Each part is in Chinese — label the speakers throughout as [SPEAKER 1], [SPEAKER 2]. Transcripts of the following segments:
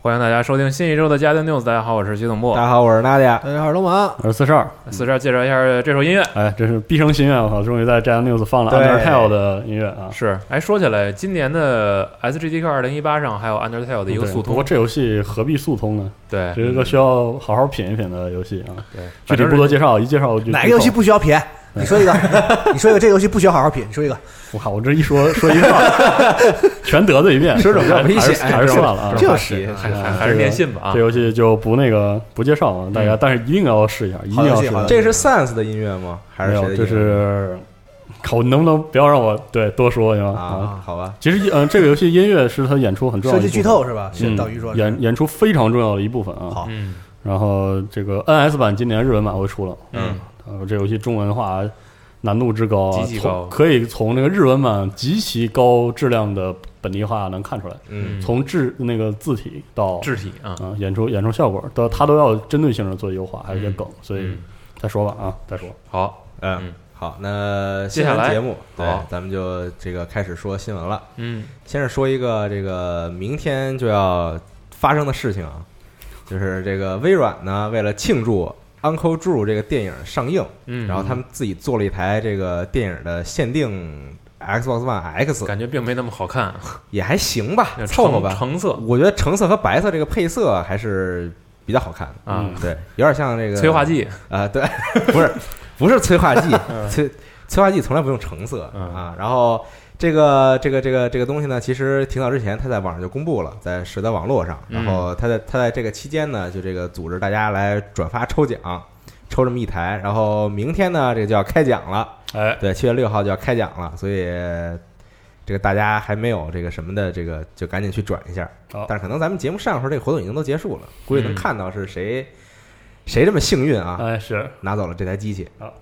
[SPEAKER 1] 欢迎大家收听新一周的《加丢 News》。大家好，我是徐总部
[SPEAKER 2] 大。家好，我是娜姐，
[SPEAKER 3] 大家好，龙马。
[SPEAKER 4] 我是四十二，
[SPEAKER 1] 四十二介绍一下这首音乐。
[SPEAKER 4] 哎，这是毕生心愿，我靠，终于在 j a n News 放了
[SPEAKER 2] 对
[SPEAKER 4] Undertale 的音乐啊！
[SPEAKER 1] 是，哎，说起来，今年的 SGDQ 二零一八上还有 Undertale 的一个
[SPEAKER 4] 对
[SPEAKER 1] 速
[SPEAKER 4] 不
[SPEAKER 1] 通，
[SPEAKER 4] 过
[SPEAKER 1] 嗯
[SPEAKER 4] 这游戏何必速通呢？
[SPEAKER 1] 对
[SPEAKER 4] 这是个需要好好品一品的游戏啊！
[SPEAKER 1] 对，
[SPEAKER 4] 具
[SPEAKER 1] 反
[SPEAKER 4] 体
[SPEAKER 1] 正
[SPEAKER 4] 不多介绍，一介绍我就
[SPEAKER 3] 哪个游戏？不需要品？你说一个，你说一个，这个游戏不需要好好品。你说一个，
[SPEAKER 4] 我靠，我这一说说一套， 全得罪一遍，
[SPEAKER 2] 说这么多
[SPEAKER 4] 还是
[SPEAKER 2] 危险
[SPEAKER 4] 还是还是算了啊！
[SPEAKER 2] 就是
[SPEAKER 1] 还还
[SPEAKER 4] 啊
[SPEAKER 1] 还是
[SPEAKER 4] 这个
[SPEAKER 1] 电信吧啊
[SPEAKER 4] 这。游戏就不那个不介绍了，大家但是一定要试一下，一定
[SPEAKER 3] 好游
[SPEAKER 4] 要
[SPEAKER 3] 戏
[SPEAKER 4] 试一下
[SPEAKER 3] 好游。戏
[SPEAKER 2] 这是 Sense 的音乐吗？还是
[SPEAKER 4] 没
[SPEAKER 2] 谁的
[SPEAKER 4] 有，
[SPEAKER 2] 音乐？
[SPEAKER 4] 这是靠，你能不能不要让我对多说行吗？
[SPEAKER 2] 啊，好吧，
[SPEAKER 4] 其实，嗯，这个游戏音乐是它演出很重要
[SPEAKER 3] 涉
[SPEAKER 4] 的一
[SPEAKER 3] 及
[SPEAKER 4] 部分。
[SPEAKER 3] 剧透是吧？是
[SPEAKER 4] 嗯，
[SPEAKER 3] 等于说是
[SPEAKER 4] 演演出非常重要的一部分啊。
[SPEAKER 3] 好
[SPEAKER 1] 嗯
[SPEAKER 4] 然后这个 NS 版今年日文版会出了，
[SPEAKER 1] 嗯，
[SPEAKER 4] 然后这游戏中文化难度之高啊，
[SPEAKER 1] 极其
[SPEAKER 4] 从
[SPEAKER 1] 高
[SPEAKER 4] 可以从那个日文版极其高质量的本地化能看出来，
[SPEAKER 2] 嗯，
[SPEAKER 4] 从字那个字体到
[SPEAKER 1] 肢体啊，
[SPEAKER 4] 啊、演出演出效果，到它都要针对性的做优化，还有一些
[SPEAKER 1] 嗯
[SPEAKER 4] 梗，所以
[SPEAKER 1] 嗯，
[SPEAKER 4] 再说吧啊，再说。
[SPEAKER 1] 好，嗯
[SPEAKER 2] 嗯，好，那
[SPEAKER 1] 接下来
[SPEAKER 2] 新闻节目，对
[SPEAKER 1] 好，
[SPEAKER 2] 咱们就这个开始说新闻了。
[SPEAKER 1] 嗯，
[SPEAKER 2] 先是说一个这个明天就要发生的事情啊，就是这个微软呢，为了庆祝《Uncle Drew》这个电影上映，
[SPEAKER 1] 嗯，
[SPEAKER 2] 然后他们自己做了一台这个电影的限定 Xbox One X，
[SPEAKER 1] 感觉并没那么好看，
[SPEAKER 2] 也还行吧，
[SPEAKER 1] 那
[SPEAKER 2] 凑合
[SPEAKER 1] 橙
[SPEAKER 2] 吧。
[SPEAKER 1] 橙色
[SPEAKER 2] 我觉得橙色和白色这个配色还是比较好看的。
[SPEAKER 1] 啊
[SPEAKER 4] 嗯，
[SPEAKER 2] 对，有点像这个
[SPEAKER 1] 催化剂，
[SPEAKER 2] 啊、对，不是不是催化剂， 催催化剂从来不用橙色
[SPEAKER 1] 嗯
[SPEAKER 2] 啊。然后这个这个这个这个东西呢，其实挺早之前它在网上就公布了，在是在网络上，然
[SPEAKER 1] 嗯
[SPEAKER 2] 后它在它在这个期间呢，就这个组织大家来转发抽奖，抽这么一台，然后明天呢，这个就要开奖了，
[SPEAKER 4] 哎，
[SPEAKER 2] 对，七月六号就要开奖了，所以。这个大家还没有这个什么的，这个就赶紧去转一下
[SPEAKER 4] 好。
[SPEAKER 2] 但是可能咱们节目上的时候，这个活动已经都结束了，估计能
[SPEAKER 1] 嗯
[SPEAKER 2] 看到是谁谁这么幸运啊，
[SPEAKER 4] 哎是，
[SPEAKER 2] 拿走了这台机器
[SPEAKER 4] 好。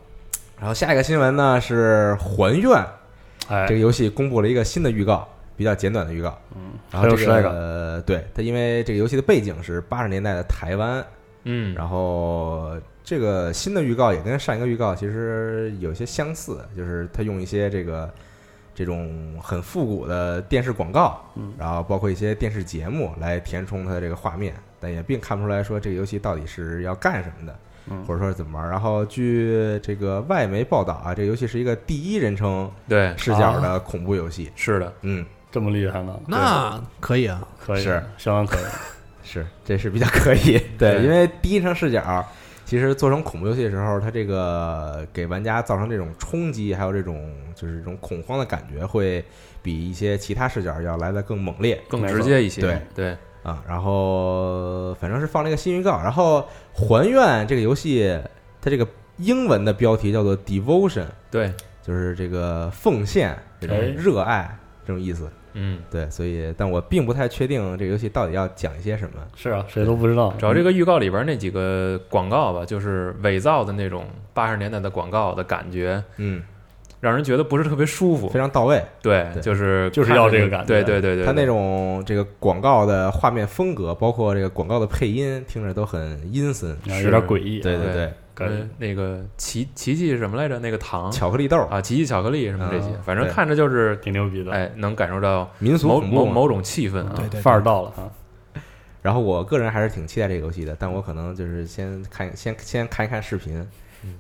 [SPEAKER 2] 然后下一个新闻呢是《还愿》
[SPEAKER 4] 哎
[SPEAKER 2] 这个游戏公布了一个新的预告，比较简短的预告。
[SPEAKER 4] 嗯，
[SPEAKER 2] 然后
[SPEAKER 4] 很有
[SPEAKER 2] 这
[SPEAKER 4] 时代
[SPEAKER 2] 个
[SPEAKER 4] 感
[SPEAKER 2] 呃，对它，因为这个游戏的背景是八十年代的台湾，
[SPEAKER 1] 嗯，
[SPEAKER 2] 然后这个新的预告也跟上一个预告其实有些相似，就是它用一些这个这种很复古的电视广告，
[SPEAKER 4] 嗯
[SPEAKER 2] 然后包括一些电视节目来填充它的这个画面，但也并看不出来说这个游戏到底是要干什么的，
[SPEAKER 4] 嗯
[SPEAKER 2] 或者说是怎么玩。然后据这个外媒报道啊，这个游戏是一个第一人称
[SPEAKER 1] 对，
[SPEAKER 2] 视角的恐怖游戏，
[SPEAKER 1] 是的，
[SPEAKER 2] 嗯，
[SPEAKER 4] 这么厉害呢？
[SPEAKER 3] 那可以啊。
[SPEAKER 4] 可以
[SPEAKER 2] 是
[SPEAKER 4] 相当可 以。
[SPEAKER 2] 是，这是比较可以。
[SPEAKER 1] 对
[SPEAKER 2] 对，因为第一人称视角，其实做成恐怖游戏的时候，它这个给玩家造成这种冲击，还有这种就是这种恐慌的感觉，会比一些其他视角要来的更猛烈
[SPEAKER 1] 更
[SPEAKER 4] 没错
[SPEAKER 1] 直接一些，
[SPEAKER 2] 对
[SPEAKER 1] 对，
[SPEAKER 2] 啊。然后反正是放了一个新预告，然后《还愿》这个游戏，它这个英文的标题叫做 Devotion，
[SPEAKER 1] 对，
[SPEAKER 2] 就是这个奉献、这种
[SPEAKER 4] 哎
[SPEAKER 2] 热爱这种意思。
[SPEAKER 1] 嗯，
[SPEAKER 2] 对，所以但我并不太确定这个游戏到底要讲一些什么。
[SPEAKER 4] 是啊，谁都不知道。
[SPEAKER 1] 主要这个预告里边那几个广告吧，就是伪造的那种八十年代的广告的感觉，
[SPEAKER 2] 嗯，
[SPEAKER 1] 让人觉得不是特别舒服
[SPEAKER 2] 非，常到位。
[SPEAKER 1] 对，
[SPEAKER 2] 对
[SPEAKER 1] 就是
[SPEAKER 4] 就是
[SPEAKER 1] 看
[SPEAKER 4] 要
[SPEAKER 1] 着
[SPEAKER 4] 这个
[SPEAKER 1] 你
[SPEAKER 4] 感觉
[SPEAKER 1] 对对对对，
[SPEAKER 2] 它那
[SPEAKER 1] 对
[SPEAKER 2] 种这个广告的画面风格，包括这个广告的配音，听着都很阴森。
[SPEAKER 4] 啊
[SPEAKER 1] 是
[SPEAKER 4] 有点诡异啊。
[SPEAKER 2] 对对
[SPEAKER 1] 对
[SPEAKER 2] 对，
[SPEAKER 4] 感觉
[SPEAKER 1] 呃那个奇奇迹是什么来着？那个糖
[SPEAKER 2] 巧克力豆，
[SPEAKER 1] 啊，奇迹巧克力什么这些，
[SPEAKER 2] 啊
[SPEAKER 1] 反正
[SPEAKER 2] 对
[SPEAKER 1] 看着就是
[SPEAKER 4] 挺牛逼的，
[SPEAKER 1] 哎，能感受到
[SPEAKER 2] 民俗
[SPEAKER 1] 某
[SPEAKER 2] 恐怖
[SPEAKER 1] 某
[SPEAKER 2] 嘛
[SPEAKER 1] 某种气氛啊，
[SPEAKER 3] 嗯对对，
[SPEAKER 4] 范儿到了啊！
[SPEAKER 2] 然后我个人还是挺期待这个游戏的，但我可能就是先看先先看一看视频，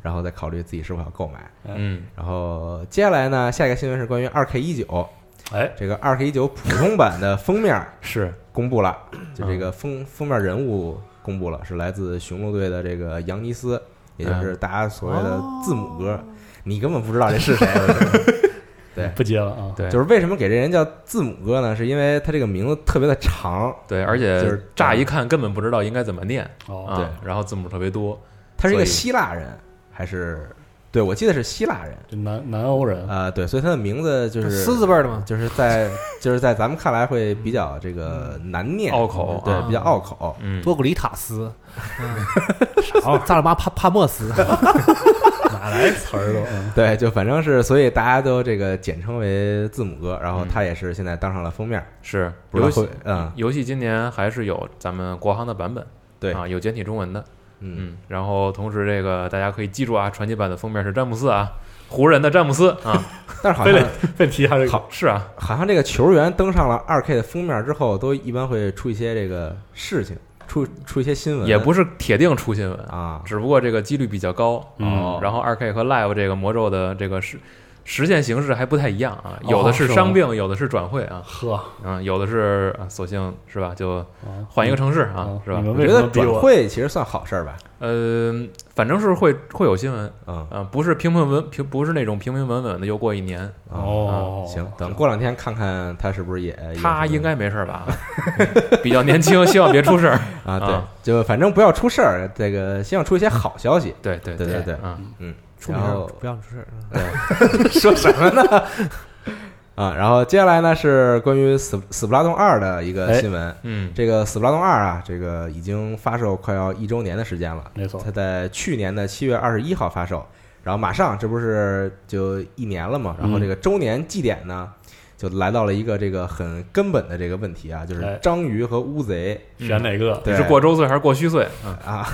[SPEAKER 2] 然后再考虑自己是否要购买。
[SPEAKER 1] 嗯
[SPEAKER 2] 然后接下来呢，下一个新闻是关于二 K 一九，
[SPEAKER 4] 哎，
[SPEAKER 2] 这个二 K 一九普通版的封面
[SPEAKER 1] 是嗯
[SPEAKER 2] 公布了，就这个封封面人物公布了，是来自雄鹿队的这个扬尼斯。也就是大家所谓的字母歌，
[SPEAKER 1] 嗯
[SPEAKER 2] 你根本不知道这是谁。对，
[SPEAKER 4] 不接了 啊。
[SPEAKER 1] 对
[SPEAKER 2] 就是为什么给这人叫字母哥呢？是因为他这个名字特别的长，
[SPEAKER 1] 对，而
[SPEAKER 2] 就
[SPEAKER 1] 且
[SPEAKER 2] 是
[SPEAKER 1] 乍一看根本不知道应该怎么念
[SPEAKER 4] 哦，
[SPEAKER 1] 啊，然后字母特别多，
[SPEAKER 2] 他是一个
[SPEAKER 1] 所以
[SPEAKER 2] 希腊人还是？对，我记得是希腊人。
[SPEAKER 4] 这南南欧人，
[SPEAKER 2] 啊、对，所以他的名字就是
[SPEAKER 3] 狮子辈儿的嘛，
[SPEAKER 2] 就是在 就是在咱们看来会比较这个难念
[SPEAKER 1] 拗口
[SPEAKER 2] 对
[SPEAKER 1] 啊，
[SPEAKER 2] 比较拗口。
[SPEAKER 1] 嗯，
[SPEAKER 3] 多古里塔斯，好，萨尔巴帕帕莫斯，
[SPEAKER 4] 哪来词儿都 嗯
[SPEAKER 2] 对，就反正是，所以大家都这个简称为字母哥。然后他也是现在当上了封面，
[SPEAKER 1] 是
[SPEAKER 2] 不知
[SPEAKER 1] 游
[SPEAKER 2] 道
[SPEAKER 1] 戏
[SPEAKER 2] 会，嗯
[SPEAKER 1] 游戏今年还是有咱们国行的版本，
[SPEAKER 2] 对
[SPEAKER 1] 啊，有简体中文的，
[SPEAKER 2] 嗯，
[SPEAKER 1] 嗯，然后同时这个大家可以记住啊，传奇版的封面是詹姆斯啊，湖人的詹姆斯啊，
[SPEAKER 2] 但是好
[SPEAKER 4] 非
[SPEAKER 2] 像
[SPEAKER 4] 得非得提一下这个，
[SPEAKER 1] 好 是啊，
[SPEAKER 2] 好像这个球员登上了二 K 的封面之后，都一般会出一些这个事情，出出一些新闻，
[SPEAKER 1] 也不是铁定出新闻，
[SPEAKER 2] 啊，
[SPEAKER 1] 只不过这个几率比较高。
[SPEAKER 4] 嗯
[SPEAKER 1] 然后二 K 和 Live 这个魔咒的这个实实现形式还不太一样啊，
[SPEAKER 4] 哦
[SPEAKER 1] 有的是
[SPEAKER 4] 是吗
[SPEAKER 1] 伤病，有的是转会啊，
[SPEAKER 4] 呵，
[SPEAKER 1] 嗯，有的是啊索性是吧，就
[SPEAKER 4] 啊
[SPEAKER 1] 换一个城市啊
[SPEAKER 4] 啊，，
[SPEAKER 1] 是吧
[SPEAKER 4] 你？们
[SPEAKER 2] 我
[SPEAKER 4] 为
[SPEAKER 2] 觉
[SPEAKER 4] 什
[SPEAKER 2] 得
[SPEAKER 4] 么比
[SPEAKER 2] 转
[SPEAKER 4] 我？
[SPEAKER 2] 会其实算好事儿吧，
[SPEAKER 1] 呃，反正是会会有新闻
[SPEAKER 2] 嗯
[SPEAKER 1] 啊，不是平平稳平，不是那种平平稳稳的又过一年，
[SPEAKER 2] 啊
[SPEAKER 4] 哦，
[SPEAKER 2] 行，等过两天看看他是不是也
[SPEAKER 1] 他
[SPEAKER 2] 哎也是
[SPEAKER 1] 应该没事儿吧？ 比较年轻，希望别出事儿。
[SPEAKER 2] 啊，对
[SPEAKER 1] 啊，
[SPEAKER 2] 就反正不要出事儿，这个希望出一些好消息。
[SPEAKER 1] 对对
[SPEAKER 2] 对对对
[SPEAKER 1] 啊，
[SPEAKER 3] 出名
[SPEAKER 2] 然后
[SPEAKER 3] 儿不要出事儿。啊
[SPEAKER 2] 说什么呢？啊，然后接下来呢是关于死《死死不拉动二》的一个
[SPEAKER 4] 哎
[SPEAKER 2] 新闻。
[SPEAKER 1] 嗯，
[SPEAKER 2] 这个《死不拉动二》啊，这个已经发售快要一周年的时间了。
[SPEAKER 4] 没
[SPEAKER 1] 哦
[SPEAKER 4] 错
[SPEAKER 2] 它在去年的七月二十一号发售，然后马上这不是就一年了嘛？然后这
[SPEAKER 1] 嗯
[SPEAKER 2] 个周年祭典呢，就来到了一个这个很根本的这个问题啊，就是
[SPEAKER 4] 哎
[SPEAKER 2] 章鱼和乌贼
[SPEAKER 4] 选哪个？
[SPEAKER 1] 你
[SPEAKER 2] 对
[SPEAKER 1] 哦是过周岁还是过虚岁？嗯
[SPEAKER 2] 啊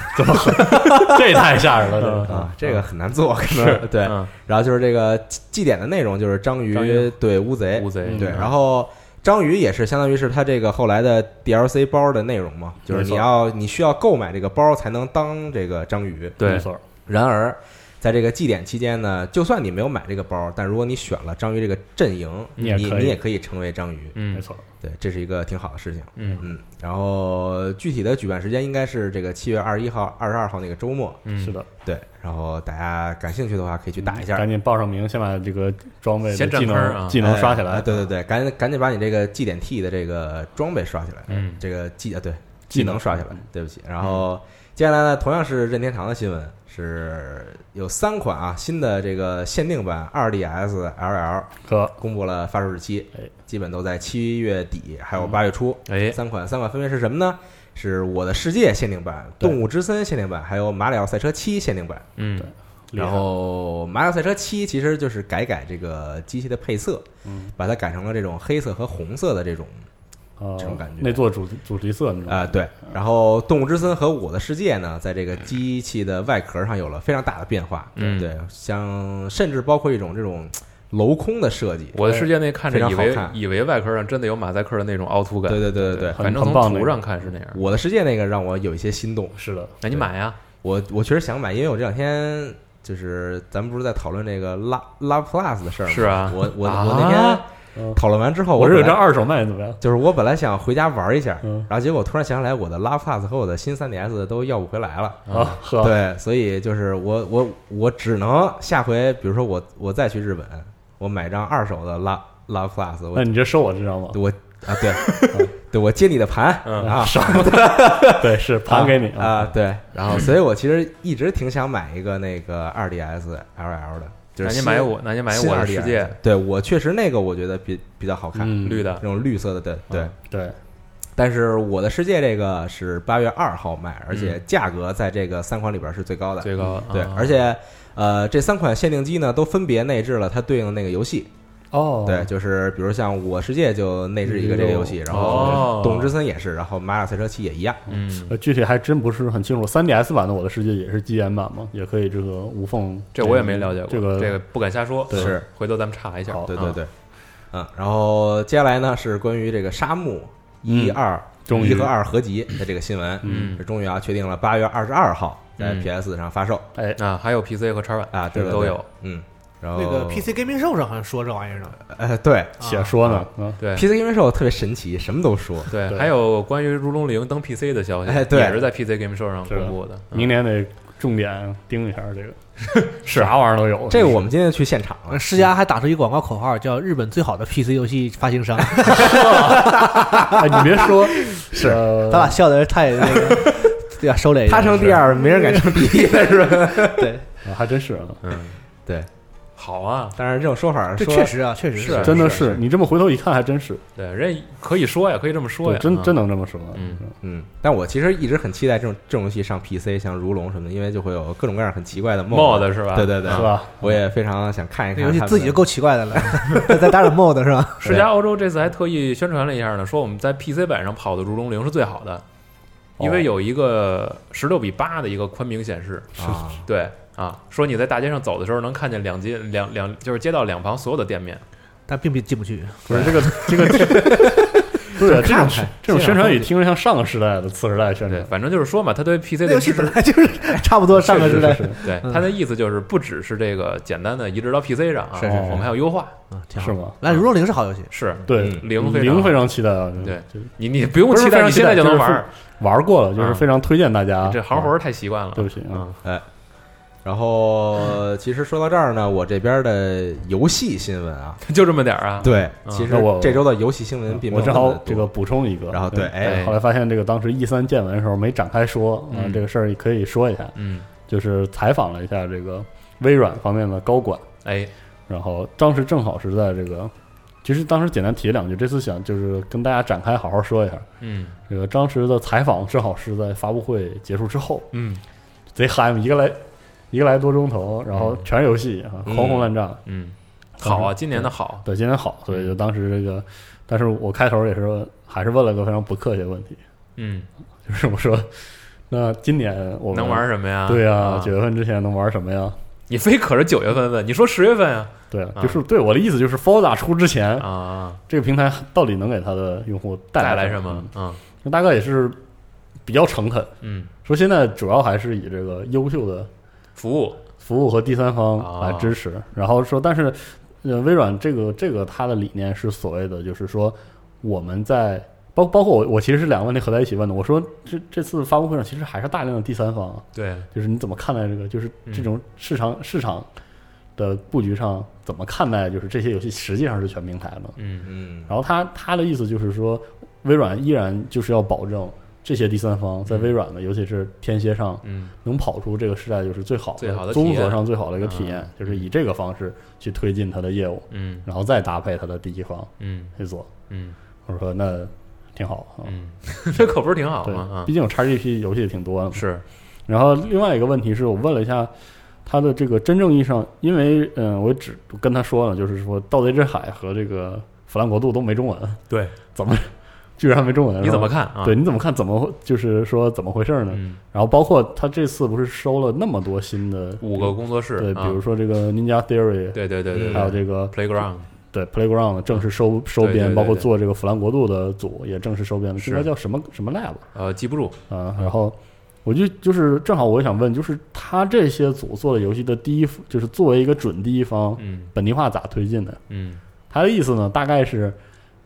[SPEAKER 4] 这太吓人了，这个嗯
[SPEAKER 2] 啊，这个很难做，可能对。
[SPEAKER 1] 嗯
[SPEAKER 2] 然后就是这个祭祭典的内容就是章
[SPEAKER 1] 章鱼
[SPEAKER 2] 鱼对乌贼，
[SPEAKER 1] 乌贼
[SPEAKER 4] 嗯
[SPEAKER 2] 哎对，然后章鱼也是相当于是它这个后来的 DLC 包的内容嘛，就是你
[SPEAKER 4] 没错
[SPEAKER 2] 要你需要购买这个包才能当这个章鱼。
[SPEAKER 1] 对
[SPEAKER 4] 没，错，
[SPEAKER 2] 然而，在这个祭典期间呢，就算你没有买这个包，但如果你选了章鱼这个阵营，
[SPEAKER 4] 你
[SPEAKER 2] 你
[SPEAKER 4] 也可以
[SPEAKER 2] 你也可以成为章鱼。
[SPEAKER 4] 没
[SPEAKER 1] 嗯
[SPEAKER 4] 错，
[SPEAKER 2] 对，这是一个挺好的事情。
[SPEAKER 1] 嗯
[SPEAKER 2] 嗯，然后具体的举办时间应该是这个七月二十一号、二十二号那个周末。
[SPEAKER 1] 嗯，
[SPEAKER 4] 是的，嗯
[SPEAKER 2] 对，然后大家感兴趣的话可以去打一下。
[SPEAKER 4] 赶紧报上名，先把这个装备的
[SPEAKER 1] 先占
[SPEAKER 4] 技
[SPEAKER 1] 坑儿啊
[SPEAKER 4] 能技能刷起
[SPEAKER 2] 哎
[SPEAKER 4] 来
[SPEAKER 2] 哎，对对对，赶紧赶紧把你这个祭点 T 的这个装备刷起来，
[SPEAKER 1] 嗯
[SPEAKER 2] 这个技啊对
[SPEAKER 4] 技
[SPEAKER 2] 技
[SPEAKER 4] 能嗯
[SPEAKER 2] 能刷起来，对不起。然后接下来呢，同样是任天堂的新闻，是有三款啊新的这个限定版 2DS LL
[SPEAKER 4] 呵，
[SPEAKER 2] 公布了发售日期
[SPEAKER 4] 哎，嗯
[SPEAKER 2] 基本都在七月底还有八月初。
[SPEAKER 1] 哎，
[SPEAKER 2] 三款三款分别是什么呢？是《我的世界》限定版、《
[SPEAKER 4] 对
[SPEAKER 2] 动物之森》限定版，还有《马里奥赛车七》限定版。
[SPEAKER 1] 嗯
[SPEAKER 4] 厉害
[SPEAKER 2] 然后《马里奥赛车七》其实就是改改这个机器的配色，
[SPEAKER 4] 嗯，
[SPEAKER 2] 把它改成了这种黑色和红色的这种
[SPEAKER 4] 呃
[SPEAKER 2] 这种感觉
[SPEAKER 4] 那座主主题色那种
[SPEAKER 2] 啊、对。然后《动物之森》和《我的世界》呢，在这个机器的外壳上有了非常大的变化，
[SPEAKER 1] 嗯
[SPEAKER 2] 对，像甚至包括一种这种镂空的设计，
[SPEAKER 1] 我的世界那看着以
[SPEAKER 2] 非
[SPEAKER 1] 为
[SPEAKER 2] 常好看
[SPEAKER 1] 以为外壳上真的有马赛克的那种凹凸感，
[SPEAKER 2] 对对对对对。
[SPEAKER 4] 很
[SPEAKER 1] 反正从
[SPEAKER 4] 很棒那
[SPEAKER 1] 图
[SPEAKER 4] 个
[SPEAKER 1] 上看是那样。
[SPEAKER 2] 我的世界那个让我有一些心动，
[SPEAKER 4] 是的，
[SPEAKER 1] 那你买呀，
[SPEAKER 2] 我我确实想买，因为我这两天就是咱们不是在讨论这个拉拉 plus 的事儿吗？
[SPEAKER 1] 是啊
[SPEAKER 2] 我我
[SPEAKER 1] 啊
[SPEAKER 2] 我那天
[SPEAKER 4] 嗯
[SPEAKER 2] 讨论完之后，
[SPEAKER 4] 我这
[SPEAKER 2] 哦本
[SPEAKER 4] 有
[SPEAKER 2] 来
[SPEAKER 4] 张二手卖怎么样？
[SPEAKER 2] 就是我本来想回家玩一下，
[SPEAKER 4] 嗯
[SPEAKER 2] 然后结果突然想起来，我的拉 plus 和我的新 3ds 都要不回来了。
[SPEAKER 4] 啊，呵，
[SPEAKER 2] 对，所以就是我我我只能下回，比如说我我再去日本，我买张二手的拉拉 plus，
[SPEAKER 4] 那
[SPEAKER 2] 我
[SPEAKER 4] 你这收我这张吧，
[SPEAKER 2] 我啊对， 对我接你的盘
[SPEAKER 1] 嗯
[SPEAKER 2] 啊，
[SPEAKER 4] 对，是盘给你嗯
[SPEAKER 2] 啊，对，然后所以我其实一直挺想买一个那个二 DS LL 的，就
[SPEAKER 1] 那
[SPEAKER 2] 是
[SPEAKER 1] 你
[SPEAKER 2] 新
[SPEAKER 1] 买我，那你买
[SPEAKER 2] 新
[SPEAKER 1] 我的
[SPEAKER 2] 2DS
[SPEAKER 1] 世界，
[SPEAKER 2] 对我确实那个我觉得比比较好看，
[SPEAKER 4] 嗯，
[SPEAKER 1] 绿
[SPEAKER 2] 这
[SPEAKER 1] 的，
[SPEAKER 2] 种绿色的，对对。
[SPEAKER 4] 对，
[SPEAKER 2] 但是我的世界这个是八月二号卖，而且价格在这个三款里边是最高的，
[SPEAKER 1] 嗯最高的
[SPEAKER 2] 对
[SPEAKER 1] 啊，
[SPEAKER 2] 而且。呃，这三款限定机呢，都分别内置了它对应的那个游戏。
[SPEAKER 4] 哦，
[SPEAKER 2] 对，，就是比如像《我世界》就内置一个这个游戏，然
[SPEAKER 1] 哦
[SPEAKER 2] 后《动物之森》也是，然后《马里奥赛车七》也一样。
[SPEAKER 1] 嗯，
[SPEAKER 4] 呃，具体还真不是很清楚。3DS 版的《我的世界》也是机研版吗？也可以这个无缝。
[SPEAKER 1] 这我也没了解过，
[SPEAKER 4] 这个
[SPEAKER 1] 这个不敢瞎说，
[SPEAKER 4] 对
[SPEAKER 2] 是
[SPEAKER 1] 回头咱们查一下。
[SPEAKER 4] 好
[SPEAKER 2] 对
[SPEAKER 1] 啊
[SPEAKER 2] 对，对，嗯，然后接下来呢是关于这个沙漠一
[SPEAKER 4] 嗯
[SPEAKER 2] 二
[SPEAKER 4] 终于
[SPEAKER 2] 一和二合集的这个新闻，
[SPEAKER 1] 嗯
[SPEAKER 2] 这终于啊确定了八月二十二号在
[SPEAKER 1] 嗯
[SPEAKER 2] PS 上发售
[SPEAKER 4] 哎，
[SPEAKER 1] 啊，还有 PC 和叉 o
[SPEAKER 2] 啊，对对
[SPEAKER 1] 都
[SPEAKER 2] 对
[SPEAKER 1] 有，
[SPEAKER 2] 嗯，然后
[SPEAKER 3] 那个 PC Gaming Show 上好像说这玩意儿呢，
[SPEAKER 2] 呃对
[SPEAKER 4] 且说呢，
[SPEAKER 2] 啊
[SPEAKER 4] 嗯，
[SPEAKER 1] 对
[SPEAKER 2] PC 因为是我特别神奇，什么都说，
[SPEAKER 1] 对，
[SPEAKER 4] 对
[SPEAKER 1] 还有关于《如龙零》登 PC 的消息，
[SPEAKER 2] 哎对
[SPEAKER 1] 也是在 PC Game Show 上
[SPEAKER 4] 是的
[SPEAKER 1] 公布的。嗯
[SPEAKER 4] 明年得重点盯一下这个， 是啥玩意儿都有。
[SPEAKER 2] 这个我们今天去现场了，
[SPEAKER 3] 世嘉还打出一个广告口号，叫“日本最好的 PC 游戏发行商
[SPEAKER 4] 哎，你别 说，是”，呃
[SPEAKER 3] 咱俩笑的太那个， 对啊，收敛一
[SPEAKER 2] 嗯
[SPEAKER 3] 点。
[SPEAKER 2] 他成第二，没人敢成第一了，是吧？
[SPEAKER 3] 对，
[SPEAKER 4] 啊还真是啊，
[SPEAKER 1] 嗯，
[SPEAKER 2] 对。
[SPEAKER 1] 好啊，
[SPEAKER 2] 但是这种说法
[SPEAKER 3] 这
[SPEAKER 2] 说
[SPEAKER 3] 确实啊，确实
[SPEAKER 1] 是
[SPEAKER 4] 真的
[SPEAKER 2] 是
[SPEAKER 4] 是你这么回头一看，还真是，
[SPEAKER 1] 对，人可以说呀，可以这么说
[SPEAKER 4] 对
[SPEAKER 1] 呀，
[SPEAKER 4] 真
[SPEAKER 1] 嗯
[SPEAKER 4] 真能这么说。
[SPEAKER 1] 嗯
[SPEAKER 2] 嗯，但我其实一直很期待这种这种游戏上 PC，像如龙什么的，因为就会有各种各样很奇怪的 mod，
[SPEAKER 1] mod 是吧？
[SPEAKER 2] 对对对
[SPEAKER 1] 嗯
[SPEAKER 4] 是吧？
[SPEAKER 2] 我也非常想看一
[SPEAKER 3] 这
[SPEAKER 2] 看。
[SPEAKER 3] 游戏自己就够奇怪的了，再打点 mod 是吧？
[SPEAKER 4] 哎
[SPEAKER 1] 世嘉欧洲这次还特意宣传了一下呢，说我们在 PC 版上跑的《如龙零》是最好的，因
[SPEAKER 4] 哦
[SPEAKER 1] 为有一个十六比八的一个宽屏显示。
[SPEAKER 2] 啊，
[SPEAKER 1] 对啊，说你在大街上走的时候能看见两街两两就是街道两旁所有的店面。
[SPEAKER 3] 但并不进不去。
[SPEAKER 4] 不是这个 这个，对啊这
[SPEAKER 2] 看
[SPEAKER 4] 种
[SPEAKER 2] 看
[SPEAKER 4] 这种宣传语听着像上个时代的次时代宣
[SPEAKER 1] 对，
[SPEAKER 4] 传，
[SPEAKER 1] 反正就是说嘛，他对 PC
[SPEAKER 3] 这
[SPEAKER 1] 的
[SPEAKER 3] 游戏
[SPEAKER 1] 支
[SPEAKER 3] 本
[SPEAKER 1] 持，
[SPEAKER 3] 来就是差不多上个时代
[SPEAKER 4] 是是
[SPEAKER 1] 对
[SPEAKER 3] 嗯
[SPEAKER 1] 他的意思就是不只是这个简单的移植到 PC 上啊，
[SPEAKER 4] 是是是
[SPEAKER 1] 我们还要优化。
[SPEAKER 3] 啊，挺
[SPEAKER 4] 是
[SPEAKER 3] 好
[SPEAKER 4] 是。吗？
[SPEAKER 3] 来，《如龙零》是好游戏，
[SPEAKER 1] 是
[SPEAKER 4] 对，
[SPEAKER 2] 嗯
[SPEAKER 1] 嗯零非常
[SPEAKER 4] 零非常期待啊！
[SPEAKER 1] 对
[SPEAKER 4] 就，
[SPEAKER 1] 你你不用
[SPEAKER 4] 不是
[SPEAKER 1] 期待，
[SPEAKER 4] 非常
[SPEAKER 1] 你现
[SPEAKER 4] 期待
[SPEAKER 1] 在就能
[SPEAKER 4] 就是
[SPEAKER 1] 玩儿。
[SPEAKER 4] 玩过了，就是
[SPEAKER 1] 嗯
[SPEAKER 4] 非常推荐大家。
[SPEAKER 1] 你这行活儿太习惯了。
[SPEAKER 4] 对不起啊，
[SPEAKER 1] 嗯，
[SPEAKER 2] 然后其实说到这儿呢，我这边的游戏新闻啊，
[SPEAKER 4] 嗯
[SPEAKER 1] 就这么点儿啊。
[SPEAKER 2] 对，
[SPEAKER 1] 嗯
[SPEAKER 2] 其实
[SPEAKER 4] 那我
[SPEAKER 2] 这周的游戏新闻并没
[SPEAKER 4] 我
[SPEAKER 2] 有
[SPEAKER 4] 正
[SPEAKER 2] 那
[SPEAKER 4] 好
[SPEAKER 2] 么多
[SPEAKER 4] 这个补充一个，
[SPEAKER 2] 嗯然后对哎
[SPEAKER 4] 后来发现这个当时 E 三见闻的时候没展开说，啊
[SPEAKER 1] 嗯
[SPEAKER 4] 这个事儿也可以说一下，
[SPEAKER 1] 嗯，
[SPEAKER 4] 就是采访了一下这个微软方面的高管，
[SPEAKER 1] 哎，
[SPEAKER 4] 然后当时正好是在这个，其实当时简单提两句，这次想就是跟大家展开好好说一下。
[SPEAKER 1] 嗯
[SPEAKER 4] 这个当时的采访正好是在发布会结束之后，
[SPEAKER 1] 嗯
[SPEAKER 4] 贼嗨嘛，一个来一个来多钟头，然后全是游戏啊，
[SPEAKER 2] 嗯
[SPEAKER 4] 狂轰滥炸，
[SPEAKER 1] 嗯，好啊，今年的好。
[SPEAKER 4] 对，今天好，所
[SPEAKER 1] 嗯
[SPEAKER 4] 以就当时这个，但是我开头也是问还是问了个非常不客气的问题，
[SPEAKER 1] 嗯，
[SPEAKER 4] 就是我说，那今年我们
[SPEAKER 1] 能玩什么呀？
[SPEAKER 4] 对
[SPEAKER 1] 啊
[SPEAKER 4] 呀，，九月份之前能玩什么呀？
[SPEAKER 1] 你非可着九月份问，你说十月份呀？
[SPEAKER 4] 对啊，
[SPEAKER 1] 啊
[SPEAKER 4] 就是对我的意思就是 Forza 出之前，
[SPEAKER 1] 啊，
[SPEAKER 4] 这个平台到底能给它的用户嗯带
[SPEAKER 1] 带
[SPEAKER 4] 来
[SPEAKER 1] 来什么？？嗯
[SPEAKER 4] 那大概也是比较诚恳，
[SPEAKER 1] 嗯，
[SPEAKER 4] 说现在主要还是以这个优秀的
[SPEAKER 1] 服务
[SPEAKER 4] 服务和第三方来支持，然后说，但是呃，微软这个这个它的理念是所谓的，就是说我们在包包括我，我其实是两个问题合在一起问的。我说这这次发布会上其实还是大量的第三方啊，
[SPEAKER 1] 对，
[SPEAKER 4] 就是你怎么看待这个，就是
[SPEAKER 1] 嗯
[SPEAKER 4] 这种市场、市场的布局上怎么看待，就是这些游戏实际上是全平台的。
[SPEAKER 1] 嗯
[SPEAKER 2] 嗯
[SPEAKER 4] 然后他他的意思就是说，微软依然就是要保证这些第三方在微软的，尤其是天蝎上
[SPEAKER 1] 嗯
[SPEAKER 4] 能跑出这个时代，就是最好的
[SPEAKER 1] 最好的体验
[SPEAKER 4] 综合上最好的一个体验，
[SPEAKER 1] 嗯
[SPEAKER 4] 就是以这个方式去推进它的业务，
[SPEAKER 1] 嗯
[SPEAKER 4] 然后再搭配它的第一方
[SPEAKER 1] 嗯
[SPEAKER 4] 去做。
[SPEAKER 1] 嗯
[SPEAKER 4] 我说那挺好啊，
[SPEAKER 1] 嗯， 这可不是挺好
[SPEAKER 4] 对，
[SPEAKER 1] 吗？啊
[SPEAKER 4] 毕，竟有 XGP 游戏也挺多的嘛。
[SPEAKER 1] 是，
[SPEAKER 4] 然后另外一个问题是我问了一下。它的这个真正意义上，因为嗯，我只跟他说了，就是说《盗贼之海》和这个《腐烂国度》都没中文，
[SPEAKER 1] 对，
[SPEAKER 4] 怎么居然没中文？
[SPEAKER 1] 你怎么
[SPEAKER 4] 看？
[SPEAKER 1] 看啊？
[SPEAKER 4] 对，，你怎么看？怎么会就是说怎么回事呢？
[SPEAKER 1] 嗯，
[SPEAKER 4] 然后包括他这次不是收了那么多新的
[SPEAKER 1] 五个工作室，
[SPEAKER 4] 对，
[SPEAKER 1] 啊
[SPEAKER 4] 比如说这个 Ninja Theory，、
[SPEAKER 1] 对对对对，
[SPEAKER 4] 还有
[SPEAKER 1] 对
[SPEAKER 4] 这个
[SPEAKER 1] Playground，
[SPEAKER 4] 对 Playground 正式收收
[SPEAKER 1] 对对
[SPEAKER 4] 编，
[SPEAKER 1] 对
[SPEAKER 4] 包括
[SPEAKER 1] 对
[SPEAKER 4] 做这个腐烂国度的组也正式收编了，
[SPEAKER 1] 是
[SPEAKER 4] 应该叫什么什么 Lab
[SPEAKER 1] 呃，记不住，
[SPEAKER 4] 啊？然后我就就是正好我也想问，就是他这些组做的游戏的第一，就是作为一个准第一方
[SPEAKER 1] 嗯
[SPEAKER 4] 本地化咋推进的？
[SPEAKER 1] 嗯
[SPEAKER 4] 他的意思呢，大概是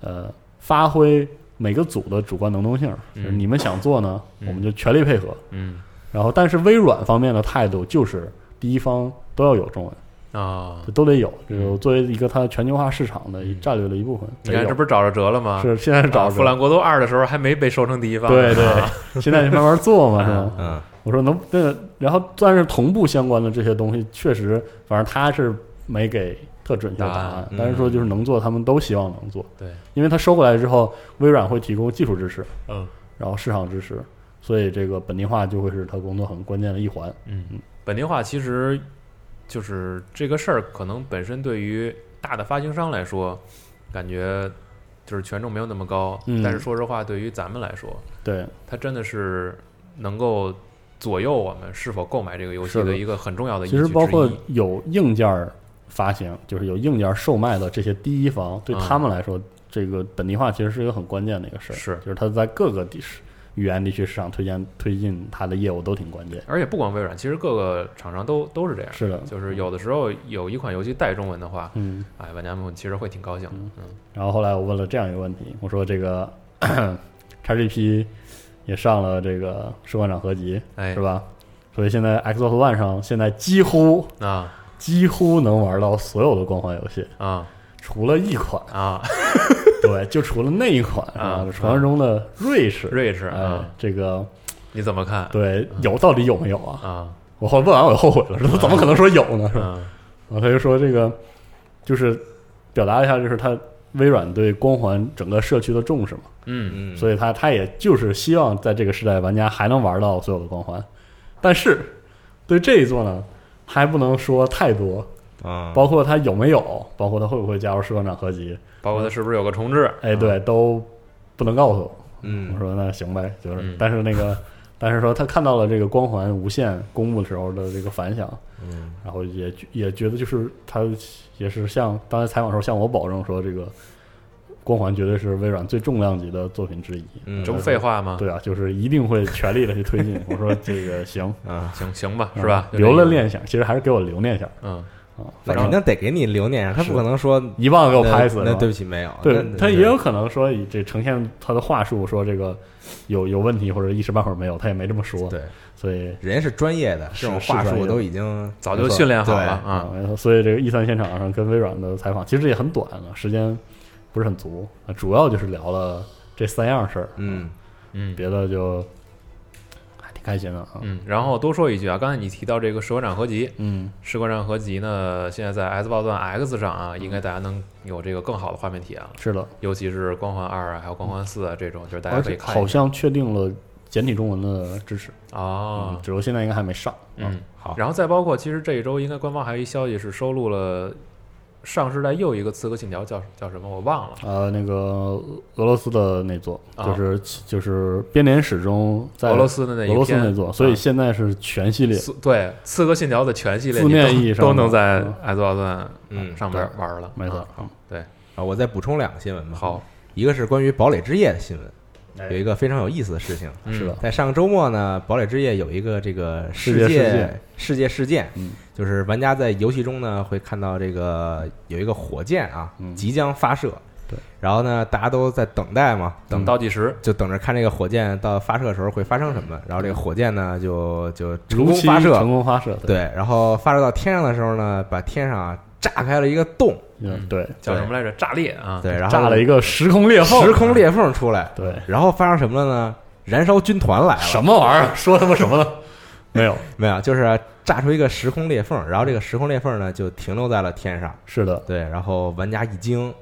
[SPEAKER 4] 呃发挥。每个组的主观能动性，就是
[SPEAKER 1] 嗯
[SPEAKER 4] 你们想做呢，
[SPEAKER 1] 嗯
[SPEAKER 4] 我们就全力配合。
[SPEAKER 1] 嗯
[SPEAKER 4] 然后，但是微软方面的态度就是第一方都要有中文，
[SPEAKER 1] 啊，
[SPEAKER 4] 都得有，这个
[SPEAKER 1] 嗯
[SPEAKER 4] 作为一个它全球化市场的一战略的一部分。
[SPEAKER 1] 你看
[SPEAKER 4] 得
[SPEAKER 1] 这
[SPEAKER 4] 有
[SPEAKER 1] 不是找着辙了吗？
[SPEAKER 4] 是现在是找
[SPEAKER 1] 啊
[SPEAKER 4] 着
[SPEAKER 1] 弗兰国度二》的时候还没被收成第一方，
[SPEAKER 4] 对 对，现在就慢慢做嘛，是
[SPEAKER 1] 啊
[SPEAKER 4] 吧？
[SPEAKER 2] 嗯
[SPEAKER 4] 我说能，那然后但是同步相关的这些东西，确实，反正他是没给特准确的答
[SPEAKER 1] 答
[SPEAKER 4] 案
[SPEAKER 1] 案，
[SPEAKER 4] 但是说就是能做，他们都希望能做，
[SPEAKER 1] 啊嗯对，
[SPEAKER 4] 因为他收过来之后，微软会提供技术支持，
[SPEAKER 1] 嗯
[SPEAKER 4] 然后市场支持，所以这个本地化就会是他工作很关键的一环。
[SPEAKER 1] 嗯，本地化其实就是这个事儿，可能本身对于大的发行商来说，感觉就是权重没有那么高，
[SPEAKER 4] 嗯
[SPEAKER 1] 但是说实话，对于咱们来说，
[SPEAKER 4] 对，
[SPEAKER 1] 它真的是能够左右我们是否购买这个游戏
[SPEAKER 4] 是的
[SPEAKER 1] 的一个很重要的依据
[SPEAKER 4] 其实包括
[SPEAKER 1] 之一
[SPEAKER 4] 有硬件儿发行，就是有硬件儿售卖的这些第一方，对
[SPEAKER 1] 嗯
[SPEAKER 4] 他们来说，这个本地化其实是一个很关键的一个事儿。
[SPEAKER 1] 是
[SPEAKER 4] 就是它在各个地市语言地区市场推荐推进它的业务都挺关键。
[SPEAKER 1] 而且不光微软，其实各个厂商都都是这样。
[SPEAKER 4] 是的，
[SPEAKER 1] 就是有的时候有一款游戏带中文的话，
[SPEAKER 4] 嗯。
[SPEAKER 1] 哎，玩家们其实会挺高兴的。嗯
[SPEAKER 4] 然后后来我问了这样一个问题，我说这个 XGP 也上了这个士官长合集，
[SPEAKER 1] 哎
[SPEAKER 4] 是吧？所以现在 Xbox One 上现在几乎
[SPEAKER 1] 啊
[SPEAKER 4] 几乎能玩到所有的光环游戏，
[SPEAKER 1] 啊，
[SPEAKER 4] 除了一款
[SPEAKER 1] 啊，
[SPEAKER 4] 对，就除了那一款
[SPEAKER 1] 啊
[SPEAKER 4] 传说中的瑞士，
[SPEAKER 1] 瑞士
[SPEAKER 4] 哎
[SPEAKER 1] 啊，，
[SPEAKER 4] 这个
[SPEAKER 1] 你怎么看
[SPEAKER 4] 对有到底有没有啊？
[SPEAKER 1] 啊？
[SPEAKER 4] 我后来问完我就后悔了，说怎么可能说有呢？是吧？
[SPEAKER 1] 嗯
[SPEAKER 4] 然后他就说这个就是表达一下，就是他微软对光环整个社区的重视嘛，
[SPEAKER 1] 嗯
[SPEAKER 2] 嗯，
[SPEAKER 4] 所以他他也就是希望在这个时代玩家还能玩到所有的光环，但是对这一座呢，还不能说太多，
[SPEAKER 1] 嗯
[SPEAKER 2] 以啊，
[SPEAKER 4] 包括它有没有，包括它会不会加入士官长合集，
[SPEAKER 1] 包括它是不是有个重置？
[SPEAKER 4] 哎，对，都不能告诉我。我
[SPEAKER 2] 嗯
[SPEAKER 4] 说那行呗，就是，
[SPEAKER 1] 嗯
[SPEAKER 4] 但是那个，但是说他看到了这个光环无限公布的时候的这个反响，
[SPEAKER 2] 嗯，
[SPEAKER 4] 然后也也觉得就是他也是向当时采访的时候向我保证说，这个光环绝对是微软最重量级的作品之一。
[SPEAKER 2] 嗯
[SPEAKER 1] 这不废话吗？
[SPEAKER 4] 对啊，就是一定会全力的去推进。我说这个行，
[SPEAKER 2] 啊，
[SPEAKER 1] 行行吧，
[SPEAKER 4] 嗯
[SPEAKER 1] 是吧？就这
[SPEAKER 4] 留
[SPEAKER 1] 意
[SPEAKER 4] 了
[SPEAKER 1] 思，
[SPEAKER 4] 念想，其实还是给我留念想
[SPEAKER 1] 嗯
[SPEAKER 4] 啊，
[SPEAKER 2] 那
[SPEAKER 4] 反
[SPEAKER 2] 肯
[SPEAKER 4] 正
[SPEAKER 2] 定得给你留念啊，他
[SPEAKER 4] 是
[SPEAKER 2] 不可能说
[SPEAKER 4] 一棒子给我
[SPEAKER 2] 那
[SPEAKER 4] 拍死
[SPEAKER 2] 那
[SPEAKER 4] 了。
[SPEAKER 2] 对不起，没有，
[SPEAKER 4] 对
[SPEAKER 2] 那
[SPEAKER 4] 他也有可能说以这呈现他的话术，说这个有有问题或者一时半会儿没有，他也没这么说。
[SPEAKER 2] 对，
[SPEAKER 4] 所以
[SPEAKER 2] 人家是专业的，
[SPEAKER 4] 是
[SPEAKER 2] 这种
[SPEAKER 4] 是
[SPEAKER 2] 话
[SPEAKER 4] 专业
[SPEAKER 2] 术
[SPEAKER 4] 的
[SPEAKER 2] 都已经
[SPEAKER 1] 早就训练好了啊。
[SPEAKER 4] 然后所以这个 E 三现场上跟微软的采访其实也很短了，时间不是很足，啊主要就是聊了这三样事儿，
[SPEAKER 2] 嗯
[SPEAKER 1] 嗯
[SPEAKER 4] 别的就还挺开心的啊。
[SPEAKER 1] 嗯，然后多说一句啊，刚才你提到这个《士官长合集》，
[SPEAKER 4] 嗯，
[SPEAKER 1] 《士官长合集》呢，现在在 Xbox One X 上啊，应该大家能有这个更好的画面体验了，
[SPEAKER 4] 是的，
[SPEAKER 1] 尤其是《光环二》啊，还有《光环四》啊这种，就是大家
[SPEAKER 4] 而
[SPEAKER 1] 可以
[SPEAKER 4] 且
[SPEAKER 1] 看一
[SPEAKER 4] 好像确定了简体中文的支持，
[SPEAKER 1] 下哦
[SPEAKER 4] 嗯，，只不过现在应该还没上。啊，
[SPEAKER 1] 嗯，
[SPEAKER 2] 好
[SPEAKER 1] 然后再包括，其实这一周应该官方还有一消息是收录了上世代又一个《刺客信条》叫叫什么我忘了
[SPEAKER 4] 呃，那个俄罗斯的那座，
[SPEAKER 1] 啊
[SPEAKER 4] 就是就是编年史中在
[SPEAKER 1] 俄罗斯的那
[SPEAKER 4] 俄
[SPEAKER 1] 一
[SPEAKER 4] 罗斯
[SPEAKER 1] 篇
[SPEAKER 4] 那座，所以
[SPEAKER 1] 啊
[SPEAKER 4] 现在是全系列
[SPEAKER 1] 刺对《刺客信条》的全系列
[SPEAKER 4] 字 面
[SPEAKER 1] 你都
[SPEAKER 4] 意义上
[SPEAKER 1] 都
[SPEAKER 4] 的
[SPEAKER 1] 能在 Xbox One
[SPEAKER 2] 嗯
[SPEAKER 1] 上面玩了，
[SPEAKER 4] 没错嗯
[SPEAKER 1] 啊。，
[SPEAKER 2] 啊，我再补充两个新闻吧。，
[SPEAKER 1] 好，
[SPEAKER 2] 一个是关于堡垒之夜的新闻，
[SPEAKER 4] 哎
[SPEAKER 2] 有一个非常有意思的事情。
[SPEAKER 1] 嗯
[SPEAKER 4] 是的，
[SPEAKER 2] 在上个周末呢，堡垒之夜有一个这个世
[SPEAKER 4] 世界事
[SPEAKER 2] 界
[SPEAKER 4] 件
[SPEAKER 2] 世界事件
[SPEAKER 4] 嗯，
[SPEAKER 2] 就是玩家在游戏中呢会看到这个有一个火箭啊
[SPEAKER 4] 嗯
[SPEAKER 2] 即将发射，
[SPEAKER 4] 对，
[SPEAKER 2] 然后呢大家都在等待嘛，
[SPEAKER 1] 等
[SPEAKER 2] 等
[SPEAKER 1] 倒计时，
[SPEAKER 4] 嗯
[SPEAKER 2] 就等着看这个火箭到发射的时候会发生什么，然后这个火箭呢就就成
[SPEAKER 4] 如
[SPEAKER 2] 功
[SPEAKER 4] 期
[SPEAKER 2] 发射
[SPEAKER 4] 成，功发射，
[SPEAKER 2] 对，然后发射到天上的时候呢，把天上啊炸开了一个洞，
[SPEAKER 4] 嗯，对，
[SPEAKER 1] 叫什么来着？炸裂啊！
[SPEAKER 2] 对，然后
[SPEAKER 4] 炸了一个时空裂缝，
[SPEAKER 2] 时空裂缝出来，
[SPEAKER 4] 对，
[SPEAKER 2] 然后发生什么了呢？燃烧军团来了，
[SPEAKER 4] 什么玩意儿？ 说他妈什么呢？没有，
[SPEAKER 2] 没有，就是炸出一个时空裂缝，然后这个时空裂缝呢就停留在了天上。
[SPEAKER 4] 是的，
[SPEAKER 2] 对，然后玩家一惊，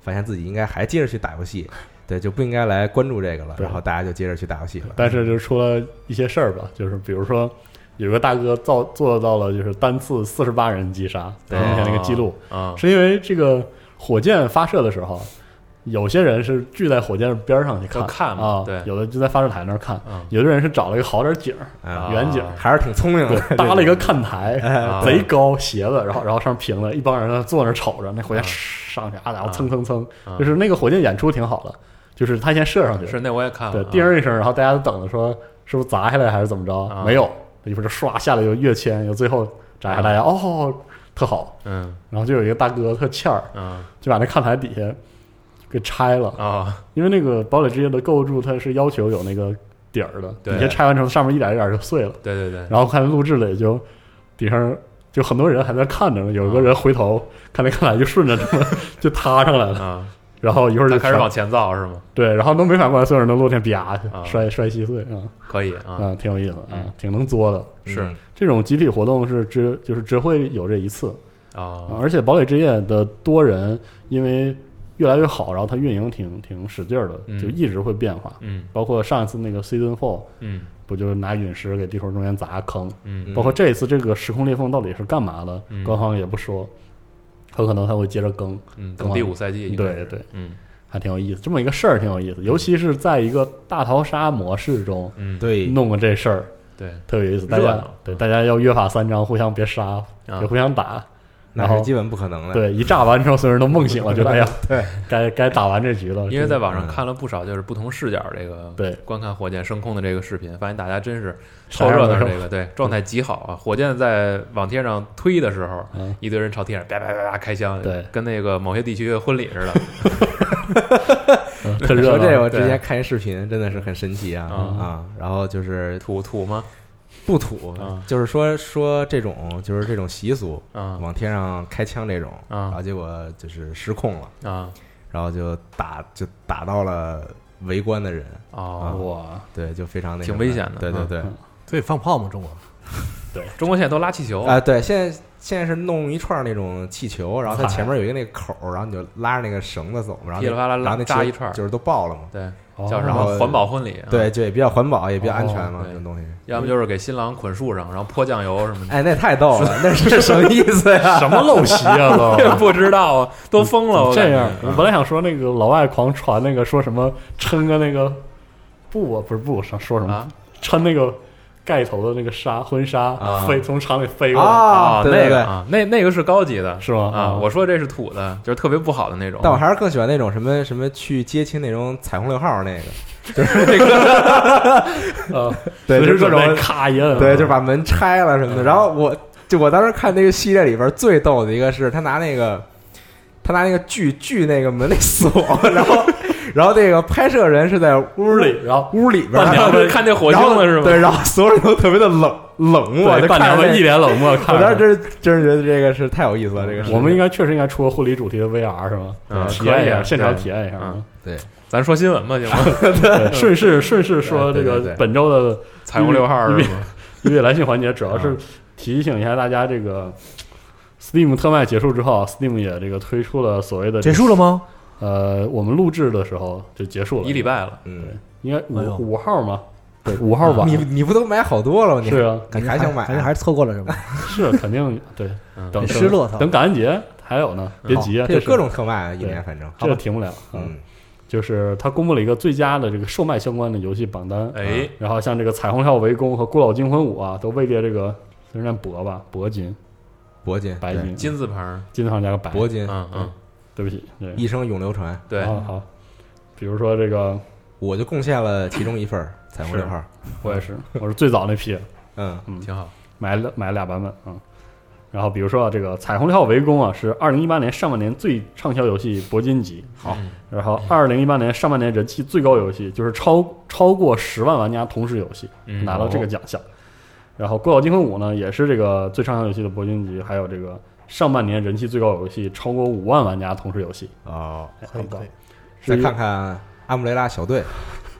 [SPEAKER 2] 发现自己应该还接着去打游戏，对，就不应该来关注这个了。
[SPEAKER 4] 对
[SPEAKER 2] 然后大家就接着去打游戏了。
[SPEAKER 4] 但是就出了一些事儿吧，就是比如说有个大哥造做到了就是单次四十八人击杀，
[SPEAKER 2] 对
[SPEAKER 4] 目前那个记录，
[SPEAKER 1] 哦啊，
[SPEAKER 4] 是因为这个火箭发射的时候，有些人是聚在火箭边上去
[SPEAKER 1] 就看
[SPEAKER 4] 看
[SPEAKER 1] 嘛
[SPEAKER 4] 啊，
[SPEAKER 1] 对
[SPEAKER 4] 有的就在发射台那儿看，
[SPEAKER 1] 嗯
[SPEAKER 4] 有的人是找了一个好点儿景儿，
[SPEAKER 2] 啊，
[SPEAKER 4] 远景
[SPEAKER 2] 还是挺聪明的，
[SPEAKER 4] 搭了一个看台，
[SPEAKER 1] 啊
[SPEAKER 4] 贼高斜的，然后然后上平了，一帮人呢坐那儿瞅着那火箭
[SPEAKER 1] 啊
[SPEAKER 4] 哧上去，啊，然
[SPEAKER 1] 啊
[SPEAKER 4] 后蹭蹭蹭
[SPEAKER 1] 啊，
[SPEAKER 4] 就是那个火箭演出挺好的，就是他先射上去，
[SPEAKER 1] 是那我也看了
[SPEAKER 4] 对
[SPEAKER 1] 啊，，
[SPEAKER 4] 叮儿一声，然后大家都等着说是不是砸下来还是怎么
[SPEAKER 1] 啊
[SPEAKER 4] 着，没有，一会儿就唰下来就跃迁，又最后砸下来，大家哦特好，
[SPEAKER 1] 嗯
[SPEAKER 4] 然后就有一个大哥特欠儿，
[SPEAKER 1] 嗯
[SPEAKER 4] 就把那看台底下给拆了，
[SPEAKER 1] 啊
[SPEAKER 4] 因为那个堡垒之夜的构筑它是要求有那个底儿的，
[SPEAKER 1] 对
[SPEAKER 4] 底下拆完之后上面一点一点就碎了。
[SPEAKER 1] 对对 对，
[SPEAKER 4] 然后看录制的也就底上就很多人还在看着呢，有个人回头、看那看来就顺着他们 就塌上来了，
[SPEAKER 1] 啊，
[SPEAKER 4] 然后一会儿
[SPEAKER 1] 他
[SPEAKER 4] 就
[SPEAKER 1] 开始
[SPEAKER 4] 全
[SPEAKER 1] 往前造是吗？
[SPEAKER 4] 对，然后都没反过来，所有人都落天啪
[SPEAKER 1] 啊
[SPEAKER 4] 摔摔稀碎啊
[SPEAKER 1] 可以啊，
[SPEAKER 4] 啊，挺有意思啊
[SPEAKER 1] 嗯，
[SPEAKER 4] 挺能作的。
[SPEAKER 1] 是
[SPEAKER 2] 嗯
[SPEAKER 4] 这种集体活动是只就是只会有这一次，啊
[SPEAKER 1] 啊，
[SPEAKER 4] 而且堡垒之夜的多人因为越来越好，然后它运营挺挺使劲儿的
[SPEAKER 1] 嗯，
[SPEAKER 4] 就一直会变化。
[SPEAKER 1] 嗯
[SPEAKER 4] 包括上一次那个 Season Four
[SPEAKER 1] 嗯
[SPEAKER 4] 不就是拿陨石给地球中间砸坑，
[SPEAKER 1] 嗯
[SPEAKER 4] 包括这一次这个时空裂缝到底是干嘛的，
[SPEAKER 1] 嗯
[SPEAKER 4] 官方也不说，很可能他会接着更。
[SPEAKER 1] 嗯，等第五赛季应该
[SPEAKER 4] 对对，
[SPEAKER 1] 嗯
[SPEAKER 4] 还挺有意思，这么一个事儿挺有意思，尤其是在一个大逃杀模式中
[SPEAKER 1] 嗯
[SPEAKER 2] 对，
[SPEAKER 4] 弄个这事儿，
[SPEAKER 1] 对
[SPEAKER 4] 特别有意思。大
[SPEAKER 1] 热
[SPEAKER 4] 家
[SPEAKER 1] 闹
[SPEAKER 4] 对大家要约法三章，互相别杀，
[SPEAKER 1] 啊
[SPEAKER 4] 别互相打。
[SPEAKER 2] 那
[SPEAKER 4] 然
[SPEAKER 2] 是
[SPEAKER 4] 后
[SPEAKER 2] 基本不可能的。，
[SPEAKER 4] 对，一炸完之后，所有人都梦醒了，觉 得哎呀，
[SPEAKER 2] 对，
[SPEAKER 4] 该该打完这局了。
[SPEAKER 1] 因为在网上
[SPEAKER 2] 嗯
[SPEAKER 1] 看了不少就是不同视角这个
[SPEAKER 4] 对
[SPEAKER 1] 观看火箭升空的这个视频，发现大家真是
[SPEAKER 4] 啥
[SPEAKER 1] 凑
[SPEAKER 4] 样
[SPEAKER 1] 热
[SPEAKER 4] 的
[SPEAKER 1] 闹，
[SPEAKER 4] 都
[SPEAKER 1] 这个对状态极好啊！火箭在往天上推的时候，
[SPEAKER 4] 嗯
[SPEAKER 1] 一堆人朝天上叭叭叭叭开枪，
[SPEAKER 4] 对
[SPEAKER 1] 跟那个某些地区婚礼似的
[SPEAKER 4] 嗯特
[SPEAKER 2] 说
[SPEAKER 4] 热
[SPEAKER 2] 这
[SPEAKER 4] 闹。
[SPEAKER 2] 我之
[SPEAKER 1] 对
[SPEAKER 2] 前看一视频，真的是很神奇啊
[SPEAKER 1] 啊
[SPEAKER 2] 啊！然后就是
[SPEAKER 1] 土土吗？
[SPEAKER 2] 不土
[SPEAKER 1] 啊，
[SPEAKER 2] 就是说说这种就是这种习俗，
[SPEAKER 1] 啊
[SPEAKER 2] 往天上开枪这种，
[SPEAKER 1] 啊
[SPEAKER 2] 然后结果就是失控了，
[SPEAKER 1] 啊
[SPEAKER 2] 然后就打就打到了围观的人，
[SPEAKER 4] 啊
[SPEAKER 1] 哦，
[SPEAKER 4] 哇，
[SPEAKER 2] 对，就非常那
[SPEAKER 1] 挺
[SPEAKER 2] 什
[SPEAKER 1] 危
[SPEAKER 2] 么
[SPEAKER 1] 险的
[SPEAKER 2] 对对
[SPEAKER 1] 嗯
[SPEAKER 2] 对，
[SPEAKER 5] 所以放炮嘛，中国
[SPEAKER 1] 中国现在都拉气球
[SPEAKER 2] 啊，对，现在现在是弄一串那种气球，然后它前面有一个那个口儿，然后你就拉着那个绳子走嘛，然后
[SPEAKER 1] 哎噼里啪啦
[SPEAKER 2] 那然后那
[SPEAKER 1] 扎
[SPEAKER 2] 气
[SPEAKER 1] 一串儿
[SPEAKER 2] 就是都爆了嘛。
[SPEAKER 1] 对，
[SPEAKER 4] 哦
[SPEAKER 1] 叫什么环保婚礼？，
[SPEAKER 2] 对，就也比较环保，也比较安全嘛
[SPEAKER 1] 哦，
[SPEAKER 2] 这种东西。
[SPEAKER 1] 要么就是给新郎捆树上，然后泼酱油 什么的。
[SPEAKER 2] 哎，那太逗了，那是什么意思呀？
[SPEAKER 4] 什么陋习 啊都
[SPEAKER 1] 不知道啊，都疯了。我感
[SPEAKER 4] 这
[SPEAKER 1] 觉
[SPEAKER 4] 样，我本来想说那个老外狂传那个说什么抻个那个布啊，不是布，上说什么
[SPEAKER 1] 啊
[SPEAKER 4] 抻那个盖头的那个纱婚纱
[SPEAKER 2] 啊
[SPEAKER 4] 飞从厂里飞过来，
[SPEAKER 2] 啊，对
[SPEAKER 1] 那
[SPEAKER 2] 对
[SPEAKER 1] 个
[SPEAKER 2] 对。
[SPEAKER 1] 啊，那那个是高级的，
[SPEAKER 4] 是吗？
[SPEAKER 1] 啊，我说这是土的，就是特别不好的那种。
[SPEAKER 2] 但我还是更喜欢那种什么什么去接亲那种彩虹六号那个，
[SPEAKER 4] 呃，
[SPEAKER 2] 对，
[SPEAKER 4] 随
[SPEAKER 2] 就是
[SPEAKER 4] 时
[SPEAKER 2] 这
[SPEAKER 4] 准备
[SPEAKER 2] 种，
[SPEAKER 4] 咔一摁，啊
[SPEAKER 2] 对，就是把门拆了什么的。然后我就我当时看那个系列里边最逗的一个是他拿那个他拿那个锯锯那个门那锁，然后然后那个拍摄人是在屋
[SPEAKER 4] 屋 里，然后
[SPEAKER 2] 屋里边
[SPEAKER 1] 伴
[SPEAKER 2] 儿，
[SPEAKER 1] 娘们看那火
[SPEAKER 2] 然
[SPEAKER 1] 星
[SPEAKER 2] 后
[SPEAKER 1] 了是吗？
[SPEAKER 2] 对，然后所有人都特别的冷冷漠，就
[SPEAKER 4] 对，伴
[SPEAKER 2] 看
[SPEAKER 4] 娘
[SPEAKER 2] 着
[SPEAKER 4] 们一脸冷漠
[SPEAKER 2] 那。
[SPEAKER 4] 看
[SPEAKER 2] 我当时真
[SPEAKER 4] 着。
[SPEAKER 2] 是真是觉得这个是太有意思了，这个事情
[SPEAKER 4] 我们应该确实应该出个婚礼主题的 VR 是吗？
[SPEAKER 1] 嗯
[SPEAKER 4] 体
[SPEAKER 1] 可
[SPEAKER 4] 验
[SPEAKER 1] 以
[SPEAKER 4] 一
[SPEAKER 1] 啊
[SPEAKER 4] 下，现场
[SPEAKER 1] 对
[SPEAKER 4] 体验一下。啊
[SPEAKER 1] 嗯咱说新闻吧，行吗？
[SPEAKER 4] 对顺势顺势说
[SPEAKER 2] 对
[SPEAKER 4] 这
[SPEAKER 2] 对
[SPEAKER 4] 个
[SPEAKER 2] 对对
[SPEAKER 4] 本周的
[SPEAKER 1] 彩虹六号是吗？
[SPEAKER 4] 音乐来信环节，主要是提醒一下大家，这个 Steam 特卖结束之后，Steam 啊也这个推出了所谓的
[SPEAKER 5] 结束了吗？
[SPEAKER 4] 呃，我们录制的时候就结束了，
[SPEAKER 1] 一礼拜了，
[SPEAKER 2] 嗯，
[SPEAKER 4] 应该
[SPEAKER 5] 哎呦
[SPEAKER 4] 五五号嘛，对，五号晚
[SPEAKER 2] 啊你你不都买好多了吗？你
[SPEAKER 4] 是啊，
[SPEAKER 2] 你还想买啊？
[SPEAKER 3] 感觉还是错过了是吧？
[SPEAKER 4] 是啊肯定对
[SPEAKER 1] 嗯，
[SPEAKER 4] 等
[SPEAKER 3] 很失落
[SPEAKER 4] 等
[SPEAKER 3] 操
[SPEAKER 4] 等感恩节还有呢，别急啊，
[SPEAKER 2] 这有
[SPEAKER 4] 是
[SPEAKER 2] 各种特卖啊，一年反正，
[SPEAKER 4] 这个停不了，嗯，
[SPEAKER 2] 嗯，
[SPEAKER 4] 就是他公布了一个最佳的这个售卖相关的游戏榜
[SPEAKER 2] 嗯
[SPEAKER 4] 单，
[SPEAKER 1] 哎，
[SPEAKER 4] 然后像这个《彩虹跳围攻》和《孤岛惊魂五》啊，都位列这个虽然铂吧，铂金、
[SPEAKER 2] 铂金，
[SPEAKER 4] 白
[SPEAKER 2] 对
[SPEAKER 4] 金、
[SPEAKER 1] 金字旁，
[SPEAKER 4] 金字旁加个白，
[SPEAKER 2] 铂金，
[SPEAKER 1] 嗯嗯，
[SPEAKER 4] 对不起，对，
[SPEAKER 2] 一生永流传，
[SPEAKER 1] 对
[SPEAKER 4] 好，好，比如说这个，
[SPEAKER 2] 我就贡献了其中一份儿彩虹六号，
[SPEAKER 4] 我也是，我是最早那批，
[SPEAKER 2] 嗯，
[SPEAKER 1] 挺好。
[SPEAKER 4] 买了买了俩版本，嗯。然后比如说啊，这个《彩虹六号围攻》啊，是二零一八年上半年最畅销游戏铂金级。
[SPEAKER 1] 好，
[SPEAKER 4] 然后二零一八年上半年人气最高游戏就是超超过十万玩家同时游戏
[SPEAKER 1] 嗯
[SPEAKER 4] 拿到这个奖项。然后《孤岛惊魂五》呢，也是这个最畅销游戏的铂金级，还有这个上半年人气最高游戏超过五万玩家同时游戏，
[SPEAKER 2] 哦，
[SPEAKER 4] 哎
[SPEAKER 5] 可以
[SPEAKER 4] 很高
[SPEAKER 5] 可以。
[SPEAKER 2] 再
[SPEAKER 4] 是一
[SPEAKER 2] 看看阿姆雷拉小队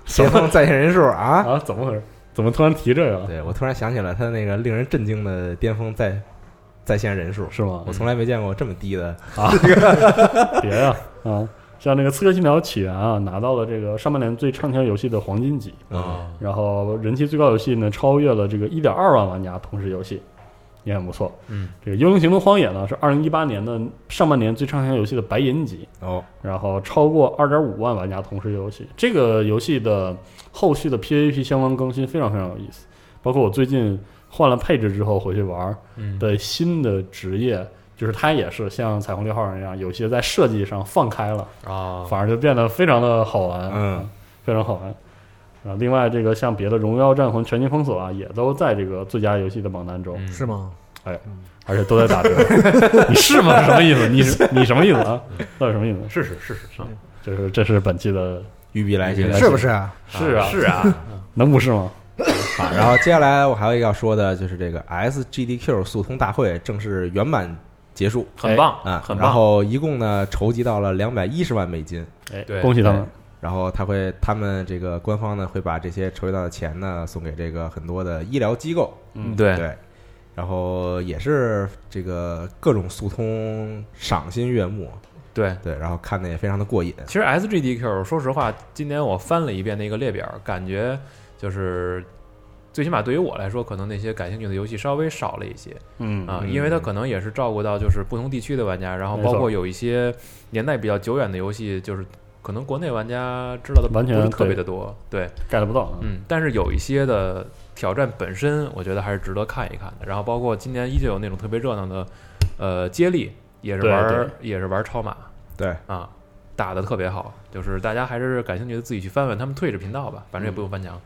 [SPEAKER 2] 巅峰在线人数啊，
[SPEAKER 4] 啊，怎么回事？怎么突然提这个了？
[SPEAKER 2] 对我突然想起了他那个令人震惊的巅峰在在线人数，
[SPEAKER 4] 是吗？
[SPEAKER 2] 我从来没见过这么低的，
[SPEAKER 4] 别呀、啊，像那个《刺客信条：起源》啊，拿到了这个上半年最畅销游戏的黄金级，
[SPEAKER 1] 哦
[SPEAKER 2] 嗯，
[SPEAKER 4] 然后人气最高游戏呢，超越了这个一点二万玩家同时游戏，也很不错。
[SPEAKER 1] 嗯，
[SPEAKER 4] 这个《幽灵行动：荒野》呢，是二零一八年的上半年最畅销游戏的白银级，
[SPEAKER 2] 哦，
[SPEAKER 4] 然后超过二点五万玩家同时游戏。这个游戏的后续的 PVP 相关更新非常非常有意思，包括我最近换了配置之后回去玩儿
[SPEAKER 1] 嗯
[SPEAKER 4] 的新的职业，就是它也是像彩虹六号那样，有些在设计上放开了，
[SPEAKER 1] 啊，
[SPEAKER 4] 反而就变得非常的好玩，
[SPEAKER 2] 嗯，
[SPEAKER 4] 非常好玩。啊，另外这个像别的《荣耀战魂》《全境封锁》啊，也都在这个最佳游戏的榜单中，
[SPEAKER 1] 嗯
[SPEAKER 5] 是吗？
[SPEAKER 4] 而且都在 打折。你是吗？什么意思？你是你什么意思啊？到底什么意思？是是是是是，这是这是本期的
[SPEAKER 2] 玉璧来信
[SPEAKER 1] 玉璧来
[SPEAKER 3] 是不是啊？
[SPEAKER 4] 是啊
[SPEAKER 1] 是啊，
[SPEAKER 4] 能不是吗？
[SPEAKER 2] 啊，然后接下来我还有一个要说的就是这个 SGDQ 速通大会正式圆满结束
[SPEAKER 1] 很棒
[SPEAKER 2] 啊，
[SPEAKER 1] 很
[SPEAKER 2] 然
[SPEAKER 1] 棒。
[SPEAKER 2] 后一共呢筹集到了两百一十万美金。
[SPEAKER 4] 哎，
[SPEAKER 1] 对
[SPEAKER 4] 恭喜他们！
[SPEAKER 2] 然后他会，他们这个官方呢会把这些筹集到的钱呢送给这个很多的医疗机构，
[SPEAKER 4] 嗯，
[SPEAKER 1] 对，
[SPEAKER 2] 然后也是这个各种速通赏心悦目，
[SPEAKER 1] 对。
[SPEAKER 2] 对，然后看的也非常的过瘾，
[SPEAKER 1] 其实 SGDQ，说实话，今年我翻了一遍那个列表，感觉就是最起码对于我来说，可能那些感兴趣的游戏稍微少了一些
[SPEAKER 4] 嗯
[SPEAKER 1] 啊，
[SPEAKER 2] 嗯
[SPEAKER 1] 因为它可能也是照顾到就是不同地区的玩家，然后
[SPEAKER 4] 没错
[SPEAKER 1] 包括有一些年代比较久远的游戏，就是可能国内玩家知道的
[SPEAKER 4] 完全
[SPEAKER 1] 不是特
[SPEAKER 4] 对
[SPEAKER 1] 别的多，对，
[SPEAKER 4] ，get 不到。
[SPEAKER 1] 嗯，但是有一些的挑战本身，我觉得还是值得看一看的。然后包括今年依旧有那种特别热闹的，呃，接力也是
[SPEAKER 4] 对
[SPEAKER 1] 玩
[SPEAKER 4] 对
[SPEAKER 1] 儿也是玩儿超马
[SPEAKER 2] 对，
[SPEAKER 1] 啊，打的特别好。就是大家还是感兴趣的自己去翻翻他们退着频道吧，反正也不用翻墙。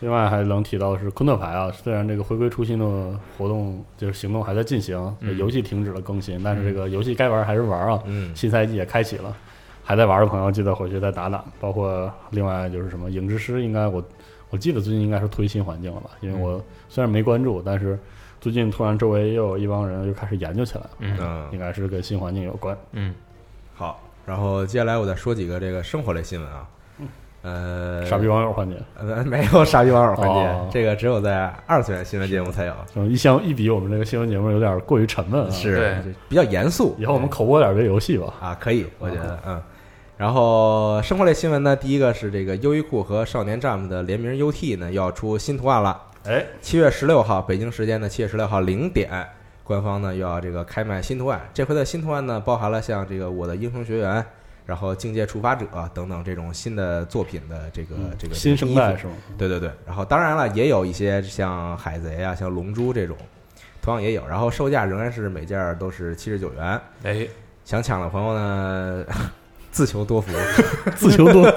[SPEAKER 4] 另外还能提到的是昆特牌啊，虽然这个回归初心的活动就是行动还在进行，
[SPEAKER 1] 嗯
[SPEAKER 4] 游戏停止了更新，但是这个游戏该玩还是玩啊。
[SPEAKER 2] 嗯，
[SPEAKER 4] 新赛季也开启了，还在玩的朋友记得回去再打打。包括另外就是什么影之师，应该我我记得最近应该是推新环境了吧？因为我虽然没关注，但是最近突然周围又有一帮人又开始研究起来了，
[SPEAKER 1] 嗯
[SPEAKER 2] 嗯，
[SPEAKER 4] 应该是跟新环境有关。
[SPEAKER 1] 嗯，
[SPEAKER 2] 好，然后接下来我再说几个这个生活类新闻啊，呃，
[SPEAKER 4] 傻逼网友环节，
[SPEAKER 2] 呃，没有傻逼网友环节，
[SPEAKER 4] 哦
[SPEAKER 2] 这个只有在二次元新闻节目才有，
[SPEAKER 4] 嗯，一相一比，我们这个新闻节目有点过于沉闷啊。
[SPEAKER 1] 对
[SPEAKER 2] 比较严肃。
[SPEAKER 4] 以后我们口播点这个游戏吧。
[SPEAKER 2] 啊，可以，我觉得，嗯。然后生活类新闻呢，第一个是这个优衣库和少年 Jump 的联名 UT 呢要出新图案了。
[SPEAKER 4] 哎，
[SPEAKER 2] 七月十六号，北京时间的七月十六号零点，官方呢又要这个开卖新图案。这回的新图案呢，包含了像这个《我的英雄学园》，然后《境界触发者》等等这种新的作品的这个、这个
[SPEAKER 4] 嗯新生代
[SPEAKER 2] 衣服
[SPEAKER 4] 是吗？
[SPEAKER 2] 对对对，然后当然了，也有一些像海贼啊、像龙珠这种，同样也有。然后售价仍然是每件儿都是七十九元，
[SPEAKER 1] 哎，
[SPEAKER 2] 想抢的朋友呢， 自求多 福，
[SPEAKER 4] 自 求多，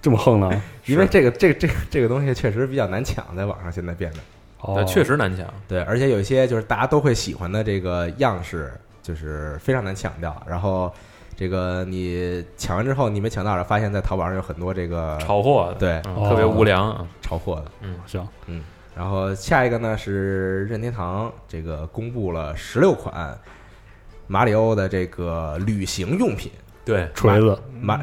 [SPEAKER 4] 这么横呢？
[SPEAKER 2] 因为这个这个这个这个东西确实比较难抢，在网上现在变得
[SPEAKER 4] 哦，
[SPEAKER 1] 确实难抢，
[SPEAKER 2] 对，而且有一些就是大家都会喜欢的这个样式，就是非常难抢掉。然后这个你抢完之后，你没抢到，然后发现在淘宝上有很多这个
[SPEAKER 1] 炒货的，
[SPEAKER 2] 对
[SPEAKER 1] 嗯
[SPEAKER 4] 哦
[SPEAKER 1] 特别无良啊，
[SPEAKER 2] 炒货的。
[SPEAKER 4] 行，
[SPEAKER 2] 然后下一个呢是任天堂这个公布了十六款马里欧的这个旅行用品，
[SPEAKER 1] 对，
[SPEAKER 4] 锤子
[SPEAKER 2] 马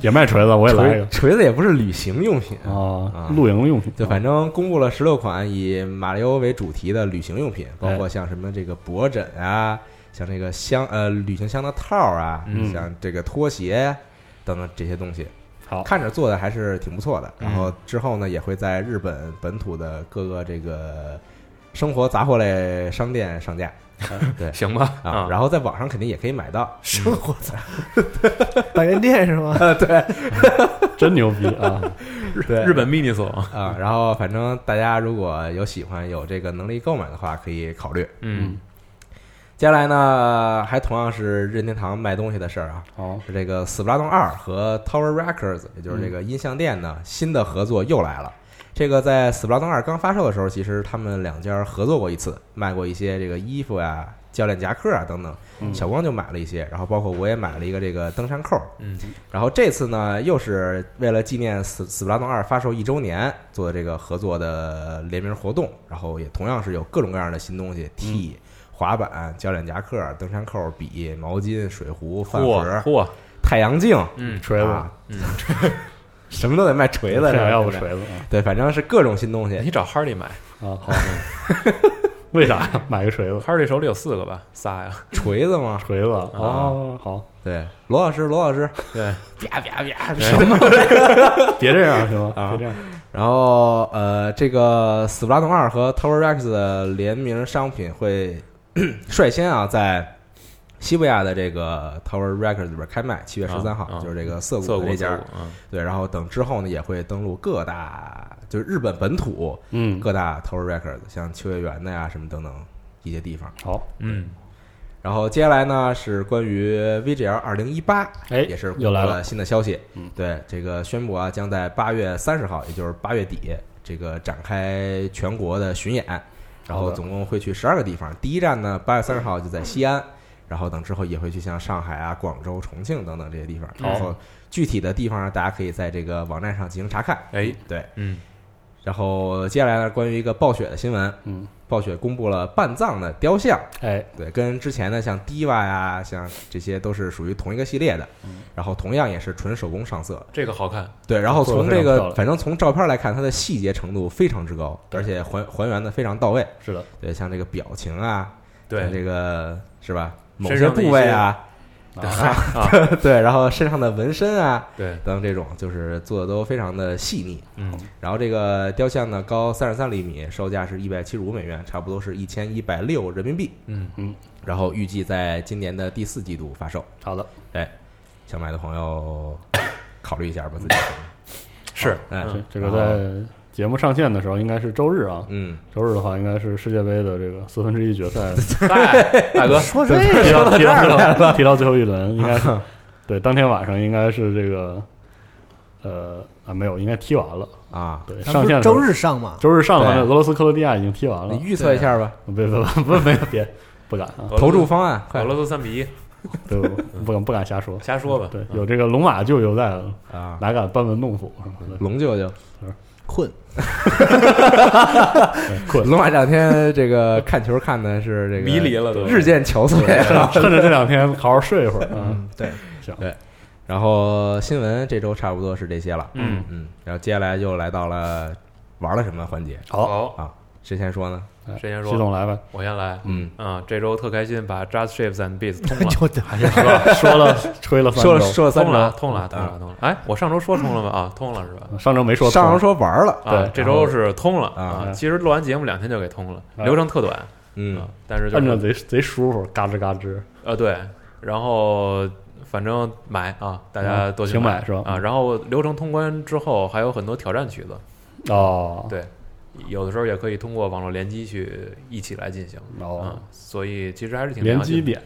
[SPEAKER 4] 也卖锤嗯子，我也来一
[SPEAKER 2] 锤
[SPEAKER 4] 个
[SPEAKER 2] 锤子也不是旅行用品
[SPEAKER 4] 啊
[SPEAKER 2] 啊，
[SPEAKER 4] 露营用品。
[SPEAKER 2] 就反正公布了十六款以马里欧为主题的旅行用品，包括像什么这个脖枕啊，像这个箱呃旅行箱的套儿啊，
[SPEAKER 4] 嗯
[SPEAKER 2] 像这个拖鞋等等这些东西，
[SPEAKER 4] 好，
[SPEAKER 2] 看着做的还是挺不错的。
[SPEAKER 1] 嗯
[SPEAKER 2] 然后之后呢，也会在日本本土的各个这个生活杂货类商店上架
[SPEAKER 1] 行吧
[SPEAKER 2] 啊，然后在网上肯定也可以买到。
[SPEAKER 3] 生活在百元店是吗？
[SPEAKER 4] 真牛逼 啊！
[SPEAKER 2] 对
[SPEAKER 1] 日本 mini 所，
[SPEAKER 2] 啊，然后反正大家如果有喜欢有这个能力购买的话，可以考虑。
[SPEAKER 1] 嗯，
[SPEAKER 2] 接下来呢，还同样是任天堂卖东西的事儿啊，
[SPEAKER 4] 好，
[SPEAKER 2] 是这个《死不拉动二》和 Tower Records，也就是这个音像店呢，新的合作又来了。这个在《死不拉动二》刚发售的时候，其实他们两家合作过一次，卖过一些这个衣服呀、教练夹克啊等等。
[SPEAKER 4] 嗯
[SPEAKER 2] 小光就买了一些，然后包括我也买了一个这个登山扣。
[SPEAKER 1] 嗯，
[SPEAKER 2] 然后这次呢，又是为了纪念《死死不拉动二》发售一周年做的这个合作的联名活动，然后也同样是有各种各样的新东西，T、滑
[SPEAKER 4] 嗯
[SPEAKER 2] 板、教练夹克、登山扣、笔、毛巾、水壶、饭
[SPEAKER 1] 嚯
[SPEAKER 2] 盒、
[SPEAKER 1] 嚯，
[SPEAKER 2] 太阳镜，
[SPEAKER 1] 嗯，
[SPEAKER 4] 锤子，
[SPEAKER 2] 啊，什么都得卖锤子，
[SPEAKER 4] 这俩 要不
[SPEAKER 2] 是
[SPEAKER 4] 锤
[SPEAKER 2] 吧
[SPEAKER 4] 子
[SPEAKER 2] 对，反正是各种新东西。
[SPEAKER 1] 嗯你找 Hardy 买
[SPEAKER 2] 嗯
[SPEAKER 4] 啊啊！好，为啥呀买个锤子？
[SPEAKER 1] ，Hardy 手里有四个吧，仨呀，
[SPEAKER 2] 锤子嘛，
[SPEAKER 4] 锤子哦，好，
[SPEAKER 2] 对，罗老师，罗老师，
[SPEAKER 1] 对，
[SPEAKER 2] 啪啪啪，
[SPEAKER 1] 什么？
[SPEAKER 4] 别这样行吗？
[SPEAKER 2] 啊
[SPEAKER 4] 别这样，
[SPEAKER 2] 然后呃，这个《死不拉动二》和 Tower Rex 的联名商品会 率先啊在西伯利亚的这个 Tower Records 里边开卖，七月十三号、
[SPEAKER 1] 啊啊
[SPEAKER 2] 就是这个涩
[SPEAKER 1] 涩谷
[SPEAKER 2] 谷的这家
[SPEAKER 1] 涩。谷嗯
[SPEAKER 2] 对，然后等之后呢，也会登陆各大就是日本本土
[SPEAKER 4] 嗯，
[SPEAKER 2] 各大 Tower Records，像秋叶原的呀什么等等一些地方。
[SPEAKER 4] 好，
[SPEAKER 1] 嗯，
[SPEAKER 2] 然后接下来呢是关于 VGL 二零一八，
[SPEAKER 4] 哎，
[SPEAKER 2] 也是
[SPEAKER 4] 又来
[SPEAKER 2] 公布
[SPEAKER 4] 了
[SPEAKER 2] 新的消息。
[SPEAKER 4] 嗯
[SPEAKER 2] 对，这个宣布啊，将在八月三十号，也就是八月底，这个展开全国的巡演，然
[SPEAKER 4] 好
[SPEAKER 2] 后
[SPEAKER 4] 的
[SPEAKER 2] 总共会去十二个地方。第一站呢，八月三十号就在西安，然后等之后也会去像上海啊、广州、重庆等等这些地方。
[SPEAKER 4] 嗯
[SPEAKER 1] 好
[SPEAKER 2] 然后具体的地方呢，大家可以在这个网站上进行查看。
[SPEAKER 1] 哎，
[SPEAKER 2] 对，
[SPEAKER 1] 嗯，
[SPEAKER 2] 然后接下来呢，关于一个暴雪的新闻，
[SPEAKER 4] 嗯，
[SPEAKER 2] 暴雪公布了半藏的雕像。
[SPEAKER 4] 哎，
[SPEAKER 2] 对，跟之前的像 Diva 呀，像这些都是属于同一个系列的，然后同样也是纯手工上色。
[SPEAKER 1] 这个好看，
[SPEAKER 2] 对，然后
[SPEAKER 4] 做得
[SPEAKER 2] 从
[SPEAKER 4] 非
[SPEAKER 2] 这
[SPEAKER 4] 常漂
[SPEAKER 2] 个，
[SPEAKER 4] 亮
[SPEAKER 2] 反正从照片来看，它的细节程度非常之高，
[SPEAKER 4] 对
[SPEAKER 2] 而且还还原的非常到位。
[SPEAKER 4] 是的，
[SPEAKER 2] 对，像这个表情啊，像
[SPEAKER 1] 对
[SPEAKER 2] 这个是吧？某
[SPEAKER 1] 身
[SPEAKER 2] 些
[SPEAKER 1] 上的一
[SPEAKER 2] 部位啊，
[SPEAKER 1] 啊 啊，
[SPEAKER 2] 对，然后身上的纹身啊
[SPEAKER 1] 对，
[SPEAKER 2] 等等这种，就是做的都非常的细腻。
[SPEAKER 1] 嗯，
[SPEAKER 2] 然后这个雕像呢，高三十三厘米，售价是一百七十五美元，差不多是一千一百六人民币。
[SPEAKER 1] 嗯
[SPEAKER 4] 嗯，
[SPEAKER 2] 然后预计在今年的第四季度发售。
[SPEAKER 4] 好的，
[SPEAKER 2] 哎，想买的朋友 考虑一下吧，自己。
[SPEAKER 1] 是，
[SPEAKER 2] 哎
[SPEAKER 1] 嗯，
[SPEAKER 4] 这这个在节目上线的时候应该是周日啊，
[SPEAKER 2] 嗯，
[SPEAKER 4] 周日的话应该是世界杯的这个四分之一决赛，
[SPEAKER 1] 嗨大哥，
[SPEAKER 3] 说这
[SPEAKER 4] 对
[SPEAKER 3] 个
[SPEAKER 4] 提到提到最后提到最后一轮，应该是对当天晚上应该是这个呃啊没有，应该踢完了，
[SPEAKER 2] 啊，
[SPEAKER 4] 对，
[SPEAKER 3] 咱
[SPEAKER 4] 上
[SPEAKER 3] 不
[SPEAKER 4] 线
[SPEAKER 3] 是
[SPEAKER 4] 的时候
[SPEAKER 3] 周日上嘛？
[SPEAKER 4] 周日上完
[SPEAKER 2] 对
[SPEAKER 4] 了，俄罗斯克罗地亚已经踢完了
[SPEAKER 2] 你，预测一下吧，
[SPEAKER 4] 别别别别别不敢啊，
[SPEAKER 2] 投注方案，快
[SPEAKER 1] 俄罗斯三比一，
[SPEAKER 4] 对，我不敢不敢 瞎说。
[SPEAKER 1] 瞎说吧。
[SPEAKER 4] 对，有这个龙马就犹在了，
[SPEAKER 2] 啊，
[SPEAKER 4] 哪敢班门弄斧什么的？
[SPEAKER 2] 龙舅舅，
[SPEAKER 3] 混，
[SPEAKER 4] 困，
[SPEAKER 2] 龙马这两天 这个看球看的是这个
[SPEAKER 1] 迷离了都
[SPEAKER 2] 日渐憔悴。
[SPEAKER 4] 趁着这两天好好睡一会儿。嗯，
[SPEAKER 2] 对，
[SPEAKER 4] 行，
[SPEAKER 2] 然后新闻这周差不多是这些了，
[SPEAKER 1] 嗯
[SPEAKER 2] 嗯，然后接下来就来到了玩了什么环节
[SPEAKER 4] 好，
[SPEAKER 2] 啊？谁先说
[SPEAKER 1] 嗯
[SPEAKER 2] 呢？
[SPEAKER 4] 哎
[SPEAKER 1] 谁先说
[SPEAKER 4] 徐总来吧。
[SPEAKER 1] 我先来。
[SPEAKER 2] 嗯，
[SPEAKER 1] 嗯，这周特开心，把 Just Shapes and Beats 通 了，
[SPEAKER 3] 就这
[SPEAKER 4] 还是说了 说了吹了三
[SPEAKER 2] 说了
[SPEAKER 4] 周，嗯
[SPEAKER 2] 说了三
[SPEAKER 1] 通了，
[SPEAKER 2] 周，
[SPEAKER 1] 通了，通了，通了。哎，我上周说通了吗？啊，通了是吧？
[SPEAKER 4] 上周没说
[SPEAKER 2] 上
[SPEAKER 4] 通
[SPEAKER 2] 周说玩了，
[SPEAKER 1] 啊
[SPEAKER 4] 对，
[SPEAKER 1] 这周是通了
[SPEAKER 2] 啊
[SPEAKER 4] 嗯
[SPEAKER 1] 啊。其实录完节目两天就给通了，
[SPEAKER 4] 啊
[SPEAKER 1] 流程特短
[SPEAKER 2] 嗯
[SPEAKER 1] 啊，，但是就
[SPEAKER 4] 摁着
[SPEAKER 1] 是
[SPEAKER 4] 贼贼舒服，嘎吱嘎吱。
[SPEAKER 1] 呃对，然后反正买啊，大家
[SPEAKER 4] 嗯
[SPEAKER 1] 多去
[SPEAKER 4] 请买是吧
[SPEAKER 1] 啊，然后流程通关之后还有很多挑战曲子，
[SPEAKER 4] 哦，
[SPEAKER 1] 对，有的时候也可以通过网络联机去一起来进行。
[SPEAKER 4] 哦
[SPEAKER 1] 嗯，所以其实还是挺
[SPEAKER 4] 联
[SPEAKER 1] 良心
[SPEAKER 4] 机
[SPEAKER 1] 的，
[SPEAKER 4] 点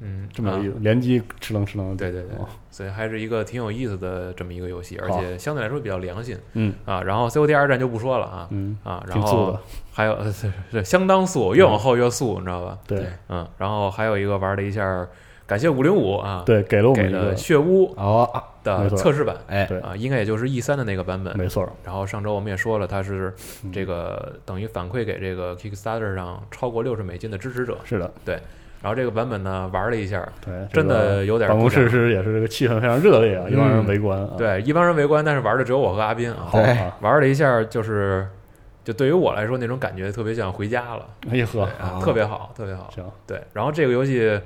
[SPEAKER 1] 嗯，
[SPEAKER 4] 这么有
[SPEAKER 1] 啊
[SPEAKER 4] 意思，联机哧楞哧楞的。
[SPEAKER 1] 对对对
[SPEAKER 4] 哦，
[SPEAKER 1] 所以还是一个挺有意思的这么一个游戏，而
[SPEAKER 4] 好
[SPEAKER 1] 且相对来说比较良心
[SPEAKER 4] 嗯
[SPEAKER 1] 啊。然后 COD 二战就不说了啊
[SPEAKER 4] 嗯，
[SPEAKER 1] 啊，然
[SPEAKER 4] 挺素
[SPEAKER 1] 后
[SPEAKER 4] 的。嗯
[SPEAKER 1] 还有 是是相当素，越往后越素，你知道吧？
[SPEAKER 4] 对
[SPEAKER 1] 嗯，然后还有一个玩了一下，感谢五零五啊，
[SPEAKER 4] 对，给了我们
[SPEAKER 1] 给
[SPEAKER 4] 一个
[SPEAKER 1] 了，血污
[SPEAKER 2] 哦，啊
[SPEAKER 1] 的
[SPEAKER 4] 没错
[SPEAKER 1] 测试版
[SPEAKER 2] 哎，
[SPEAKER 4] 对
[SPEAKER 1] 啊，应该也就是 E 三的那个版本。
[SPEAKER 4] 没嗯错，
[SPEAKER 1] 然后上周我们也说了，它是这个等于反馈给这个 Kickstarter 上超过六十美金的支持者。
[SPEAKER 4] 是的，
[SPEAKER 1] 然后这个版本呢，玩了一下，
[SPEAKER 4] 对，
[SPEAKER 1] 真
[SPEAKER 4] 这
[SPEAKER 1] 的
[SPEAKER 4] 个
[SPEAKER 1] 有点
[SPEAKER 4] 办公
[SPEAKER 1] 不
[SPEAKER 4] 室
[SPEAKER 1] 讲
[SPEAKER 4] 是也是这个气氛非常热烈啊，一帮人围观啊。，
[SPEAKER 1] 对，一帮人围观，但是玩的只有我和阿斌啊。
[SPEAKER 4] 好
[SPEAKER 2] 对
[SPEAKER 4] 啊，
[SPEAKER 1] 玩了一下，就是就对于我来说，那种感觉特别像回家了，
[SPEAKER 4] 哎呀呵，
[SPEAKER 1] 啊
[SPEAKER 2] 哦
[SPEAKER 1] 特别好，特别好。
[SPEAKER 4] 行，
[SPEAKER 1] 对，然后这个游戏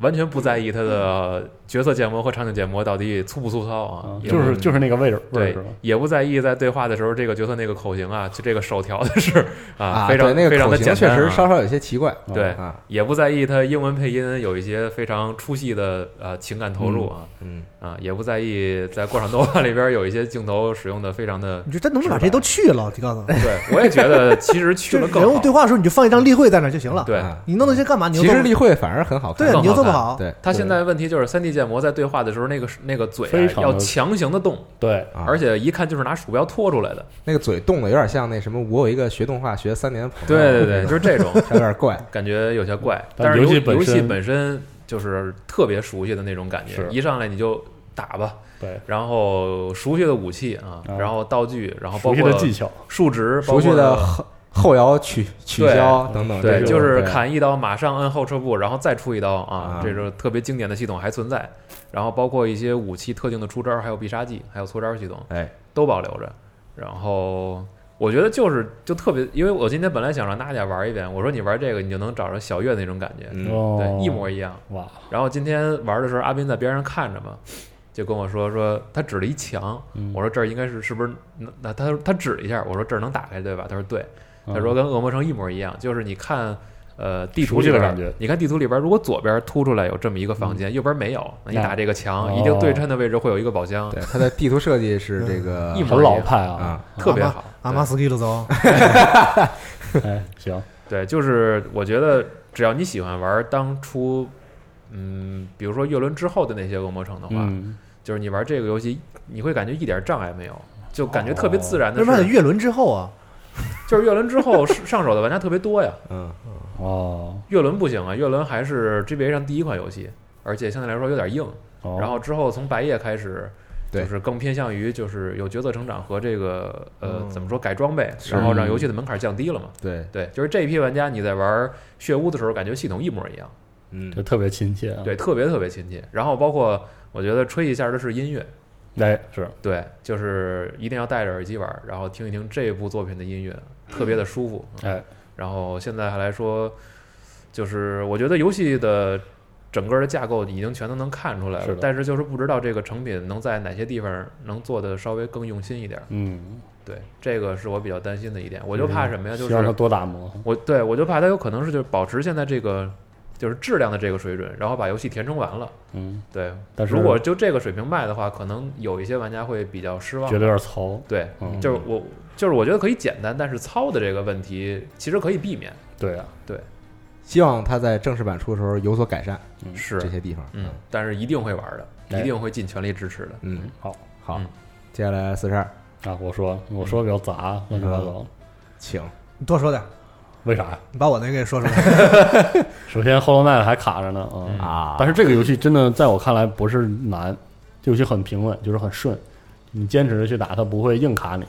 [SPEAKER 1] 完全不在意它的角色建模和场景建模到底粗不粗糙啊
[SPEAKER 4] 啊，
[SPEAKER 1] 也
[SPEAKER 4] 就
[SPEAKER 1] 不
[SPEAKER 4] 是就是那个位置位
[SPEAKER 1] 对
[SPEAKER 4] 置吧。，
[SPEAKER 1] 也不在意在对话的时候这个角色那个口型啊，就这个手调的是啊，
[SPEAKER 2] 啊，
[SPEAKER 1] 非常
[SPEAKER 2] 对那
[SPEAKER 1] 非
[SPEAKER 2] 个
[SPEAKER 1] 常
[SPEAKER 2] 口
[SPEAKER 1] 的
[SPEAKER 2] 型
[SPEAKER 1] 简
[SPEAKER 2] 确
[SPEAKER 1] 单啊，
[SPEAKER 2] 实稍稍有些奇怪，
[SPEAKER 4] 啊
[SPEAKER 1] 对
[SPEAKER 2] 啊，
[SPEAKER 1] 也不在意它英文配音有一些非常出戏的呃情感投入啊
[SPEAKER 2] 嗯，
[SPEAKER 1] 啊，也不在意在过场动画里边有一些镜头使用的非常的
[SPEAKER 3] 你就真能把这都去了，你告诉我，
[SPEAKER 1] 对， 我也觉得其实去
[SPEAKER 3] 就
[SPEAKER 1] 了
[SPEAKER 3] 是
[SPEAKER 1] 更
[SPEAKER 3] 人物
[SPEAKER 1] 好。
[SPEAKER 3] 对话的时候你就放一张例会在那儿就行了。
[SPEAKER 1] 对
[SPEAKER 2] 啊
[SPEAKER 3] 你弄那些干嘛？你又
[SPEAKER 2] 其
[SPEAKER 3] 做
[SPEAKER 2] 实
[SPEAKER 3] 不
[SPEAKER 2] 例会反而很好看，
[SPEAKER 3] 对，你又
[SPEAKER 1] 更好
[SPEAKER 3] 做不
[SPEAKER 1] 看
[SPEAKER 3] 好。
[SPEAKER 2] 对
[SPEAKER 1] 他现在问题就是三 D 建模在对话的时候，那个那个嘴
[SPEAKER 4] 非
[SPEAKER 1] 啊
[SPEAKER 4] 常
[SPEAKER 1] 要
[SPEAKER 4] 地
[SPEAKER 1] 强行的动，
[SPEAKER 4] 对，
[SPEAKER 2] 啊
[SPEAKER 1] 而且一看就是拿鼠标拖出来的。
[SPEAKER 2] 那个嘴动的有点像那什么，我有一个学动画学三年的朋友，
[SPEAKER 1] 对对对，就是这种
[SPEAKER 2] 有点怪，
[SPEAKER 1] 感觉有些怪。
[SPEAKER 4] 但
[SPEAKER 1] 但是
[SPEAKER 4] 游
[SPEAKER 1] 游
[SPEAKER 4] 戏
[SPEAKER 1] 戏
[SPEAKER 4] 本
[SPEAKER 1] 游戏
[SPEAKER 4] 身
[SPEAKER 1] 本身就是特别熟悉的那种感觉
[SPEAKER 4] 是，
[SPEAKER 1] 一上来你就打吧，
[SPEAKER 4] 对，
[SPEAKER 1] 然后熟悉的武器啊，
[SPEAKER 4] 啊
[SPEAKER 1] 然后道具，然后包
[SPEAKER 4] 熟悉的
[SPEAKER 1] 括
[SPEAKER 4] 技巧，
[SPEAKER 1] 数值， 包
[SPEAKER 2] 熟悉
[SPEAKER 1] 括
[SPEAKER 2] 的后后摇取取消等等，
[SPEAKER 1] 对，
[SPEAKER 2] 这种
[SPEAKER 1] 就是
[SPEAKER 2] 对
[SPEAKER 1] 砍一刀，马上摁后撤步，然后再出一刀啊
[SPEAKER 2] 啊，
[SPEAKER 1] 这种特别经典的系统还存在。然后包括一些武器特定的出招，还有必杀技，还有搓招系统
[SPEAKER 2] 哎，
[SPEAKER 1] 都保留着。然后我觉得就是就特别，因为我今天本来想让娜姐玩一遍，我说你玩这个你就能找着小月那种感觉，
[SPEAKER 2] 嗯，
[SPEAKER 4] 哦，
[SPEAKER 1] 对，一模一样。
[SPEAKER 4] 哇，
[SPEAKER 1] 然后今天玩的时候，阿斌在边上看着嘛，就跟我说说他指了一墙，
[SPEAKER 4] 嗯
[SPEAKER 1] 我说这儿应该是是不是？那他他指了一下，我说这儿能打开对吧？他说对。
[SPEAKER 4] 嗯
[SPEAKER 1] 他说跟恶魔城一模一样，就是你看，呃，地图
[SPEAKER 4] 熟悉
[SPEAKER 1] 里
[SPEAKER 4] 的
[SPEAKER 1] 边儿
[SPEAKER 4] 感觉
[SPEAKER 1] 你看地图里边儿，如果左边突出来有这么一个房间，右边没有，那你
[SPEAKER 4] 那
[SPEAKER 1] 打这个墙，
[SPEAKER 4] 哦
[SPEAKER 1] 一定对称的位置会有一个宝箱，
[SPEAKER 2] 对，它的地图设计是这 个
[SPEAKER 1] 一模
[SPEAKER 4] 很老派啊，
[SPEAKER 2] 啊，
[SPEAKER 1] 特别好。
[SPEAKER 3] 阿玛斯基了走，
[SPEAKER 4] 哎，行，
[SPEAKER 1] 对，对就是我觉得只要你喜欢玩当初，嗯，比如说月轮之后的那些恶魔城的话，
[SPEAKER 4] 嗯，
[SPEAKER 1] 就是你玩这个游戏，你会感觉一点障碍没有。就感觉特别自然
[SPEAKER 3] 为
[SPEAKER 1] 的
[SPEAKER 3] 什
[SPEAKER 1] 是，
[SPEAKER 3] 么还得月轮之后啊？
[SPEAKER 1] 就是月轮之后是上手的玩家特别多呀。
[SPEAKER 2] 嗯，
[SPEAKER 4] 哦，
[SPEAKER 1] 月轮不行啊，月轮还是 GBA 上第一款游戏，而且相对来说有点硬。
[SPEAKER 4] 哦
[SPEAKER 1] 然后之后从白夜开始，
[SPEAKER 2] 对
[SPEAKER 1] 就是更偏向于就是有角色成长和这个呃
[SPEAKER 3] 嗯
[SPEAKER 1] 怎么说改装备，然后让游戏的门槛降低了嘛。
[SPEAKER 2] 对，
[SPEAKER 1] 对，就是这一批玩家你在玩血屋的时候，感觉系统一模一样，
[SPEAKER 2] 嗯
[SPEAKER 4] 这，特别亲切啊，
[SPEAKER 1] 对，特别特别亲切。然后包括我觉得吹一下的是音乐，
[SPEAKER 4] 哎，是
[SPEAKER 1] 对，就是一定要戴着耳机玩，然后听一听这部作品的音乐，特别的舒服。
[SPEAKER 4] 哎，
[SPEAKER 1] 然后现在还来说，就是我觉得游戏的整个的架构已经全都能看出来
[SPEAKER 4] 是
[SPEAKER 1] 了
[SPEAKER 4] 的，
[SPEAKER 1] 但是就是不知道这个成品能在哪些地方能做的稍微更用心一点。
[SPEAKER 4] 嗯，
[SPEAKER 1] 对，这个是我比较担心的一点。我就怕什么呀？就
[SPEAKER 4] 希望他
[SPEAKER 1] 是
[SPEAKER 4] 多打磨，
[SPEAKER 1] 我对我就怕它有可能是就保持现在这个就是质量的这个水准，然后把游戏填充完了。
[SPEAKER 4] 嗯，
[SPEAKER 1] 对，
[SPEAKER 4] 但是
[SPEAKER 1] 如果就这个水平卖的话，可能有一些玩家会比较失望
[SPEAKER 4] 觉。得有点糙，
[SPEAKER 1] 对，
[SPEAKER 4] 嗯
[SPEAKER 1] 就是我就是我觉得可以简单，但是糙的这个问题其实可以避免。
[SPEAKER 4] 对啊，
[SPEAKER 2] 希望它在正式版出的时候有所改善
[SPEAKER 1] 是
[SPEAKER 2] 这些地方，
[SPEAKER 1] 嗯，但是一定会玩的，
[SPEAKER 4] 哎
[SPEAKER 1] 一定会尽全力支持的。
[SPEAKER 2] 嗯，
[SPEAKER 4] 好
[SPEAKER 2] 好
[SPEAKER 1] 嗯，
[SPEAKER 2] 接下来四十二，
[SPEAKER 4] 啊，我说我说比较杂，乱七八糟，
[SPEAKER 2] 请
[SPEAKER 3] 你多说点儿。
[SPEAKER 4] 为啥呀？
[SPEAKER 3] 你把我那个给说出来。
[SPEAKER 4] 首先 Hollow Knight 还卡着呢，嗯，
[SPEAKER 2] 啊，
[SPEAKER 4] 但是这个游戏真的在我看来不是难，这游戏很平稳，就是很顺，你坚持的去打，它不会硬卡你，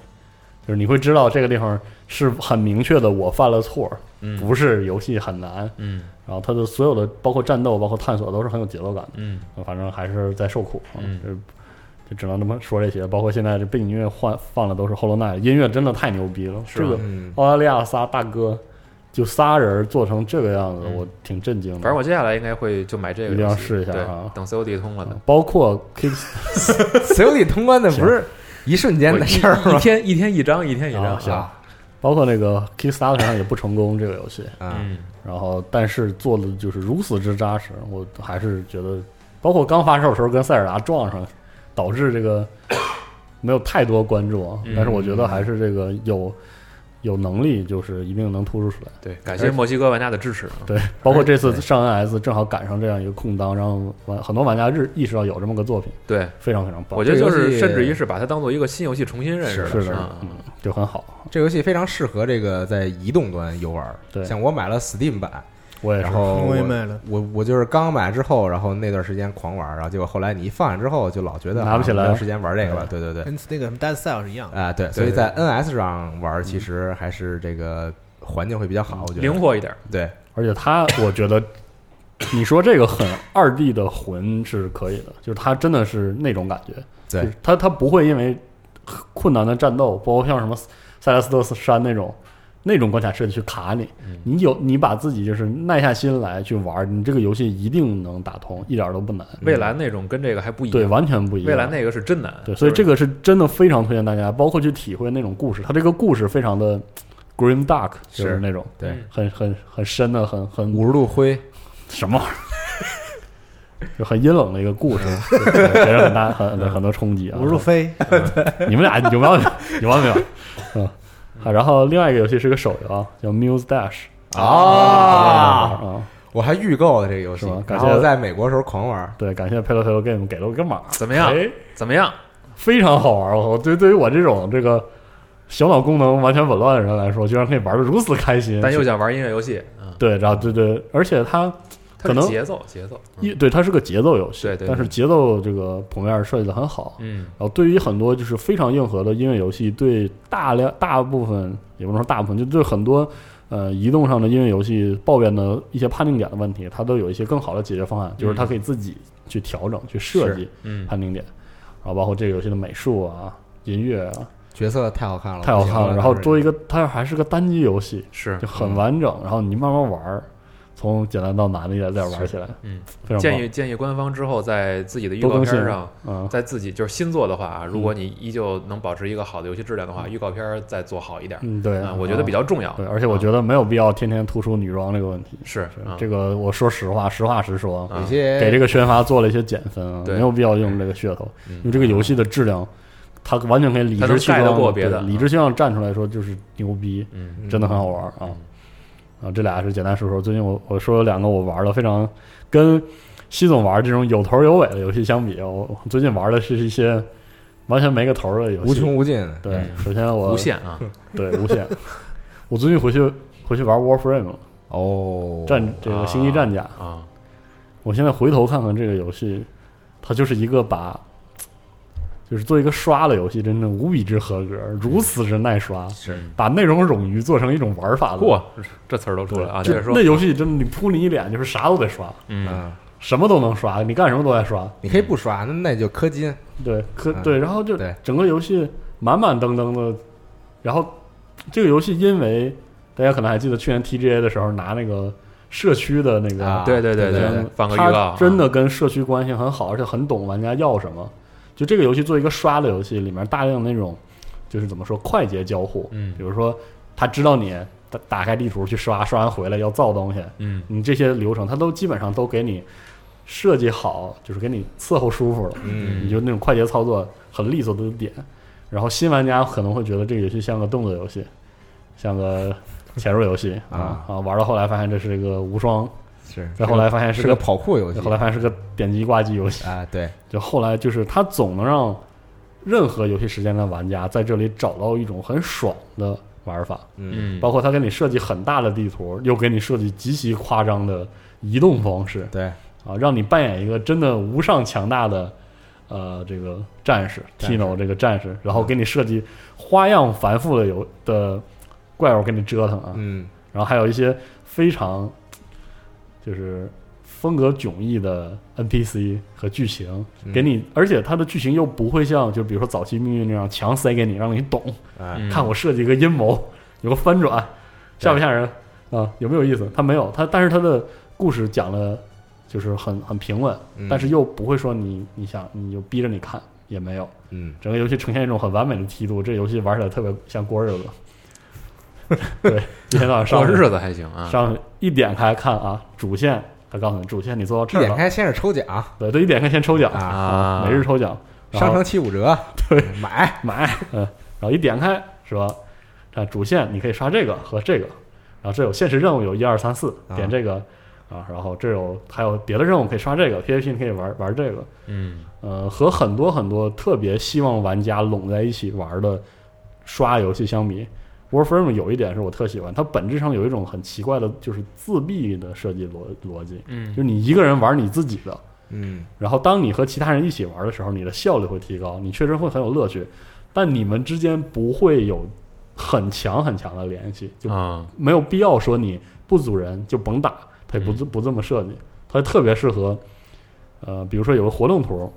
[SPEAKER 4] 就是你会知道这个地方是很明确的，我犯了错，
[SPEAKER 1] 嗯
[SPEAKER 4] 不是游戏很难，
[SPEAKER 1] 嗯
[SPEAKER 4] 然后它的所有的包括战斗、包括探索都是很有节奏感的，
[SPEAKER 1] 嗯
[SPEAKER 4] 嗯反正还是在受苦，
[SPEAKER 1] 嗯
[SPEAKER 4] 这就只能这么说这些，包括现在这背景音乐换放的都是 Hollow Knight，音乐真的太牛逼了，
[SPEAKER 1] 是
[SPEAKER 4] 这个
[SPEAKER 2] 嗯，
[SPEAKER 4] 澳大利亚仨大哥就仨人做成这个样子，
[SPEAKER 1] 嗯
[SPEAKER 4] 我挺震惊的。
[SPEAKER 1] 反正我接下来应该会就买这个游戏，
[SPEAKER 4] 一定要试一下
[SPEAKER 1] 对
[SPEAKER 4] 啊
[SPEAKER 1] 等 COD 通了的，
[SPEAKER 4] 包括 K，
[SPEAKER 2] COD 通关的不是一瞬间的事儿
[SPEAKER 1] 一
[SPEAKER 2] 吗？
[SPEAKER 1] 天一天一张，一天一张
[SPEAKER 4] 啊，行包括那个 Kickstarter 上也不成功这个游戏，
[SPEAKER 2] 啊，
[SPEAKER 1] 嗯
[SPEAKER 4] 然后但是做的就是如此之扎实，我还是觉得，包括刚发售的时候跟塞尔达撞上，导致这个 没有太多关注啊
[SPEAKER 1] 嗯，
[SPEAKER 4] 但是我觉得还是这个有。有能力就是一定能突出出来，
[SPEAKER 1] 对，感谢墨西哥玩家的支持啊，
[SPEAKER 4] 对，包括这次上 NS 正好赶上这样一个空档，让玩很多玩家日意识到有这么个作品，
[SPEAKER 1] 对，
[SPEAKER 4] 非常非常棒，
[SPEAKER 1] 我觉得
[SPEAKER 2] 这
[SPEAKER 1] 就
[SPEAKER 2] 个游
[SPEAKER 1] 是
[SPEAKER 2] 戏
[SPEAKER 1] 甚至于是把它当做一个新游戏重新认识
[SPEAKER 4] 是
[SPEAKER 1] 啊
[SPEAKER 4] 的，嗯，就很好，
[SPEAKER 2] 这游戏非常适合这个在移动端游玩儿。
[SPEAKER 4] 对
[SPEAKER 2] 像我买了 Steam 版，
[SPEAKER 4] 我也是
[SPEAKER 2] 然，后
[SPEAKER 3] 我也
[SPEAKER 2] 哦我
[SPEAKER 3] 卖了，
[SPEAKER 2] 我我就是刚买之后，然后那段时间狂玩儿，然后结果后来你一放下之后，就老觉得
[SPEAKER 4] 拿不起来
[SPEAKER 2] 啊没有时间玩这个了。对对对，
[SPEAKER 3] 跟那个什么 Dead Cell 是一样的。
[SPEAKER 2] 啊对，所以在 NS 上
[SPEAKER 4] 嗯
[SPEAKER 2] 玩儿其实还是这个环境会比较好，我觉得
[SPEAKER 1] 灵活一点，
[SPEAKER 2] 对，
[SPEAKER 4] 而且他，我觉得你说这个很二 D 的魂是可以的，就是他真的是那种感觉，
[SPEAKER 2] 对
[SPEAKER 4] 就是他他不会因为困难的战斗，包括像什么塞莱斯特斯山那种那种关卡设计去卡你，
[SPEAKER 1] 嗯
[SPEAKER 4] 你有你把自己就是耐下心来去玩，你这个游戏一定能打通，一点都不难，
[SPEAKER 1] 蔚蓝那种跟这个还不一
[SPEAKER 4] 嗯对，
[SPEAKER 1] 样，
[SPEAKER 4] 完全不一样，
[SPEAKER 1] 蔚蓝那个是真难，
[SPEAKER 4] 对，所以
[SPEAKER 1] 就是
[SPEAKER 4] 这个是真的非常推荐大家，包括去体会那种故事，它这个故事非常的 grim dark，就是
[SPEAKER 2] 是
[SPEAKER 4] 那种
[SPEAKER 2] 对
[SPEAKER 1] 嗯
[SPEAKER 4] 很很很深的、很很
[SPEAKER 2] 五十度灰，
[SPEAKER 4] 什么玩意儿， 就很阴冷的一 个故事，对对给人很大很很多冲击啊。
[SPEAKER 3] 无数飞，
[SPEAKER 4] 你们俩有完没有？有完没有？嗯。啊，然后另外一个游戏是个手游啊，叫 Muse Dash
[SPEAKER 2] 啊！
[SPEAKER 4] 啊，
[SPEAKER 2] 我还预购了这个游戏
[SPEAKER 4] 是吗，感
[SPEAKER 2] 然
[SPEAKER 4] 谢
[SPEAKER 2] 后在美国的时候狂玩儿。
[SPEAKER 4] 对，感谢 p e l o p e l o Game 给了我个码，
[SPEAKER 1] 怎么样
[SPEAKER 4] 哎
[SPEAKER 1] 怎么样？
[SPEAKER 4] 非常好玩儿。我对对于我这种这个小脑功能完全紊乱的人来说，居然可以玩的如此开心，
[SPEAKER 1] 但又想玩音乐游戏，嗯，
[SPEAKER 4] 对，然后对对，而且它
[SPEAKER 1] 它
[SPEAKER 4] 啊可
[SPEAKER 1] 是
[SPEAKER 4] 能
[SPEAKER 1] 节奏节奏，嗯
[SPEAKER 4] 一对它是个节奏游戏，
[SPEAKER 1] 对对对
[SPEAKER 4] 但是节奏这个谱面设计的很好。
[SPEAKER 1] 嗯
[SPEAKER 4] 然后对于很多就是非常硬核的音乐游戏，对大量大部分也不能说大部分，就对很多呃移动上的音乐游戏抱怨的一些判定点的问题，它都有一些更好的解决方案，就是它可以自己去调整、去设计
[SPEAKER 1] 嗯，
[SPEAKER 4] 判定点，然后包括这个游戏的美术啊、音乐啊，
[SPEAKER 2] 角色太好看
[SPEAKER 1] 啊
[SPEAKER 2] 了，
[SPEAKER 4] 太好看
[SPEAKER 2] 我不
[SPEAKER 4] 了。
[SPEAKER 2] 行
[SPEAKER 4] 然后
[SPEAKER 2] 当时
[SPEAKER 4] 作为一个它还是个单机游戏，
[SPEAKER 1] 是
[SPEAKER 4] 就很完整，然后你慢慢玩儿，从简单到难的一点点玩起来，
[SPEAKER 1] 嗯，
[SPEAKER 4] 非常
[SPEAKER 1] 建
[SPEAKER 4] 棒。
[SPEAKER 1] 议建议官方之后在自己的预
[SPEAKER 4] 多
[SPEAKER 1] 告
[SPEAKER 4] 更新
[SPEAKER 1] 片上，
[SPEAKER 4] 嗯，
[SPEAKER 1] 在自己就是新做的话啊，如果你依旧能保持一个好的游戏质量的话，预告片再做好一点，
[SPEAKER 4] 嗯，对
[SPEAKER 1] 啊，，我觉得比
[SPEAKER 4] 较
[SPEAKER 1] 较啊重要。
[SPEAKER 4] 对，而且我觉得没有必要天天突出女装这个问题。
[SPEAKER 1] 是啊
[SPEAKER 4] 这个，我说实话，实话实说，
[SPEAKER 1] 啊
[SPEAKER 2] 有些
[SPEAKER 4] 给这个宣发做了一些减分啊，
[SPEAKER 1] 对
[SPEAKER 4] 没有必要用这个噱头，
[SPEAKER 1] 嗯
[SPEAKER 4] 因为这个游戏的质量，它完全可以理
[SPEAKER 1] 它能
[SPEAKER 4] 直气
[SPEAKER 1] 盖得
[SPEAKER 4] 壮
[SPEAKER 1] 过
[SPEAKER 4] 地，
[SPEAKER 1] 别
[SPEAKER 4] 对
[SPEAKER 1] 的
[SPEAKER 4] 理直气壮地站出来说就是牛逼，
[SPEAKER 1] 嗯
[SPEAKER 4] 真的很好玩儿啊。啊，这俩是简单说说。最近我我说有两个我玩的非常跟西总玩这种有头有尾的游戏相比，我我最近玩的是一些完全没个头儿的游戏。哦
[SPEAKER 2] 无穷无尽，
[SPEAKER 4] 对
[SPEAKER 1] 嗯，
[SPEAKER 4] 首先我
[SPEAKER 1] 无限啊，
[SPEAKER 4] 对 无限。我最近回去回去玩 Warframe 了，
[SPEAKER 2] 哦，
[SPEAKER 4] 战这个星际战甲。
[SPEAKER 1] 啊，
[SPEAKER 4] 我现在回头看看这个游戏，它就是一个把。就是做一个刷的游戏，真的无比之合格，如此之耐刷，
[SPEAKER 2] 是
[SPEAKER 4] 把内容冗余做成一种玩法了。
[SPEAKER 1] 嚯，啊这词儿都出来啊！接
[SPEAKER 4] 嗯就啊
[SPEAKER 1] 着说
[SPEAKER 4] 那，游戏真的，你扑你一脸就是啥都得刷，
[SPEAKER 1] 嗯，
[SPEAKER 2] 嗯，
[SPEAKER 4] 什么都能刷，你干什么都爱刷。
[SPEAKER 2] 你可以不刷，那那就氪金，
[SPEAKER 4] 对，可
[SPEAKER 2] 嗯
[SPEAKER 4] 对，然后就
[SPEAKER 2] 对
[SPEAKER 4] 整个游戏满满登登的，然后这个游戏因为大家可能还记得去年 TGA 的时候拿那个社区的那个
[SPEAKER 2] 啊
[SPEAKER 1] 对对对
[SPEAKER 2] 对
[SPEAKER 1] 对
[SPEAKER 2] 对，
[SPEAKER 1] 放个预告
[SPEAKER 4] 他
[SPEAKER 1] 啊，
[SPEAKER 4] 真的跟社区关系很好，而且很懂玩家要什么。就这个游戏做一个刷的游戏，里面大量那种就是怎么说快捷交互，
[SPEAKER 1] 嗯
[SPEAKER 4] 比如说他知道你打打开地图去刷，刷完回来要造东西，
[SPEAKER 1] 嗯
[SPEAKER 4] 你这些流程他都基本上都给你设计好，就是给你伺候舒服了，
[SPEAKER 2] 嗯
[SPEAKER 4] 你就那种快捷操作很利索的点。然后新玩家可能会觉得这个游戏像个动作游戏，像个潜入游戏
[SPEAKER 2] 啊
[SPEAKER 4] 啊！玩到后来发现这是一个无双，
[SPEAKER 2] 是
[SPEAKER 4] 再后来发现
[SPEAKER 2] 是
[SPEAKER 4] 是
[SPEAKER 2] 个是个跑酷游戏，
[SPEAKER 4] 后来发现是个点击挂机游戏。
[SPEAKER 2] 啊，对，
[SPEAKER 4] 就后来就是它总能让任何游戏时间的玩家在这里找到一种很爽的玩法，
[SPEAKER 2] 嗯，
[SPEAKER 1] 嗯，
[SPEAKER 4] 包括它给你设计很大的地图，又给你设计极其夸张的移动方式
[SPEAKER 2] 对，
[SPEAKER 4] 啊，让你扮演一个真的无上强大的呃这个战士
[SPEAKER 2] 战士嗯
[SPEAKER 4] Tino 这个战士，然后给你设计花样繁复的游的怪物给你折腾啊，
[SPEAKER 2] 嗯
[SPEAKER 4] 然后还有一些非常就是风格迥异的 NPC 和剧情
[SPEAKER 2] 嗯
[SPEAKER 4] 给你，而且它的剧情又不会像就比如说早期命运那样强塞给你，让你懂，
[SPEAKER 2] 哎，
[SPEAKER 1] 嗯
[SPEAKER 4] 看我设计一个阴谋，有个翻转，吓不吓人啊？有没有意思？它没有，它但是它的故事讲了就是很很平稳，
[SPEAKER 2] 嗯
[SPEAKER 4] 但是又不会说你你想你就逼着你看也没有，
[SPEAKER 2] 嗯，
[SPEAKER 4] 整个游戏呈现一种很完美的梯度，这游戏玩起来特别像过日子。 对，一天到晚 上
[SPEAKER 1] 过日子还行啊，
[SPEAKER 4] 上一点开看啊，主线，他告诉你主线你做到
[SPEAKER 2] 一
[SPEAKER 4] 这儿
[SPEAKER 2] 点
[SPEAKER 4] 了，
[SPEAKER 2] 开先是抽奖
[SPEAKER 4] 对，对，一点开先抽奖
[SPEAKER 2] 啊，
[SPEAKER 1] 啊，
[SPEAKER 4] 每日抽奖，然后
[SPEAKER 2] 商城七五折，对，买，
[SPEAKER 4] 买，嗯，然后一点开是吧？看主线你可以刷这个和这个，然后这有现实任务有一二三四，
[SPEAKER 2] 啊
[SPEAKER 4] 点这个啊，然后这有还有别的任务可以刷这个，PVP 你可以玩玩这个，
[SPEAKER 1] 嗯
[SPEAKER 4] 呃，和很多很多特别希望玩家拢在一起玩的刷游戏相比。Warframe 有一点是我特喜欢，它本质上有一种很奇怪的，就是自闭的设计逻逻辑，
[SPEAKER 1] 嗯
[SPEAKER 4] 就是你一个人玩你自己的，
[SPEAKER 2] 嗯
[SPEAKER 4] 然后当你和其他人一起玩的时候，你的效率会提高，你确实会很有乐趣，但你们之间不会有很强很强的联系，就
[SPEAKER 1] 啊，
[SPEAKER 4] 没有必要说你不组人就甭打，它也不
[SPEAKER 1] 嗯
[SPEAKER 4] 这不这么设计，它特别适合，呃，比如说有个活动图，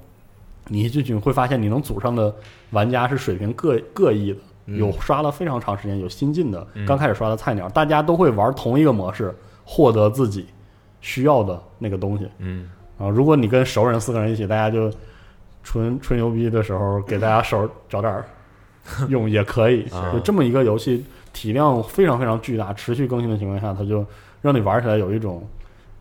[SPEAKER 4] 你一进去会发现你能组上的玩家是水平各各异的，
[SPEAKER 2] 嗯
[SPEAKER 4] 有刷了非常长时间，有新进的
[SPEAKER 1] 嗯，
[SPEAKER 4] 刚开始刷的菜鸟，大家都会玩同一个模式，获得自己需要的那个东西。
[SPEAKER 1] 嗯
[SPEAKER 4] 啊，如果你跟熟人四个人一起，大家就吹吹牛逼的时候，给大家手找点儿用也可以。
[SPEAKER 1] 啊
[SPEAKER 4] 就这么一个游戏，体量非常非常巨大，持续更新的情况下，它就让你玩起来有一种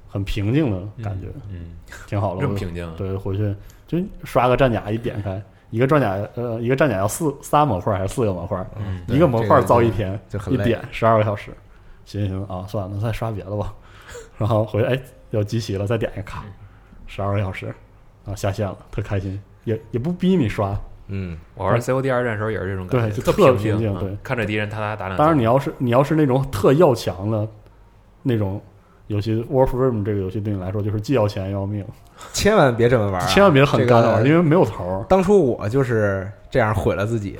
[SPEAKER 4] 很平静的感觉，
[SPEAKER 1] 嗯，
[SPEAKER 4] 挺好的。
[SPEAKER 1] 这
[SPEAKER 4] 我
[SPEAKER 1] 么平静啊，
[SPEAKER 4] 对，回去就刷个战甲，一点开，一个战甲呃，一个战甲要四仨模块还是四个模块？
[SPEAKER 1] 嗯
[SPEAKER 2] 对
[SPEAKER 4] 一个模块造一天，
[SPEAKER 2] 这个就很
[SPEAKER 4] 一
[SPEAKER 2] 累
[SPEAKER 4] 点十二个小时，行行啊，算了，那再刷别的吧。 然后回来哎，要集齐了，再点一个卡，
[SPEAKER 2] 嗯
[SPEAKER 4] 十二个小时，然后下线了，特开心，也也不逼你刷。
[SPEAKER 2] 嗯
[SPEAKER 1] 我玩 COD 二战时候也是这种感
[SPEAKER 4] 对
[SPEAKER 1] 觉，
[SPEAKER 4] 就
[SPEAKER 1] 特
[SPEAKER 4] 特
[SPEAKER 1] 平
[SPEAKER 4] 平静
[SPEAKER 1] 啊
[SPEAKER 4] 对
[SPEAKER 1] 看着敌人他他打两
[SPEAKER 4] 当然，
[SPEAKER 1] 枪
[SPEAKER 4] 你要是你要是那种特要强的那种游戏，《Warframe》这个游戏对你来说就是既要钱又要命，
[SPEAKER 2] 千万别这么玩啊，
[SPEAKER 4] 千万别很
[SPEAKER 2] 这
[SPEAKER 4] 干
[SPEAKER 2] 个
[SPEAKER 4] 的玩，因为没有头儿。
[SPEAKER 2] 当初我就是这样毁了自己，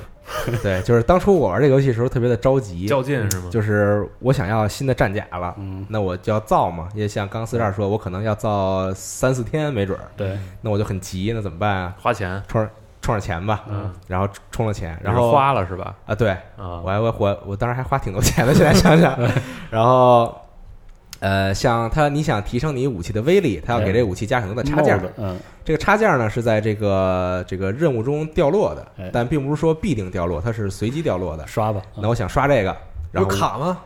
[SPEAKER 2] 对，就是当初我玩这个游戏的时候特别的着急，
[SPEAKER 1] 较劲是吗？
[SPEAKER 2] 就是我想要新的战甲了，
[SPEAKER 4] 嗯，
[SPEAKER 2] 那我就要造嘛。也像刚四十二说，我可能要造三四天没准儿，
[SPEAKER 4] 对，
[SPEAKER 2] 那我就很急，那怎么办啊？
[SPEAKER 1] 花钱，
[SPEAKER 2] 充充点钱吧，
[SPEAKER 1] 嗯，
[SPEAKER 2] 然后充了钱，然后
[SPEAKER 1] 就是花了是吧？
[SPEAKER 2] 啊，对
[SPEAKER 1] 啊
[SPEAKER 2] 我，还我我我当时还花挺多钱的，现在想想，然后。呃，像它，你想提升你武器的威力，它要给这武器加很多的插件，
[SPEAKER 4] 的，嗯，
[SPEAKER 2] 这个插件呢是在这个这个任务中掉落
[SPEAKER 4] 哎啊
[SPEAKER 2] 的，但并不是说必定掉落，它是随机掉落的。
[SPEAKER 4] 刷吧，
[SPEAKER 2] 那我想刷这个，然
[SPEAKER 3] 有
[SPEAKER 2] 后
[SPEAKER 3] 卡吗？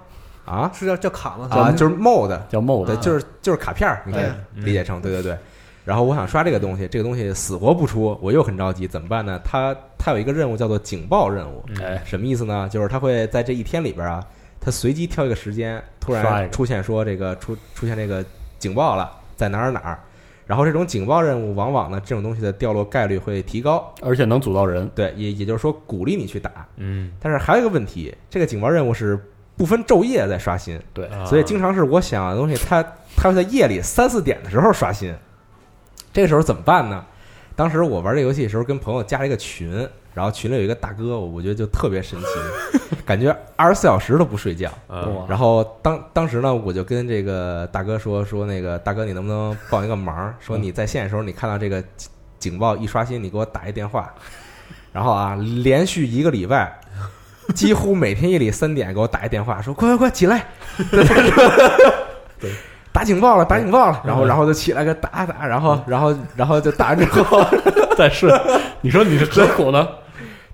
[SPEAKER 2] 啊
[SPEAKER 3] 是叫叫卡吗？
[SPEAKER 2] 啊，就是 mod，
[SPEAKER 4] 嗯叫 mod，
[SPEAKER 2] 对，就是就是卡片儿，你可以
[SPEAKER 3] 哎
[SPEAKER 2] 理解成对对对。然后我想刷这个东西，这个东西死活不出，我又很着急，怎么办呢？它它有一个任务叫做警报任务，
[SPEAKER 4] 哎，
[SPEAKER 2] 什么意思呢？就是它会在这一天里边啊，它随机挑一个时间，突
[SPEAKER 4] 刷一
[SPEAKER 2] 然
[SPEAKER 4] 个
[SPEAKER 2] 出现说这个出出现这个警报了，在哪儿哪儿。然后这种警报任务，往往呢这种东西的掉落概率会提高，
[SPEAKER 4] 而且能组到人，
[SPEAKER 2] 对，也也就是说鼓励你去打。
[SPEAKER 1] 嗯，
[SPEAKER 2] 但是还有一个问题，这个警报任务是不分昼夜在刷新，
[SPEAKER 4] 对，
[SPEAKER 1] 啊
[SPEAKER 2] 所以经常是我想的东西，它它会在夜里三四点的时候刷新，这个时候怎么办呢？当时我玩这游戏的时候，跟朋友加了一个群，然后群里有一个大哥，我我觉得就特别神奇，感觉二十四小时都不睡觉。
[SPEAKER 1] 啊
[SPEAKER 2] 然后当当时呢，我就跟这个大哥说说那个大哥，你能不能帮一个忙？说你在线的时候，你看到这个警警报一刷新，你给我打一电话。 然后啊，连续一个礼拜，几乎每天夜里三点给我打一电话，说快快快起来，对， 打警报了，打警报了。然后然后就起来给打打，然后然后然后就打完之后，
[SPEAKER 4] 但是你说你是何苦呢？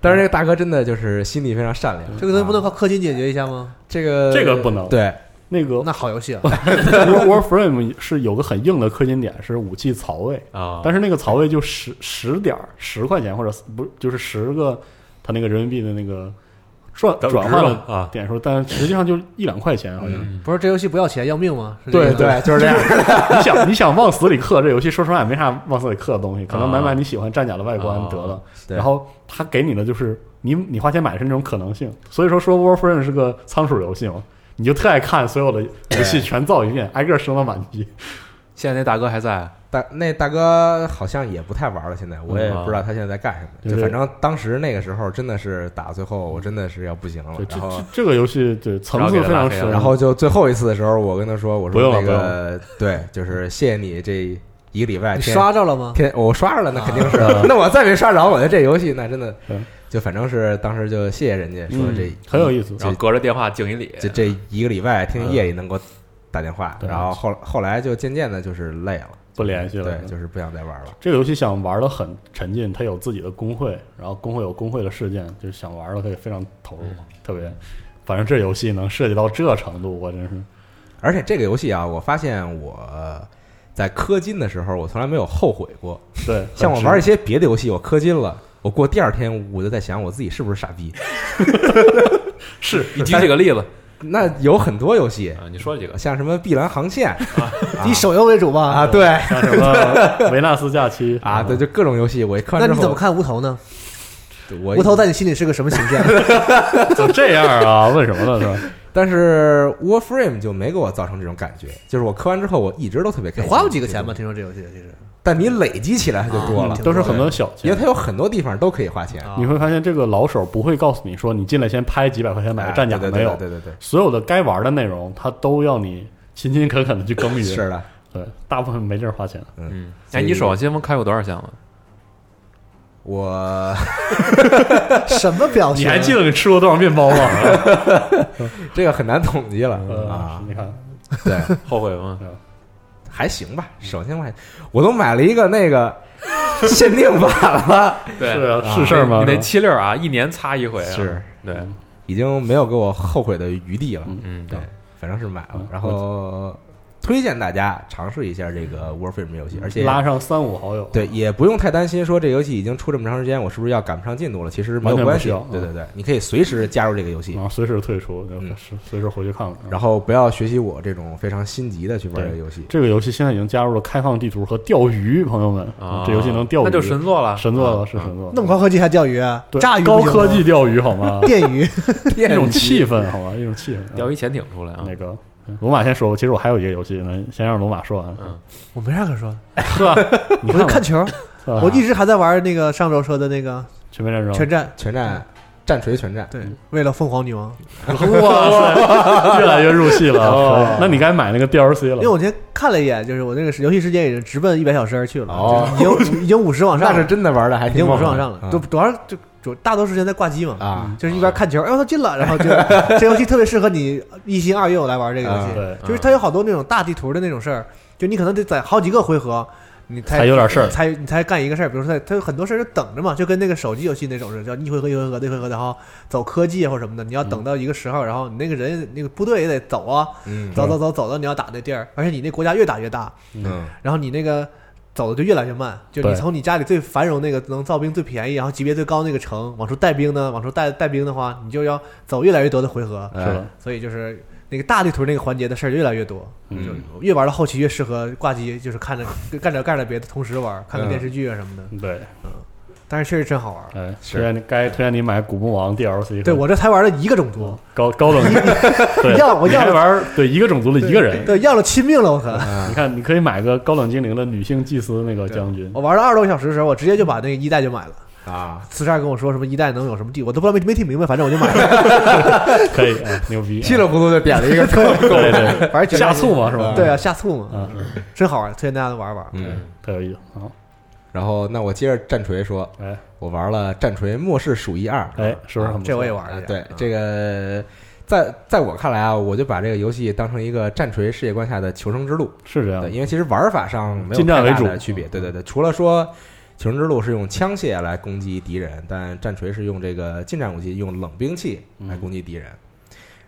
[SPEAKER 2] 但是这个大哥真的就是心地非常善良，
[SPEAKER 3] 这个东西不能
[SPEAKER 2] 啊
[SPEAKER 3] 靠氪金解决一下吗？
[SPEAKER 2] 这个
[SPEAKER 4] 这个不 能
[SPEAKER 2] 对，
[SPEAKER 4] 那个
[SPEAKER 3] 那好游戏啊，
[SPEAKER 4] War- Warframe 是有个很硬的氪金点，是武器槽位，
[SPEAKER 1] 啊，
[SPEAKER 4] 但是那个槽位就十十点儿十块钱或者不就是十个他那个人民币的那个转
[SPEAKER 1] 等
[SPEAKER 4] 转
[SPEAKER 1] 值
[SPEAKER 4] 换
[SPEAKER 1] 吧
[SPEAKER 4] 了
[SPEAKER 1] 啊，
[SPEAKER 4] 点数，但实际上就一两块钱，好像。
[SPEAKER 1] 嗯
[SPEAKER 5] 不是这游戏不要钱要命吗？是这
[SPEAKER 4] 对
[SPEAKER 5] 个
[SPEAKER 2] 对，就是这 样。
[SPEAKER 4] 你想，你想往死里氪，这游戏说实话也没啥往死里氪的东西，可能
[SPEAKER 1] 啊
[SPEAKER 4] 买买你喜欢战甲的外观
[SPEAKER 1] 啊
[SPEAKER 4] 得了。
[SPEAKER 2] 对
[SPEAKER 4] 然后他给你的就是你你花钱买的是那种可能性，所以说说 Warframe 是个仓鼠游戏嘛，你就特爱看所有的游戏全造一遍，挨个升到满级。
[SPEAKER 5] 现在那大哥还在，
[SPEAKER 2] 大那大哥好像也不太玩了，现在我也
[SPEAKER 4] 嗯
[SPEAKER 2] 不
[SPEAKER 4] 啊
[SPEAKER 2] 知道他现在在干什么。
[SPEAKER 4] 就
[SPEAKER 2] 就是反正当时那个时候真的是打到最后，我真的是要不行了
[SPEAKER 4] 对，。这
[SPEAKER 2] 哦然
[SPEAKER 4] 这
[SPEAKER 2] 后
[SPEAKER 4] 这个游戏对层次非常深，
[SPEAKER 2] 然后就最后一次的时候，我跟他说：“我
[SPEAKER 4] 不用
[SPEAKER 2] 说
[SPEAKER 4] 了
[SPEAKER 2] 那个对，就是谢谢你这一个礼拜
[SPEAKER 5] 你
[SPEAKER 2] 天
[SPEAKER 5] 刷着了吗？
[SPEAKER 2] 天，我刷着了，那肯定是
[SPEAKER 4] 啊。
[SPEAKER 2] 那我再没刷着，我觉得这游戏那真的
[SPEAKER 4] 嗯
[SPEAKER 2] 就反正是当时就谢谢人家说
[SPEAKER 4] 嗯
[SPEAKER 2] 这
[SPEAKER 4] 很有意思。嗯
[SPEAKER 1] 然后隔着电话敬一礼，
[SPEAKER 2] 这这一个礼拜天天夜里能给我打电话，
[SPEAKER 4] 对
[SPEAKER 2] 然后后后来就渐渐的就是累了，
[SPEAKER 4] 不联系了
[SPEAKER 2] 对，就是不想再玩了。
[SPEAKER 4] 这个游戏想玩的很沉浸，它有自己的工会，然后工会有工会的事件，就是想玩的可以非常投入，
[SPEAKER 2] 嗯
[SPEAKER 4] 特别。反正这游戏能涉及到这程度，我真是
[SPEAKER 2] 而且这个游戏啊，我发现我在氪金的时候，我从来没有后悔过。
[SPEAKER 4] 对，
[SPEAKER 2] 像我
[SPEAKER 4] 很值
[SPEAKER 2] 玩一些别的游戏，我氪金了，我过第二天我就在想我自己是不是傻逼。
[SPEAKER 1] 是你举几个例子
[SPEAKER 2] 那有很多游戏，
[SPEAKER 1] 啊？你说几个？
[SPEAKER 2] 像什么《碧蓝航线》 啊
[SPEAKER 3] 以手游为主吧？
[SPEAKER 2] 啊，对
[SPEAKER 4] 像什么维纳斯假期
[SPEAKER 2] 啊，对，就各种游戏，我一氪完
[SPEAKER 3] 那
[SPEAKER 2] 之
[SPEAKER 3] 你
[SPEAKER 2] 后，
[SPEAKER 3] 怎么看无头呢？
[SPEAKER 2] 我
[SPEAKER 3] 无头在你心里是个什么啊形象？
[SPEAKER 4] 就这样啊？问什么呢？是吧？
[SPEAKER 2] 但是 Warframe 就没给我造成这种感觉，就是我氪完之后，我一直都特别开
[SPEAKER 3] 你
[SPEAKER 2] 心。
[SPEAKER 3] 花过几个钱吧？？听说这游戏其实
[SPEAKER 2] 但你累积起来它就多了
[SPEAKER 3] 啊，
[SPEAKER 4] 嗯都是很多小
[SPEAKER 2] 因为
[SPEAKER 4] 钱。
[SPEAKER 2] 它有很多地方都可以花钱。
[SPEAKER 5] 啊
[SPEAKER 4] 你会发现，这个老手不会告诉你说你进来先拍几百块钱买个战甲
[SPEAKER 2] 哎对对
[SPEAKER 4] 没有，
[SPEAKER 2] 对对对
[SPEAKER 4] 所有的该玩的内容他都要你勤勤恳恳的去耕
[SPEAKER 2] 对，
[SPEAKER 4] 耘。
[SPEAKER 2] 是的，
[SPEAKER 4] 对，大部分没地儿花钱。
[SPEAKER 1] 嗯，
[SPEAKER 2] 所
[SPEAKER 1] 哎，
[SPEAKER 2] 以
[SPEAKER 1] 你守望先锋开过多少 项了？
[SPEAKER 2] 我
[SPEAKER 3] 什么表情？啊
[SPEAKER 4] 你还记得你吃过多少面包 吗？
[SPEAKER 2] 这个很难统计了
[SPEAKER 4] 呃
[SPEAKER 2] 啊，
[SPEAKER 4] 你看，
[SPEAKER 2] 对，
[SPEAKER 1] 后悔吗？
[SPEAKER 2] 还行吧。首先我还我都买了一个那个限定版 了，
[SPEAKER 1] 对
[SPEAKER 4] 是啊是事嗯儿吗
[SPEAKER 1] 你那七六啊，一年擦一回啊。
[SPEAKER 2] 是，
[SPEAKER 1] 对，
[SPEAKER 2] 已经没有给我后悔的余地了。
[SPEAKER 1] 嗯，
[SPEAKER 2] 对，反正是买了
[SPEAKER 4] 嗯，
[SPEAKER 2] 然后推荐大家尝试一下这个 Warframe 游戏，而且
[SPEAKER 4] 拉上三五好友，
[SPEAKER 2] 对，也不用太担心说这游戏已经出这么长时间，我是不是要赶不上进度了？其实没有关系
[SPEAKER 4] 完全，不需要
[SPEAKER 2] 对对
[SPEAKER 4] 嗯
[SPEAKER 2] 对，你可以随时加入这个游戏
[SPEAKER 4] 然，后随时退出，就
[SPEAKER 2] 嗯
[SPEAKER 4] 是随时回去看看。
[SPEAKER 2] 然后不要学习我这种非常心急的去玩
[SPEAKER 4] 对
[SPEAKER 2] 这个游戏。
[SPEAKER 4] 这个游戏现在已经加入了开放地图和钓鱼，朋友们，
[SPEAKER 1] 啊，
[SPEAKER 4] 嗯这游戏能钓鱼，
[SPEAKER 1] 那就神作了，
[SPEAKER 4] 神作了，是
[SPEAKER 1] 啊
[SPEAKER 4] 神作。
[SPEAKER 3] 那么高科技还钓鱼啊？
[SPEAKER 4] 对
[SPEAKER 3] 炸鱼不
[SPEAKER 4] 高
[SPEAKER 3] 行吗？
[SPEAKER 4] 科技 钓鱼好吗
[SPEAKER 3] 电鱼，
[SPEAKER 4] 一种气氛好吗？一种气氛。
[SPEAKER 1] 钓鱼潜艇出来啊。
[SPEAKER 4] 那个龙马先说，其实我还有一个游戏呢，先让龙马说完。
[SPEAKER 1] 嗯，
[SPEAKER 3] 我没啥可说，
[SPEAKER 4] 呵，你
[SPEAKER 3] 我就
[SPEAKER 4] 看
[SPEAKER 3] 看
[SPEAKER 4] 看，
[SPEAKER 3] 球。
[SPEAKER 4] 啊
[SPEAKER 3] 我一直还在玩那个上周说的那个
[SPEAKER 4] 全面战争，
[SPEAKER 3] 全战，
[SPEAKER 2] 全战战锤全战，
[SPEAKER 3] 对，为了凤凰女王，
[SPEAKER 4] 哇 塞，啊越来越入戏了。
[SPEAKER 2] 哦
[SPEAKER 4] 那你该买那个 DLC
[SPEAKER 3] 因为
[SPEAKER 4] 了。
[SPEAKER 3] 我今天看了一眼，就是我那个游戏时间已经直奔一百小时而去了，
[SPEAKER 2] 哦
[SPEAKER 3] 就是已经已经五十往上
[SPEAKER 2] 那是
[SPEAKER 3] 了，
[SPEAKER 2] 真的玩的还
[SPEAKER 3] 已经
[SPEAKER 2] 挺
[SPEAKER 3] 五
[SPEAKER 2] 猛
[SPEAKER 3] 十
[SPEAKER 2] 的
[SPEAKER 3] 往上了，
[SPEAKER 2] 啊
[SPEAKER 3] 就主要就主大多数时间在挂机嘛，
[SPEAKER 2] 啊，
[SPEAKER 3] 就是一边看球，哎呦他进了，然后就这游戏特别适合你一心二用来玩这个游戏，
[SPEAKER 4] 啊对，
[SPEAKER 1] 嗯
[SPEAKER 3] 就是它有好多那种大地图的那种事儿，就你可能得在好几个回合。你才
[SPEAKER 4] 才有点事儿
[SPEAKER 3] 才你才干一个事儿，比如说它它有很多事儿就等着嘛，就跟那个手机游戏那种似的，叫一回合一回合的一回合的，然后走科技啊或者什么的，你要等到一个时候，然后你那个人那个部队也得走啊，
[SPEAKER 2] 嗯
[SPEAKER 3] 走走走走到你要打那地儿，而且你那国家越打越大，
[SPEAKER 2] 嗯，
[SPEAKER 3] 然后你那个走的就越来越慢，就你
[SPEAKER 4] 对
[SPEAKER 3] 从你家里最繁荣那个能造兵最便宜，然后级别最高那个城往出带兵呢，往出带带兵的话，你就要走越来越多的回合，
[SPEAKER 2] 嗯
[SPEAKER 4] 是的，
[SPEAKER 3] 所以就是那个大地图那个环节的事儿就越来越多，
[SPEAKER 2] 嗯
[SPEAKER 3] 就越玩到后期越适合挂机，就是看着干着干着别的同时玩，看
[SPEAKER 2] 嗯
[SPEAKER 3] 看电视剧啊什么的，
[SPEAKER 4] 对，
[SPEAKER 3] 但是确实真好玩。
[SPEAKER 4] 哎，
[SPEAKER 2] 是
[SPEAKER 4] 推荐你该推荐你买《古墓王》DLC 和。
[SPEAKER 3] 对我这才玩了一个种族，
[SPEAKER 4] 高高等级，对，
[SPEAKER 3] 要我
[SPEAKER 4] 你
[SPEAKER 3] 要
[SPEAKER 4] 还玩儿对一个种族的一个
[SPEAKER 2] 嗯
[SPEAKER 4] 人。
[SPEAKER 3] 对，要了亲命了，我可。
[SPEAKER 4] 你看，你可以买个高等精灵的女性祭司那个
[SPEAKER 3] 对
[SPEAKER 4] 将军，
[SPEAKER 3] 我玩了二十多个小时的时候，我直接就把那个一代就买了。
[SPEAKER 2] 啊，
[SPEAKER 3] 四十二跟我说什么一代能有什么地，我都不知道没没听明白，反正我就买 了。
[SPEAKER 4] 可以，哎牛逼！
[SPEAKER 2] 稀里糊涂就点了一个
[SPEAKER 4] 对 对，
[SPEAKER 3] 反正觉得
[SPEAKER 4] 下醋嘛是吧？
[SPEAKER 3] 对啊，下醋嘛，
[SPEAKER 4] 啊，
[SPEAKER 3] 真好玩，推荐大家玩玩。
[SPEAKER 2] 嗯，
[SPEAKER 4] 特有意思啊！
[SPEAKER 2] 然后那我接着战锤说，
[SPEAKER 4] 哎
[SPEAKER 2] 我玩了战锤末世鼠疫二，
[SPEAKER 4] 哎，是不是很不错
[SPEAKER 3] 这我也玩嗯
[SPEAKER 2] 啊
[SPEAKER 3] 了，，
[SPEAKER 2] 对这个。在在我看来啊，我就把这个游戏当成一个战锤世界观下的求生之路，
[SPEAKER 4] 是这样
[SPEAKER 2] 对，，因为其实玩法上没有
[SPEAKER 4] 近战
[SPEAKER 2] 太
[SPEAKER 4] 为
[SPEAKER 2] 大
[SPEAKER 4] 主
[SPEAKER 2] 的区别。对对对，除了说《求生之路》是用枪械来攻击敌人，但战锤是用这个近战武器，用冷兵器来攻击敌人。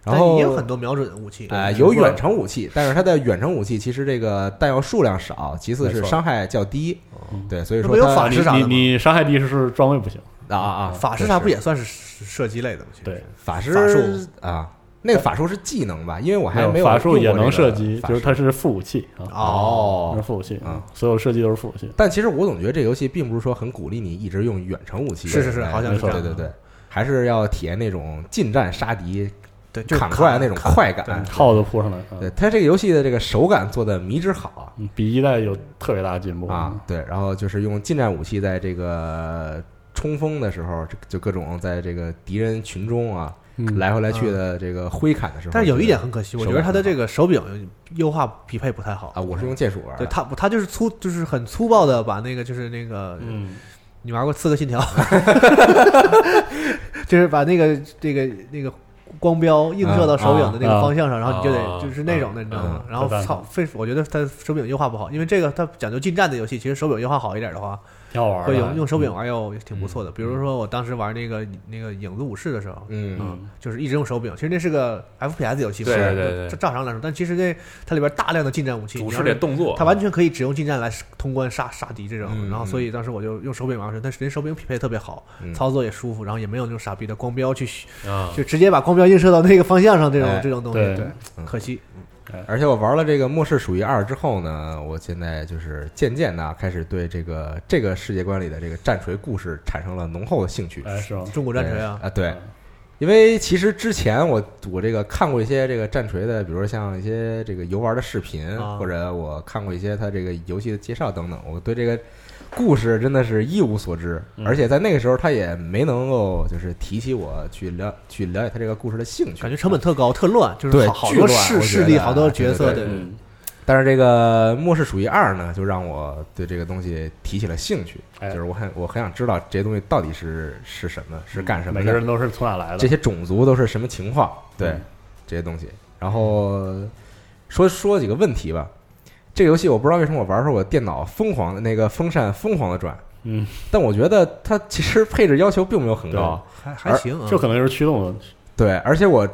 [SPEAKER 2] 然
[SPEAKER 3] 但
[SPEAKER 2] 后
[SPEAKER 3] 也有很多瞄准的武器
[SPEAKER 2] 啊、
[SPEAKER 3] 只不
[SPEAKER 2] 有
[SPEAKER 3] 过
[SPEAKER 2] 远程武器，但是它的远程武器其实这个弹药数量少，其次
[SPEAKER 4] 没
[SPEAKER 2] 是
[SPEAKER 4] 错
[SPEAKER 2] 伤害较低
[SPEAKER 4] 嗯，
[SPEAKER 2] 对，所以
[SPEAKER 3] 那
[SPEAKER 2] 说
[SPEAKER 3] 不有
[SPEAKER 2] 它
[SPEAKER 3] 法师啥的
[SPEAKER 4] 你
[SPEAKER 3] 吗
[SPEAKER 4] 你你伤害第一是装备不行，
[SPEAKER 2] 啊啊啊！
[SPEAKER 3] 法师它不也算是射击类的吗？其实
[SPEAKER 4] 对
[SPEAKER 2] 法师
[SPEAKER 3] 法术
[SPEAKER 2] 啊？那个法术是技能吧？因为我还没有
[SPEAKER 4] 法术
[SPEAKER 2] 用
[SPEAKER 4] 也
[SPEAKER 2] 过这
[SPEAKER 4] 能
[SPEAKER 2] 个
[SPEAKER 4] 射击，
[SPEAKER 2] 法
[SPEAKER 4] 就是
[SPEAKER 2] 术
[SPEAKER 4] 它是副武器啊，它
[SPEAKER 2] 哦
[SPEAKER 4] 是。副武器
[SPEAKER 2] 嗯，
[SPEAKER 4] 所有射击都是副武器。
[SPEAKER 2] 但其实我总觉得这游戏并不是说很鼓励你一直用远程武器来，
[SPEAKER 3] 是是是嗯好像
[SPEAKER 4] 是这样
[SPEAKER 2] 对对对，还是要体验那种近战杀敌、
[SPEAKER 3] 对，就是
[SPEAKER 2] 砍过来那种快
[SPEAKER 3] 对
[SPEAKER 2] 感。
[SPEAKER 4] 耗子扑上来，啊
[SPEAKER 2] 嗯对，呃它这个游戏的这个手感做的迷之好
[SPEAKER 4] 嗯比一代有特别大进步
[SPEAKER 3] 嗯
[SPEAKER 2] 啊，，对，然后就是用近战武器在这个冲锋的时候，就就各种在这个敌人群中啊
[SPEAKER 4] 嗯
[SPEAKER 2] 来回来去的这个挥砍的时候，
[SPEAKER 3] 但是有一
[SPEAKER 2] 觉
[SPEAKER 3] 点
[SPEAKER 2] 得
[SPEAKER 3] 很可惜，
[SPEAKER 2] 手
[SPEAKER 3] 我
[SPEAKER 2] 感
[SPEAKER 3] 觉得它的这个手柄优化匹配不太好
[SPEAKER 2] 啊，我是用剑鼠玩
[SPEAKER 3] 对
[SPEAKER 2] 的，
[SPEAKER 3] 它不，它就是粗，就是很粗暴的把那个，就是那个，
[SPEAKER 4] 嗯，
[SPEAKER 3] 你玩过《刺客信条》，就是把那个这个那个光标映射到手柄的那个方向上，然后你就
[SPEAKER 5] 啊
[SPEAKER 3] 得就是那种的，你知道吗？然后
[SPEAKER 4] 对
[SPEAKER 3] 操，费，我觉得它手柄优化不好，因为这个它讲究近战的游戏，其实手柄优化好一点的话，
[SPEAKER 4] 挺好玩
[SPEAKER 3] 会
[SPEAKER 4] 的嗯
[SPEAKER 3] 用，用手柄玩又挺不错的。比如说我当时玩那个那个影子武士的时候，
[SPEAKER 2] 嗯，
[SPEAKER 4] 嗯，
[SPEAKER 3] 就是一直用手柄，其实那是个 FPS 游戏，
[SPEAKER 1] 对
[SPEAKER 3] 是
[SPEAKER 5] 对对
[SPEAKER 3] 照照常来说，但其实那它里边大量的近战武器，
[SPEAKER 1] 主
[SPEAKER 3] 你
[SPEAKER 1] 持
[SPEAKER 3] 要
[SPEAKER 1] 这
[SPEAKER 3] 是
[SPEAKER 1] 动作，
[SPEAKER 3] 它完全可以只用近战来通关杀杀敌这种，
[SPEAKER 2] 嗯
[SPEAKER 3] 然后所以当时我就用手柄玩去，但是人手柄匹配特别好，
[SPEAKER 2] 嗯哦
[SPEAKER 3] 操作也舒服，然后也没有那种傻逼的光标去
[SPEAKER 1] 啊，
[SPEAKER 3] 就直接把光标映射到那个方向上这种、
[SPEAKER 2] 哎
[SPEAKER 3] 这种东西，
[SPEAKER 4] 对
[SPEAKER 2] 嗯
[SPEAKER 3] 可惜
[SPEAKER 2] 而且我玩了这个《末世属于二》之后呢，我现在就是渐渐的开始对这个这个世界观里的这个战锤故事产生了浓厚的兴趣。
[SPEAKER 4] 哎是吗？
[SPEAKER 3] 中国战锤啊，
[SPEAKER 2] 啊，
[SPEAKER 4] 嗯
[SPEAKER 2] 对，因为其实之前我我这个看过一些这个战锤的，比如说像一些这个游玩的视频，
[SPEAKER 3] 啊
[SPEAKER 2] 或者我看过一些它这个游戏的介绍等等，我对这个故事真的是一无所知，
[SPEAKER 4] 嗯
[SPEAKER 2] 而且在那个时候他也没能够就是提起我去了去了解他这个故事的兴趣
[SPEAKER 3] 感。觉成本特高特乱，就是
[SPEAKER 2] 对
[SPEAKER 3] 好好
[SPEAKER 2] 巨
[SPEAKER 3] 多
[SPEAKER 2] 乱
[SPEAKER 3] 势
[SPEAKER 2] 我觉
[SPEAKER 3] 势
[SPEAKER 2] 得
[SPEAKER 3] 力，
[SPEAKER 2] 啊
[SPEAKER 3] 好多角色，
[SPEAKER 2] 对对
[SPEAKER 3] 对
[SPEAKER 4] 嗯，
[SPEAKER 2] 但是这个《末世属于二》呢，就让我对这个东西提起了兴趣，
[SPEAKER 4] 哎
[SPEAKER 2] 就是我很我很想知道这些东西到底是是什么，是干什么
[SPEAKER 4] 嗯每个
[SPEAKER 2] 的，
[SPEAKER 4] 人都是从哪来
[SPEAKER 2] 这
[SPEAKER 4] 的？
[SPEAKER 2] 些种族都是什么情况，对、
[SPEAKER 4] 嗯
[SPEAKER 2] 这些东西。然后说说几个问题吧。这个游戏我不知道为什么我玩的时候我电脑疯狂的那个风扇疯狂的转，
[SPEAKER 4] 嗯，
[SPEAKER 2] 但我觉得它其实配置要求并没有很高，
[SPEAKER 3] 还还行啊
[SPEAKER 2] 嗯
[SPEAKER 4] 这。可能就是驱动的，
[SPEAKER 2] 对，而且我，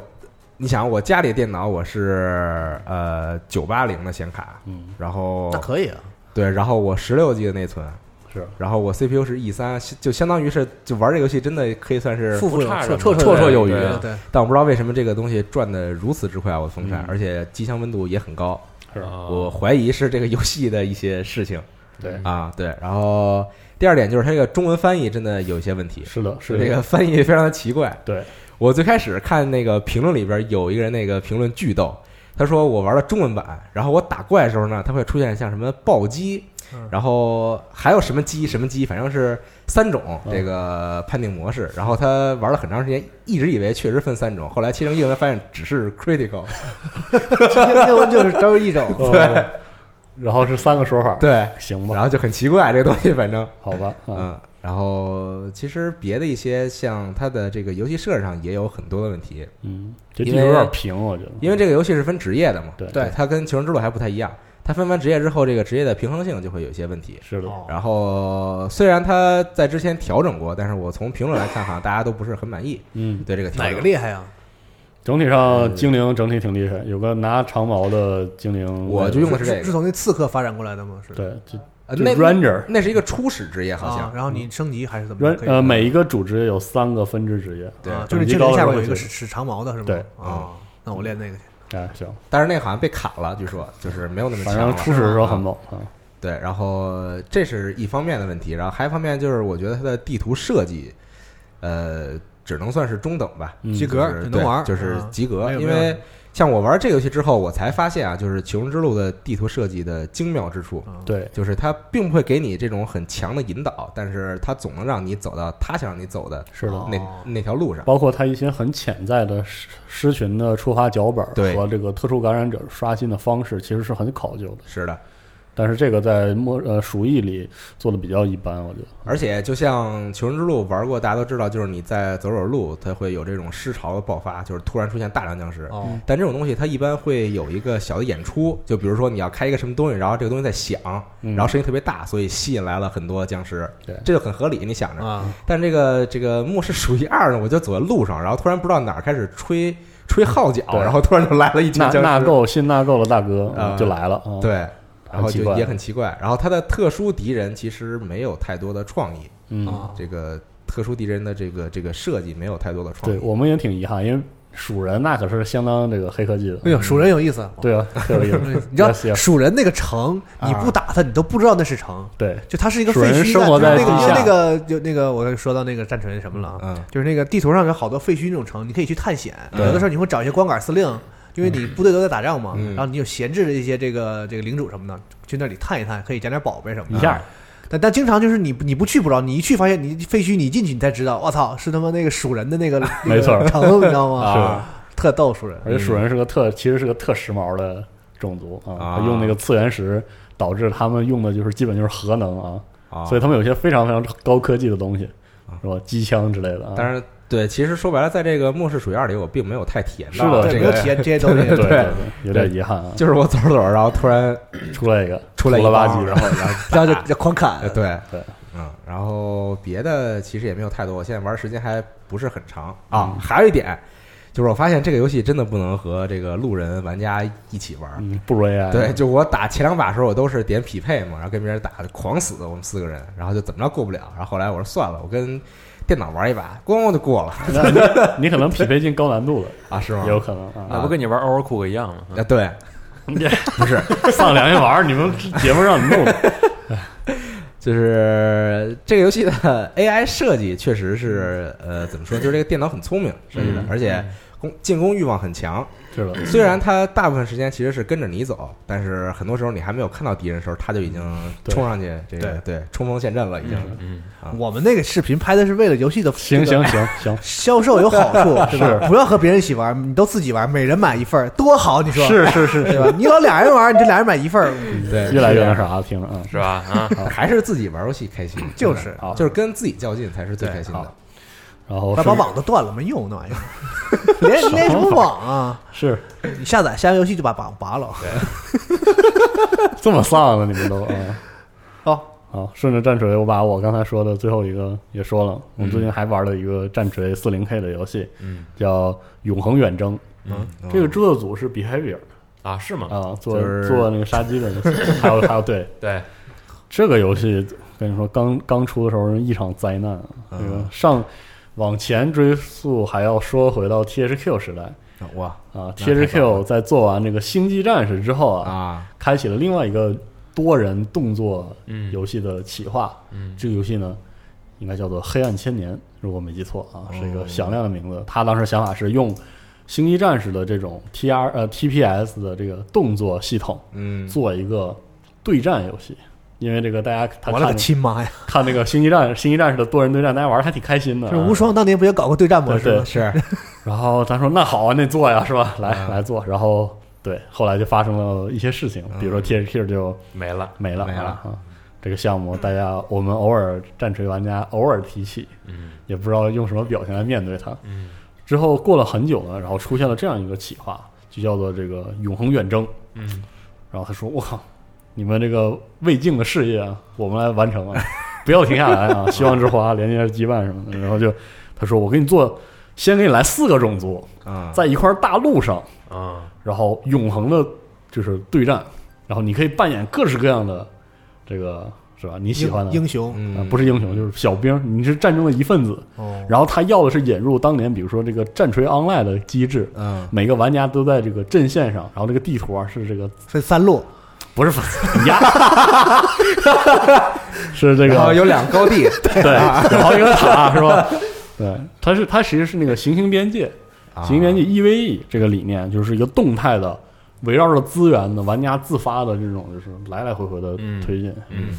[SPEAKER 2] 你想我家里电脑我是呃九八零的显卡，
[SPEAKER 4] 嗯，
[SPEAKER 2] 然后
[SPEAKER 3] 那可以啊，
[SPEAKER 2] 对，然后我十六 G 的内存，
[SPEAKER 4] 是
[SPEAKER 2] 然后我 CPU 是 E 三，就相当于是就玩这个游戏真的可以算是，
[SPEAKER 3] 富富有
[SPEAKER 1] 差
[SPEAKER 3] 绰
[SPEAKER 1] 着
[SPEAKER 3] 绰
[SPEAKER 2] 绰绰有余
[SPEAKER 3] 对
[SPEAKER 2] 啊
[SPEAKER 3] 对，
[SPEAKER 2] 但我不知道为什么这个东西转的如此之快，啊我的风扇，
[SPEAKER 4] 嗯
[SPEAKER 2] 而且机箱温度也很高，
[SPEAKER 4] 是，
[SPEAKER 2] 我怀疑是这个游戏的一些事情
[SPEAKER 4] 对，
[SPEAKER 2] 啊，对，然后第二点就是它这个中文翻译真的有一些问题，
[SPEAKER 4] 是的，是
[SPEAKER 2] 这个，翻译非常的奇怪，
[SPEAKER 4] 对，
[SPEAKER 2] 我最开始看那个评论里边有一个人那个评论巨逗，他说我玩了中文版，然后我打怪的时候呢，它会出现像什么暴击
[SPEAKER 3] 嗯，
[SPEAKER 2] 然后还有什么鸡什么鸡，反正是三种
[SPEAKER 4] 嗯
[SPEAKER 2] 这个判定模式。然后他玩了很长时间，一直以为确实分三种，后来切成英文发现只是 critical。
[SPEAKER 3] 英文就是只有一种，
[SPEAKER 2] 对
[SPEAKER 4] 哦然后是三个说法，，
[SPEAKER 2] 对，
[SPEAKER 4] 行
[SPEAKER 2] 然
[SPEAKER 4] 吧，
[SPEAKER 2] 后就很奇怪这个东西，反正
[SPEAKER 4] 好吧，啊，
[SPEAKER 2] 嗯。然后其实别的一些像它的这个游戏设置上也有很多的问题，
[SPEAKER 4] 嗯，这地
[SPEAKER 2] 因
[SPEAKER 4] 图
[SPEAKER 2] 为
[SPEAKER 4] 有点平，我觉得，
[SPEAKER 2] 因为这个游戏是分职业的嘛，
[SPEAKER 4] 对
[SPEAKER 2] 对，它跟《求生之路》还不太一样。它分完职业之后，这个职业的平衡性就会有一些问题。
[SPEAKER 4] 是的，
[SPEAKER 3] 哦
[SPEAKER 2] 然后虽然它在之前调整过，但是我从评论来看，好像大家都不是很满意
[SPEAKER 4] 嗯，
[SPEAKER 2] 对这个调
[SPEAKER 3] 哪
[SPEAKER 2] 整。
[SPEAKER 3] 个厉害啊？
[SPEAKER 4] 整体上精灵整体挺厉害，有个拿长矛的精灵，
[SPEAKER 2] 我就用的是这
[SPEAKER 3] 是
[SPEAKER 2] 个
[SPEAKER 3] 是从那刺客发展过来的吗？是
[SPEAKER 4] 对，就
[SPEAKER 2] 呃
[SPEAKER 4] 就
[SPEAKER 2] 那
[SPEAKER 4] Ranger
[SPEAKER 2] 那是一个初始职业，好
[SPEAKER 3] 啊
[SPEAKER 2] 像，
[SPEAKER 3] 然后你升级还是怎么着？
[SPEAKER 4] Ran
[SPEAKER 3] 可以
[SPEAKER 4] 呃每一个主职业有三个分支职业，
[SPEAKER 2] 对
[SPEAKER 3] 啊，就是
[SPEAKER 4] 等级
[SPEAKER 3] 精
[SPEAKER 4] 高
[SPEAKER 3] 灵
[SPEAKER 4] 了
[SPEAKER 3] 下
[SPEAKER 4] 会
[SPEAKER 3] 边有一个
[SPEAKER 4] 去
[SPEAKER 3] 是是长矛的是吗？
[SPEAKER 4] 对嗯
[SPEAKER 3] 啊，那我练那个去。
[SPEAKER 4] 哎行，
[SPEAKER 2] 但是那个好像被砍了，据说就是没有那么强
[SPEAKER 4] 反正
[SPEAKER 2] 了。
[SPEAKER 4] 初始的时候很
[SPEAKER 2] 啊
[SPEAKER 4] 猛啊，
[SPEAKER 2] 对，然后这是一方面的问题，然后还一方面就是我觉得它的地图设计，呃，只能算是中等吧。
[SPEAKER 4] 嗯
[SPEAKER 3] 及格
[SPEAKER 2] 就是
[SPEAKER 3] 只能玩儿
[SPEAKER 2] 对就是
[SPEAKER 3] 啊
[SPEAKER 2] 及格。
[SPEAKER 3] 没有
[SPEAKER 2] 因
[SPEAKER 3] 没有
[SPEAKER 2] 为像我玩这个游戏之后，我才发现啊，就是《求生之路》的地图设计的精妙之处，
[SPEAKER 3] 啊，
[SPEAKER 4] 对，
[SPEAKER 2] 就是它并不会给你这种很强的引导，但是它总能让你走到他想让你走的
[SPEAKER 4] 是的
[SPEAKER 3] 哦。
[SPEAKER 2] 那、那条路上。
[SPEAKER 4] 包括它一些很潜在的狮狮群的触发脚本
[SPEAKER 2] 对
[SPEAKER 4] 和这个特殊感染者刷新的方式，其实是很考究的。
[SPEAKER 2] 是的，
[SPEAKER 4] 但是这个在末呃鼠疫里做的比较一般，我觉得。
[SPEAKER 2] 而且就像《求生之路》玩过，大家都知道，就是你在走走路，它会有这种尸潮的爆发，就是突然出现大量僵尸。
[SPEAKER 3] 哦，
[SPEAKER 2] 但这种东西它一般会有一个小的演出，就比如说你要开一个什么东西，然后这个东西在响，
[SPEAKER 4] 嗯
[SPEAKER 2] 然后声音特别大，所以吸引来了很多僵尸。
[SPEAKER 4] 对
[SPEAKER 2] 这就很合理，你想
[SPEAKER 4] 嗯
[SPEAKER 2] 着。
[SPEAKER 3] 啊，
[SPEAKER 2] 但这个这个末世属于二呢，我就走在路上，然后突然不知道哪儿开始吹吹号角，
[SPEAKER 4] 对
[SPEAKER 2] 然后突然就来了一群
[SPEAKER 4] 纳
[SPEAKER 2] 僵尸。
[SPEAKER 4] 纳够新纳够了大哥、
[SPEAKER 2] 啊
[SPEAKER 4] 就来了啊，，
[SPEAKER 2] 对，然
[SPEAKER 4] 很
[SPEAKER 2] 后
[SPEAKER 4] 奇
[SPEAKER 2] 就
[SPEAKER 4] 怪
[SPEAKER 2] 也很奇怪。然后他的特殊敌人其实没有太多的创意，
[SPEAKER 4] 嗯，
[SPEAKER 3] 啊
[SPEAKER 2] 这个特殊敌人的这个这个设计没有太多的创
[SPEAKER 4] 对
[SPEAKER 2] 意。
[SPEAKER 4] 我们也挺遗憾，因为鼠人那可是相当这个黑科技的。
[SPEAKER 3] 哎呦，蜀人有意思，嗯。
[SPEAKER 4] 对啊，特有意思
[SPEAKER 3] 你知道
[SPEAKER 4] 也也
[SPEAKER 3] 蜀人那个城，你
[SPEAKER 4] 啊
[SPEAKER 3] 不打他，你都不知道那是城，
[SPEAKER 4] 对
[SPEAKER 3] 就它是一个
[SPEAKER 4] 蜀
[SPEAKER 3] 废墟
[SPEAKER 4] 人
[SPEAKER 3] 的，
[SPEAKER 4] 生活
[SPEAKER 3] 就是
[SPEAKER 4] 在
[SPEAKER 3] 那个
[SPEAKER 4] 地
[SPEAKER 3] 就
[SPEAKER 4] 下
[SPEAKER 3] 那个就那个，我说到那个战锤什么了啊，
[SPEAKER 2] 嗯，
[SPEAKER 3] 就是那个地图上有好多废墟那种城，你可以去探险。
[SPEAKER 2] 对
[SPEAKER 3] 有的时候你会找一些光杆司令，因为你部队都在打仗嘛，
[SPEAKER 2] 嗯
[SPEAKER 3] 然后你有闲置的一些这个这个领主什么的，去那里探一探，可以捡点宝贝什么
[SPEAKER 4] 一
[SPEAKER 3] 的。
[SPEAKER 4] 下
[SPEAKER 3] 但但经常就是你不你不去不知道，你一去发现你废墟，你一进去你才知道，我操，是他妈那个蜀人的那个那
[SPEAKER 4] 没错
[SPEAKER 3] 个城，你知道吗？
[SPEAKER 4] 是，
[SPEAKER 3] 特逗蜀人。
[SPEAKER 4] 而且鼠人是个特，其实是个特时髦的种族
[SPEAKER 2] 嗯啊
[SPEAKER 4] 啊，他用那个次元石，导致他们用的就是基本就是核能啊，
[SPEAKER 2] 啊，
[SPEAKER 4] 所以他们有些非常非常高科技的东西
[SPEAKER 2] 啊，
[SPEAKER 4] 是吧？机枪之类的啊。
[SPEAKER 2] 当然对，其实说白了，在这个《末世鼠妖》里，我并没有太体验
[SPEAKER 4] 是
[SPEAKER 2] 到
[SPEAKER 4] 的
[SPEAKER 2] 这
[SPEAKER 3] 对，没有
[SPEAKER 2] 个
[SPEAKER 3] 体验这些东西。
[SPEAKER 4] 对对对，有点遗憾啊，
[SPEAKER 2] 就是我走着走着，然后突然
[SPEAKER 4] 出来一个
[SPEAKER 2] 出来一啊
[SPEAKER 4] 了吧
[SPEAKER 2] 帮
[SPEAKER 4] 唧，然后然后
[SPEAKER 3] 然 后就就狂砍
[SPEAKER 2] 呃，，对
[SPEAKER 4] 哎对，
[SPEAKER 2] 嗯，然后别的其实也没有太多，我现在玩时间还不是很长
[SPEAKER 4] 嗯
[SPEAKER 2] 啊。还有一点就是，我发现这个游戏真的不能和这个路人玩家一起玩。
[SPEAKER 4] 嗯，不如 AI，
[SPEAKER 2] 对，就我打前两把的时候，我都是点匹配嘛，然后跟别人打狂死，我们四个人，然后就怎么着过不了。然后后来我说算了，我跟电脑玩一把，咣咣就过了
[SPEAKER 4] 那你你可能匹配进高难度了，
[SPEAKER 2] 啊，是吗
[SPEAKER 4] 也？有可能啊。
[SPEAKER 5] 那不跟你玩 Overcook 一样吗？
[SPEAKER 4] 嗯
[SPEAKER 2] 啊，对，不 是，
[SPEAKER 4] 丧良心玩儿，你们节目让你弄的，
[SPEAKER 2] 就是这个游戏的 AI 设计确实是，
[SPEAKER 4] 嗯
[SPEAKER 2] 呃，怎么说？就是这个电脑很聪明设计的，而且攻进攻欲望很强。
[SPEAKER 4] 是的，
[SPEAKER 2] 虽然它大部分时间其实是跟着你走，但是很多时候你还没有看到敌人的时候，它就已经
[SPEAKER 4] 嗯对
[SPEAKER 2] 冲上去，这个对冲锋陷阵了，已经。
[SPEAKER 5] 嗯，
[SPEAKER 3] 我们那个视频拍的是为了游戏的
[SPEAKER 4] 行行行行，
[SPEAKER 3] 销售有好 处，对吧？
[SPEAKER 4] 是
[SPEAKER 3] 不要和别人一起玩，你都自己玩，每人买一份儿，多好！你说
[SPEAKER 4] 是嗯是是，
[SPEAKER 3] 对吧？你老俩人玩，你这俩人买一份儿，
[SPEAKER 2] 对，
[SPEAKER 4] 越来越那
[SPEAKER 2] 是
[SPEAKER 4] 啥了，听着啊，
[SPEAKER 5] 是吧？啊，
[SPEAKER 2] 还是自己玩游戏开 心，
[SPEAKER 3] 就是
[SPEAKER 4] 好，
[SPEAKER 2] 就是跟自己较劲才是最开心
[SPEAKER 4] 对
[SPEAKER 2] 的
[SPEAKER 4] 好。然后
[SPEAKER 3] 那把
[SPEAKER 4] 是
[SPEAKER 3] 网都断了，没用那玩意儿， 连连什么网啊？
[SPEAKER 4] 是
[SPEAKER 3] 你下载下个游戏就把网拔了。
[SPEAKER 4] 这么丧的，你们都啊。
[SPEAKER 3] 好，
[SPEAKER 4] 好，顺着战锤，我把我刚才说的最后一个也说了。我最近还玩了一个战锤四零 K 的游戏，
[SPEAKER 5] 嗯，
[SPEAKER 4] 叫《永恒远征》。
[SPEAKER 5] 嗯
[SPEAKER 4] 这个制作组是 Behavior
[SPEAKER 5] 啊，是吗？
[SPEAKER 4] 啊，做
[SPEAKER 2] 哦就是
[SPEAKER 4] 做那个杀鸡的， 还有还有对
[SPEAKER 5] 对，
[SPEAKER 4] 这个游戏，跟你说刚刚出的时候是一场灾难啊。
[SPEAKER 2] 嗯
[SPEAKER 4] 这个上往前追溯，还要说回到 THQ 时代
[SPEAKER 2] 嗯哇
[SPEAKER 4] 啊。
[SPEAKER 2] 那太棒
[SPEAKER 4] THQ 在做完这个星际战士之后啊，
[SPEAKER 2] 啊，
[SPEAKER 4] 开启了另外一个多人动作
[SPEAKER 5] 嗯
[SPEAKER 4] 游戏的企划。
[SPEAKER 5] 嗯
[SPEAKER 4] 这个游戏呢，应该叫做《黑暗千年》，如果没记错啊，是一
[SPEAKER 2] 哦
[SPEAKER 4] 个响亮的名字。他当时想法是用《星际战士》的这种 T R 呃 T P S 的这个动作系统
[SPEAKER 2] 嗯，
[SPEAKER 4] 做一个对战游戏，因为这个大家他
[SPEAKER 3] 我了个
[SPEAKER 4] 看
[SPEAKER 3] 亲妈呀！
[SPEAKER 4] 看那个《星际战士》《星际战士》的多人对战，大家玩的还挺开心的
[SPEAKER 3] 就
[SPEAKER 4] 啊、
[SPEAKER 3] 是无双当年不也搞过对战模式吗？
[SPEAKER 2] 是
[SPEAKER 4] 然后他说：“那好啊，那做呀，是吧？来、
[SPEAKER 2] 嗯
[SPEAKER 4] 来做。”然后对，后来就发生了一些事情，比如说 T H Q 就。
[SPEAKER 5] 没了。
[SPEAKER 4] 没了，
[SPEAKER 2] 没了
[SPEAKER 4] 啊！这个项目，大家我们偶尔战锤玩家偶尔提起，
[SPEAKER 5] 嗯
[SPEAKER 4] 也不知道用什么表情来面对它。
[SPEAKER 5] 嗯
[SPEAKER 4] 之后过了很久呢，然后出现了这样一个企划，就叫做这个“永恒远征
[SPEAKER 5] 嗯，”。
[SPEAKER 4] 然后他说：“我靠，你们这个未竟的事业啊，我们来完成啊，不要停下来啊！希望之花、连接着羁绊什么的。”然后就他说：“我给你做，先给你来四个种族，
[SPEAKER 2] 啊，
[SPEAKER 4] 在一块大陆上，
[SPEAKER 5] 啊，
[SPEAKER 4] 然后永恒的就是对战，然后你可以扮演各式各样的这个是吧？你喜欢的
[SPEAKER 3] 英英雄
[SPEAKER 4] 啊
[SPEAKER 2] 嗯，
[SPEAKER 4] 不是英雄就是小兵，你是战争的一份子。
[SPEAKER 3] 哦，
[SPEAKER 4] 然后他要的是引入当年比如说这个战锤 Online 的机制，
[SPEAKER 2] 嗯
[SPEAKER 4] 每个玩家都在这个阵线上，然后这个地图啊是这个
[SPEAKER 3] 分三路，
[SPEAKER 4] 不是你呀， 是这
[SPEAKER 2] 然后
[SPEAKER 4] 个
[SPEAKER 2] 有两个高 地
[SPEAKER 4] 对，然后一个塔是吧？对，它是它其实是那个行星边界，
[SPEAKER 2] 啊
[SPEAKER 4] 行星边界 EVE 这个理念就是一个动态的，围绕着资源的玩家自发的这种就是来来回回的
[SPEAKER 5] 嗯
[SPEAKER 4] 推进，
[SPEAKER 5] 嗯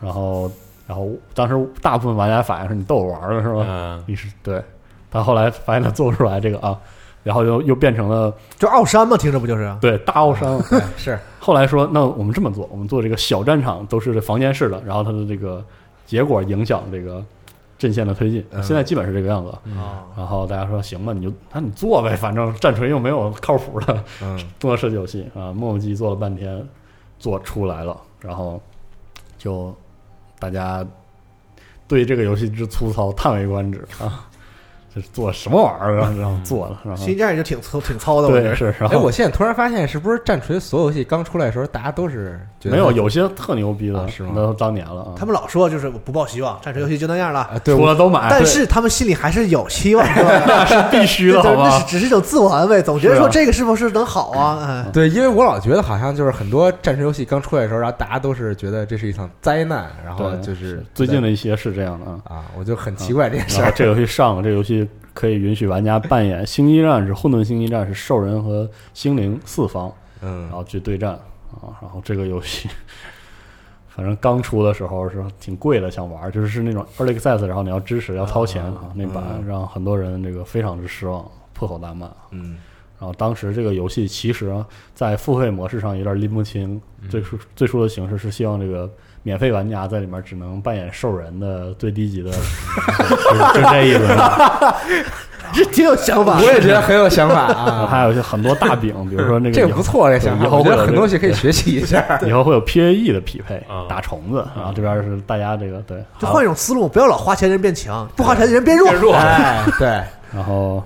[SPEAKER 4] 然后然后当时大部分玩家反映是你逗我玩儿的是吧？
[SPEAKER 5] 嗯
[SPEAKER 4] 你是对，但后来发现他做不出来这个啊，然后又又变成了
[SPEAKER 3] 就奥山嘛，听着不 就是？
[SPEAKER 4] 对大奥商。
[SPEAKER 2] 对哎是
[SPEAKER 4] 后来说，那我们这么做，我们做这个小战场都是房间式的，然后它的这个结果影响这个阵线的推进，
[SPEAKER 2] 嗯
[SPEAKER 4] 现在基本是这个样子。
[SPEAKER 3] 啊，
[SPEAKER 4] 然后大家说行吧，你就那你做呗，反正战锤又没有靠谱的
[SPEAKER 2] 嗯
[SPEAKER 4] 动作设计游戏啊，磨磨唧唧做了半天，做出来了，然后就大家对这个游戏之粗糙叹为观止啊。就是做什么玩意儿啊，然后做了，然后
[SPEAKER 3] 新战也就挺糙挺糙的，我觉
[SPEAKER 4] 对
[SPEAKER 3] 得
[SPEAKER 4] 是，然
[SPEAKER 2] 哎，
[SPEAKER 4] 后
[SPEAKER 2] 我现在突然发现，是不是战锤所有游戏刚出来的时候，大家都是觉得
[SPEAKER 4] 没有有些特牛逼的，
[SPEAKER 2] 啊是吗
[SPEAKER 4] 那都当年了啊，
[SPEAKER 3] 他们老说就是我不抱希望，战锤游戏就那样了，
[SPEAKER 2] 啊？对，
[SPEAKER 4] 出
[SPEAKER 2] 我
[SPEAKER 4] 了都买，
[SPEAKER 3] 但是他们心里还是有希望，是吧？
[SPEAKER 4] 那是必须的，
[SPEAKER 3] 那就
[SPEAKER 4] 好
[SPEAKER 3] 是那
[SPEAKER 4] 吧
[SPEAKER 3] 是？只是一种自我安慰，总觉得
[SPEAKER 4] 是啊
[SPEAKER 3] 说这个是不是能好啊？哎，
[SPEAKER 2] 对，因为我老觉得好像就是很多战锤游戏刚出来的时候，然后大家都是觉得这是一场灾难，然后
[SPEAKER 4] 对
[SPEAKER 2] 就是
[SPEAKER 4] 最近的一些是这样的啊。
[SPEAKER 2] 啊，我就很奇怪这件事
[SPEAKER 4] 然后
[SPEAKER 2] 儿。
[SPEAKER 4] 这游戏上了，这游戏可以允许玩家扮演星际战士、混沌星际战士、兽人和精灵四方，然
[SPEAKER 2] 嗯，
[SPEAKER 4] 后去对战啊。然后这个游戏， 反正刚出的时候是挺贵的，想玩就是那种 early access，然后你要支持要掏钱啊，那版
[SPEAKER 2] 嗯
[SPEAKER 4] 让很多人这个非常之失望，破口大骂。
[SPEAKER 2] 嗯，
[SPEAKER 4] 然后当时这个游戏其实啊在付费模式上有点拎不清，最初最初的形式是希望这个免费玩家在里面只能扮演兽人的最低级的，就是就这意思。
[SPEAKER 3] 这挺有想法
[SPEAKER 2] 我。也觉得很有想法
[SPEAKER 4] 啊，
[SPEAKER 2] 啊。
[SPEAKER 4] 还有一些很多大饼，比如说那个
[SPEAKER 2] 这
[SPEAKER 4] 以
[SPEAKER 2] 个
[SPEAKER 4] 后
[SPEAKER 2] 不错，这想法，
[SPEAKER 4] 以后
[SPEAKER 2] 我觉
[SPEAKER 4] 会有
[SPEAKER 2] 得很
[SPEAKER 4] 这
[SPEAKER 2] 多东西可以学习一下。
[SPEAKER 4] 以后会有 PAE 的匹配
[SPEAKER 5] 啊，
[SPEAKER 4] 打虫子，然后这边是大家这个对，
[SPEAKER 3] 就换一种思路，不要老花钱人变强，不花钱的人变弱。
[SPEAKER 5] 变弱
[SPEAKER 2] 哎，对，
[SPEAKER 4] 然后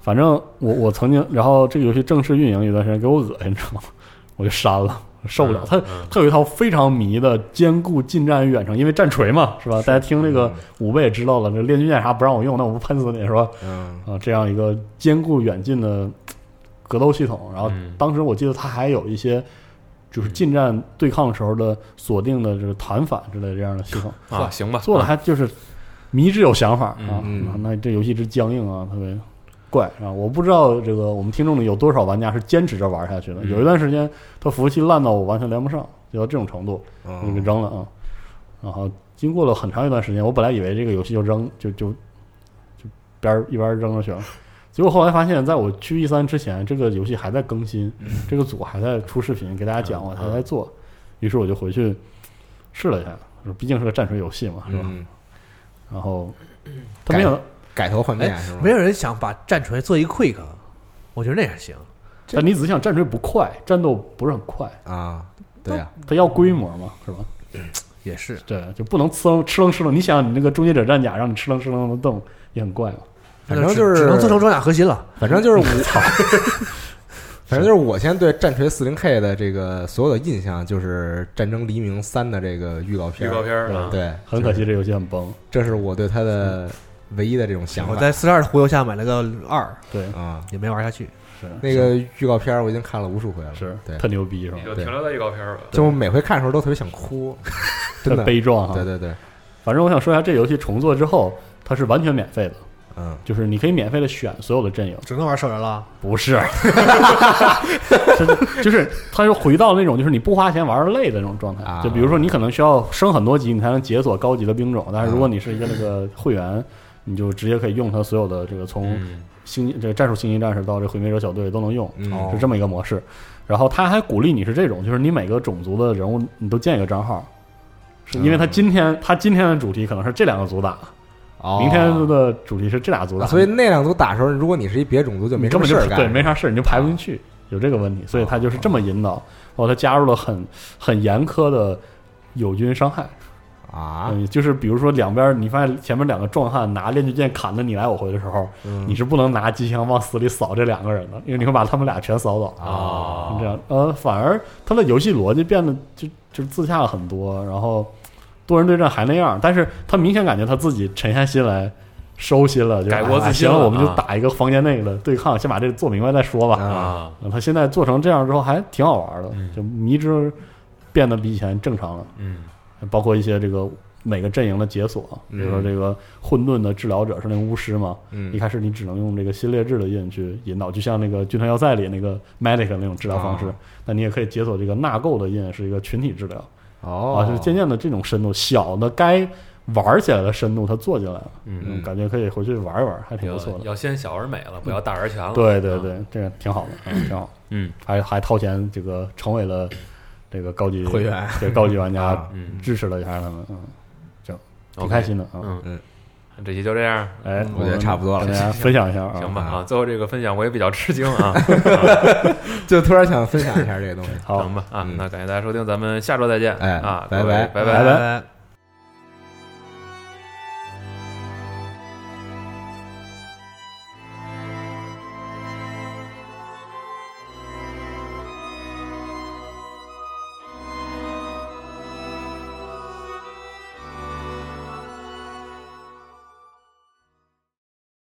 [SPEAKER 4] 反正我我曾经，然后这个游戏正式运营有段时间给我恶心，你知道吗？我就删了，受不了。它它有一套非常迷的兼顾近战与远程，因为战锤嘛，是吧？大家听这个五倍也知道了，这练军剑啥不让我用，那我不喷死你是吧？
[SPEAKER 2] 嗯，
[SPEAKER 4] 啊，这样一个兼顾远近的格斗系统。然后
[SPEAKER 5] 嗯
[SPEAKER 4] 当时我记得它还有一些就是近战对抗时候的锁定的这个弹反之类的这样的系统，
[SPEAKER 5] 啊，行吧，
[SPEAKER 4] 做的还就是迷之有想法啊。
[SPEAKER 2] 嗯
[SPEAKER 4] 啊那这游戏之僵硬啊，特别怪啊！我不知道这个我们听众里有多少玩家是坚持着玩下去的。
[SPEAKER 5] 嗯
[SPEAKER 4] 有一段时间，它服务器烂到我完全连不上，就到这种程度。我就给
[SPEAKER 2] 嗯
[SPEAKER 4] 扔了啊。然后经过了很长一段时间，我本来以为这个游戏就扔就就就边儿一边儿扔出去了，结果后来发现，在我去 E 三之前，这个游戏还在更新，这个组还在出视频给大家讲，我还在做。于是我就回去试了一下，毕竟是个战锤游戏嘛，是吧？
[SPEAKER 2] 嗯，
[SPEAKER 4] 然后他没想到，
[SPEAKER 2] 改头换哎
[SPEAKER 4] 哎
[SPEAKER 2] 面是吗？
[SPEAKER 3] 没有人想把战锤做一个 quick，我觉得那样行。
[SPEAKER 4] 但你仔细想，战锤不快，战斗不是很快，
[SPEAKER 2] 啊，对呀，
[SPEAKER 4] 它要规模嘛，是吧？
[SPEAKER 3] 也是，
[SPEAKER 4] 对，就不能呲楞哧楞哧楞。你想，你那个终结者战甲让你哧楞哧楞的动，也很怪嘛。
[SPEAKER 2] 反正就是
[SPEAKER 3] 只只能做成装甲核心了。
[SPEAKER 2] 反正就是我操， 反正就是我现在对战锤四零 K 的这个所有的印象就是《战争黎明三》的这个预告
[SPEAKER 5] 预
[SPEAKER 2] 片，
[SPEAKER 5] 告，片儿
[SPEAKER 4] 对
[SPEAKER 5] 啊，
[SPEAKER 2] 对，
[SPEAKER 4] 很可惜，这游戏很崩。
[SPEAKER 2] 这是我对它的唯一的这种想
[SPEAKER 3] 我
[SPEAKER 2] 法
[SPEAKER 3] 在四十二的忽悠下买了个二，
[SPEAKER 4] 对，
[SPEAKER 2] 啊。
[SPEAKER 3] 也没玩下去。
[SPEAKER 4] 是
[SPEAKER 2] 那个预告片我已经看了无数回了，
[SPEAKER 4] 是
[SPEAKER 2] 对，
[SPEAKER 4] 特牛逼是吧
[SPEAKER 5] 也？就停留在预告片儿吧。
[SPEAKER 2] 就我每回看的时候都特别想哭，真
[SPEAKER 4] 特
[SPEAKER 2] 的，
[SPEAKER 4] 悲啊壮
[SPEAKER 2] 对
[SPEAKER 4] 哈。
[SPEAKER 2] 对对，
[SPEAKER 4] 反正我想说一下，这游戏重做之后，它是完全免费的，
[SPEAKER 2] 嗯，
[SPEAKER 4] 就是你可以免费的选所有的阵营。
[SPEAKER 3] 只能玩兽人了，
[SPEAKER 4] 不是， 就是就是它又回到那种就是你不花钱玩儿累的那种状态
[SPEAKER 2] 啊。
[SPEAKER 4] 就比如说你可能需要升很多级，你才能解锁高级的兵种，但是
[SPEAKER 2] 啊
[SPEAKER 4] 如果你是一个那个会员。你就直接可以用它所有的这个从
[SPEAKER 5] 嗯，
[SPEAKER 4] 星际这个战术星际战士到这毁灭者小队都能用，
[SPEAKER 2] 嗯
[SPEAKER 3] 哦
[SPEAKER 4] 是这么一个模式。然后他还鼓励你是这种，就是你每个种族的人物你都建一个账号，是因
[SPEAKER 2] 嗯
[SPEAKER 4] 为他今天他今天的主题可能是这两个族打，
[SPEAKER 2] 哦
[SPEAKER 4] 明天的主题是这俩族打，
[SPEAKER 2] 啊所以那两组打的时候，如果你是一别种族，就没什
[SPEAKER 4] 你根
[SPEAKER 2] 么
[SPEAKER 4] 本
[SPEAKER 2] 事
[SPEAKER 4] 就
[SPEAKER 2] 儿干，哦
[SPEAKER 4] 对没啥事儿，你就排不进去，有这个问题。所以他就是这么引导，然后他加入了很很严苛的友军伤害，
[SPEAKER 2] 啊，
[SPEAKER 4] 嗯，就是比如说两边儿你发现前面两个壮汉拿链锯剑砍的你来我回的时候，你
[SPEAKER 2] 嗯
[SPEAKER 4] 是不能拿机枪往死里扫这两个人的，因为你会把他们俩全扫倒。
[SPEAKER 2] 哦
[SPEAKER 5] 啊
[SPEAKER 4] 这样，呃，反而它的游戏逻辑变得就就自洽了很多，然后多人对战还那样，但是他明显感觉他自己沉下心来，收心了，就
[SPEAKER 5] 改过
[SPEAKER 4] 啊
[SPEAKER 5] 自新
[SPEAKER 4] 行
[SPEAKER 5] 了
[SPEAKER 4] 我们就
[SPEAKER 5] 啊
[SPEAKER 4] 打一个房间内的对抗，先把这个做明白再说吧。嗯
[SPEAKER 5] 啊，
[SPEAKER 4] 他现在做成这样之后，还挺好玩的，
[SPEAKER 5] 嗯
[SPEAKER 4] 就迷之变得比以前正常了，
[SPEAKER 5] 嗯
[SPEAKER 4] 包括一些这个每个阵营的解锁，比如说这个混沌的治疗者是那个巫师嘛，一
[SPEAKER 2] 嗯
[SPEAKER 4] 开始你只能用这个新劣质的印去引导，就像那个《军团要塞》里那个 medic 那种治疗方式
[SPEAKER 2] 啊。
[SPEAKER 4] 那你也可以解锁这个纳垢的印，是一个群体治疗啊，
[SPEAKER 2] 哦，
[SPEAKER 4] 就是渐渐的这种深度，小的该玩起来的深度它做进来了，
[SPEAKER 5] 嗯，
[SPEAKER 2] 嗯
[SPEAKER 4] 感觉可以回去玩一玩，还挺不错的。
[SPEAKER 5] 要先小而美了，不要大而全了。
[SPEAKER 4] 对对
[SPEAKER 5] 啊，
[SPEAKER 4] 对，这个挺好的，啊挺好，
[SPEAKER 5] 嗯
[SPEAKER 4] 还还掏钱这个成为了这个高级
[SPEAKER 2] 会员，
[SPEAKER 4] 对高级玩家
[SPEAKER 2] 啊
[SPEAKER 5] 嗯，
[SPEAKER 4] 支持了一下他们，嗯，挺
[SPEAKER 5] OK
[SPEAKER 4] 开心的啊。
[SPEAKER 5] 嗯嗯，这期就这样，
[SPEAKER 4] 哎，
[SPEAKER 2] 我觉得
[SPEAKER 4] 们
[SPEAKER 2] 差不多了
[SPEAKER 4] 跟大家分享一下啊，
[SPEAKER 5] 行吧
[SPEAKER 2] 啊
[SPEAKER 5] 啊。最后这个分享我也比较吃惊啊，
[SPEAKER 2] 就突然想分享一下这个东西。
[SPEAKER 4] 好
[SPEAKER 5] 行。吧啊，
[SPEAKER 2] 嗯
[SPEAKER 5] 那感谢大家收听，咱们下周再见。
[SPEAKER 2] 哎
[SPEAKER 5] 啊，
[SPEAKER 2] 拜
[SPEAKER 5] 各位
[SPEAKER 2] 拜
[SPEAKER 5] 拜拜。
[SPEAKER 4] 拜
[SPEAKER 3] 拜。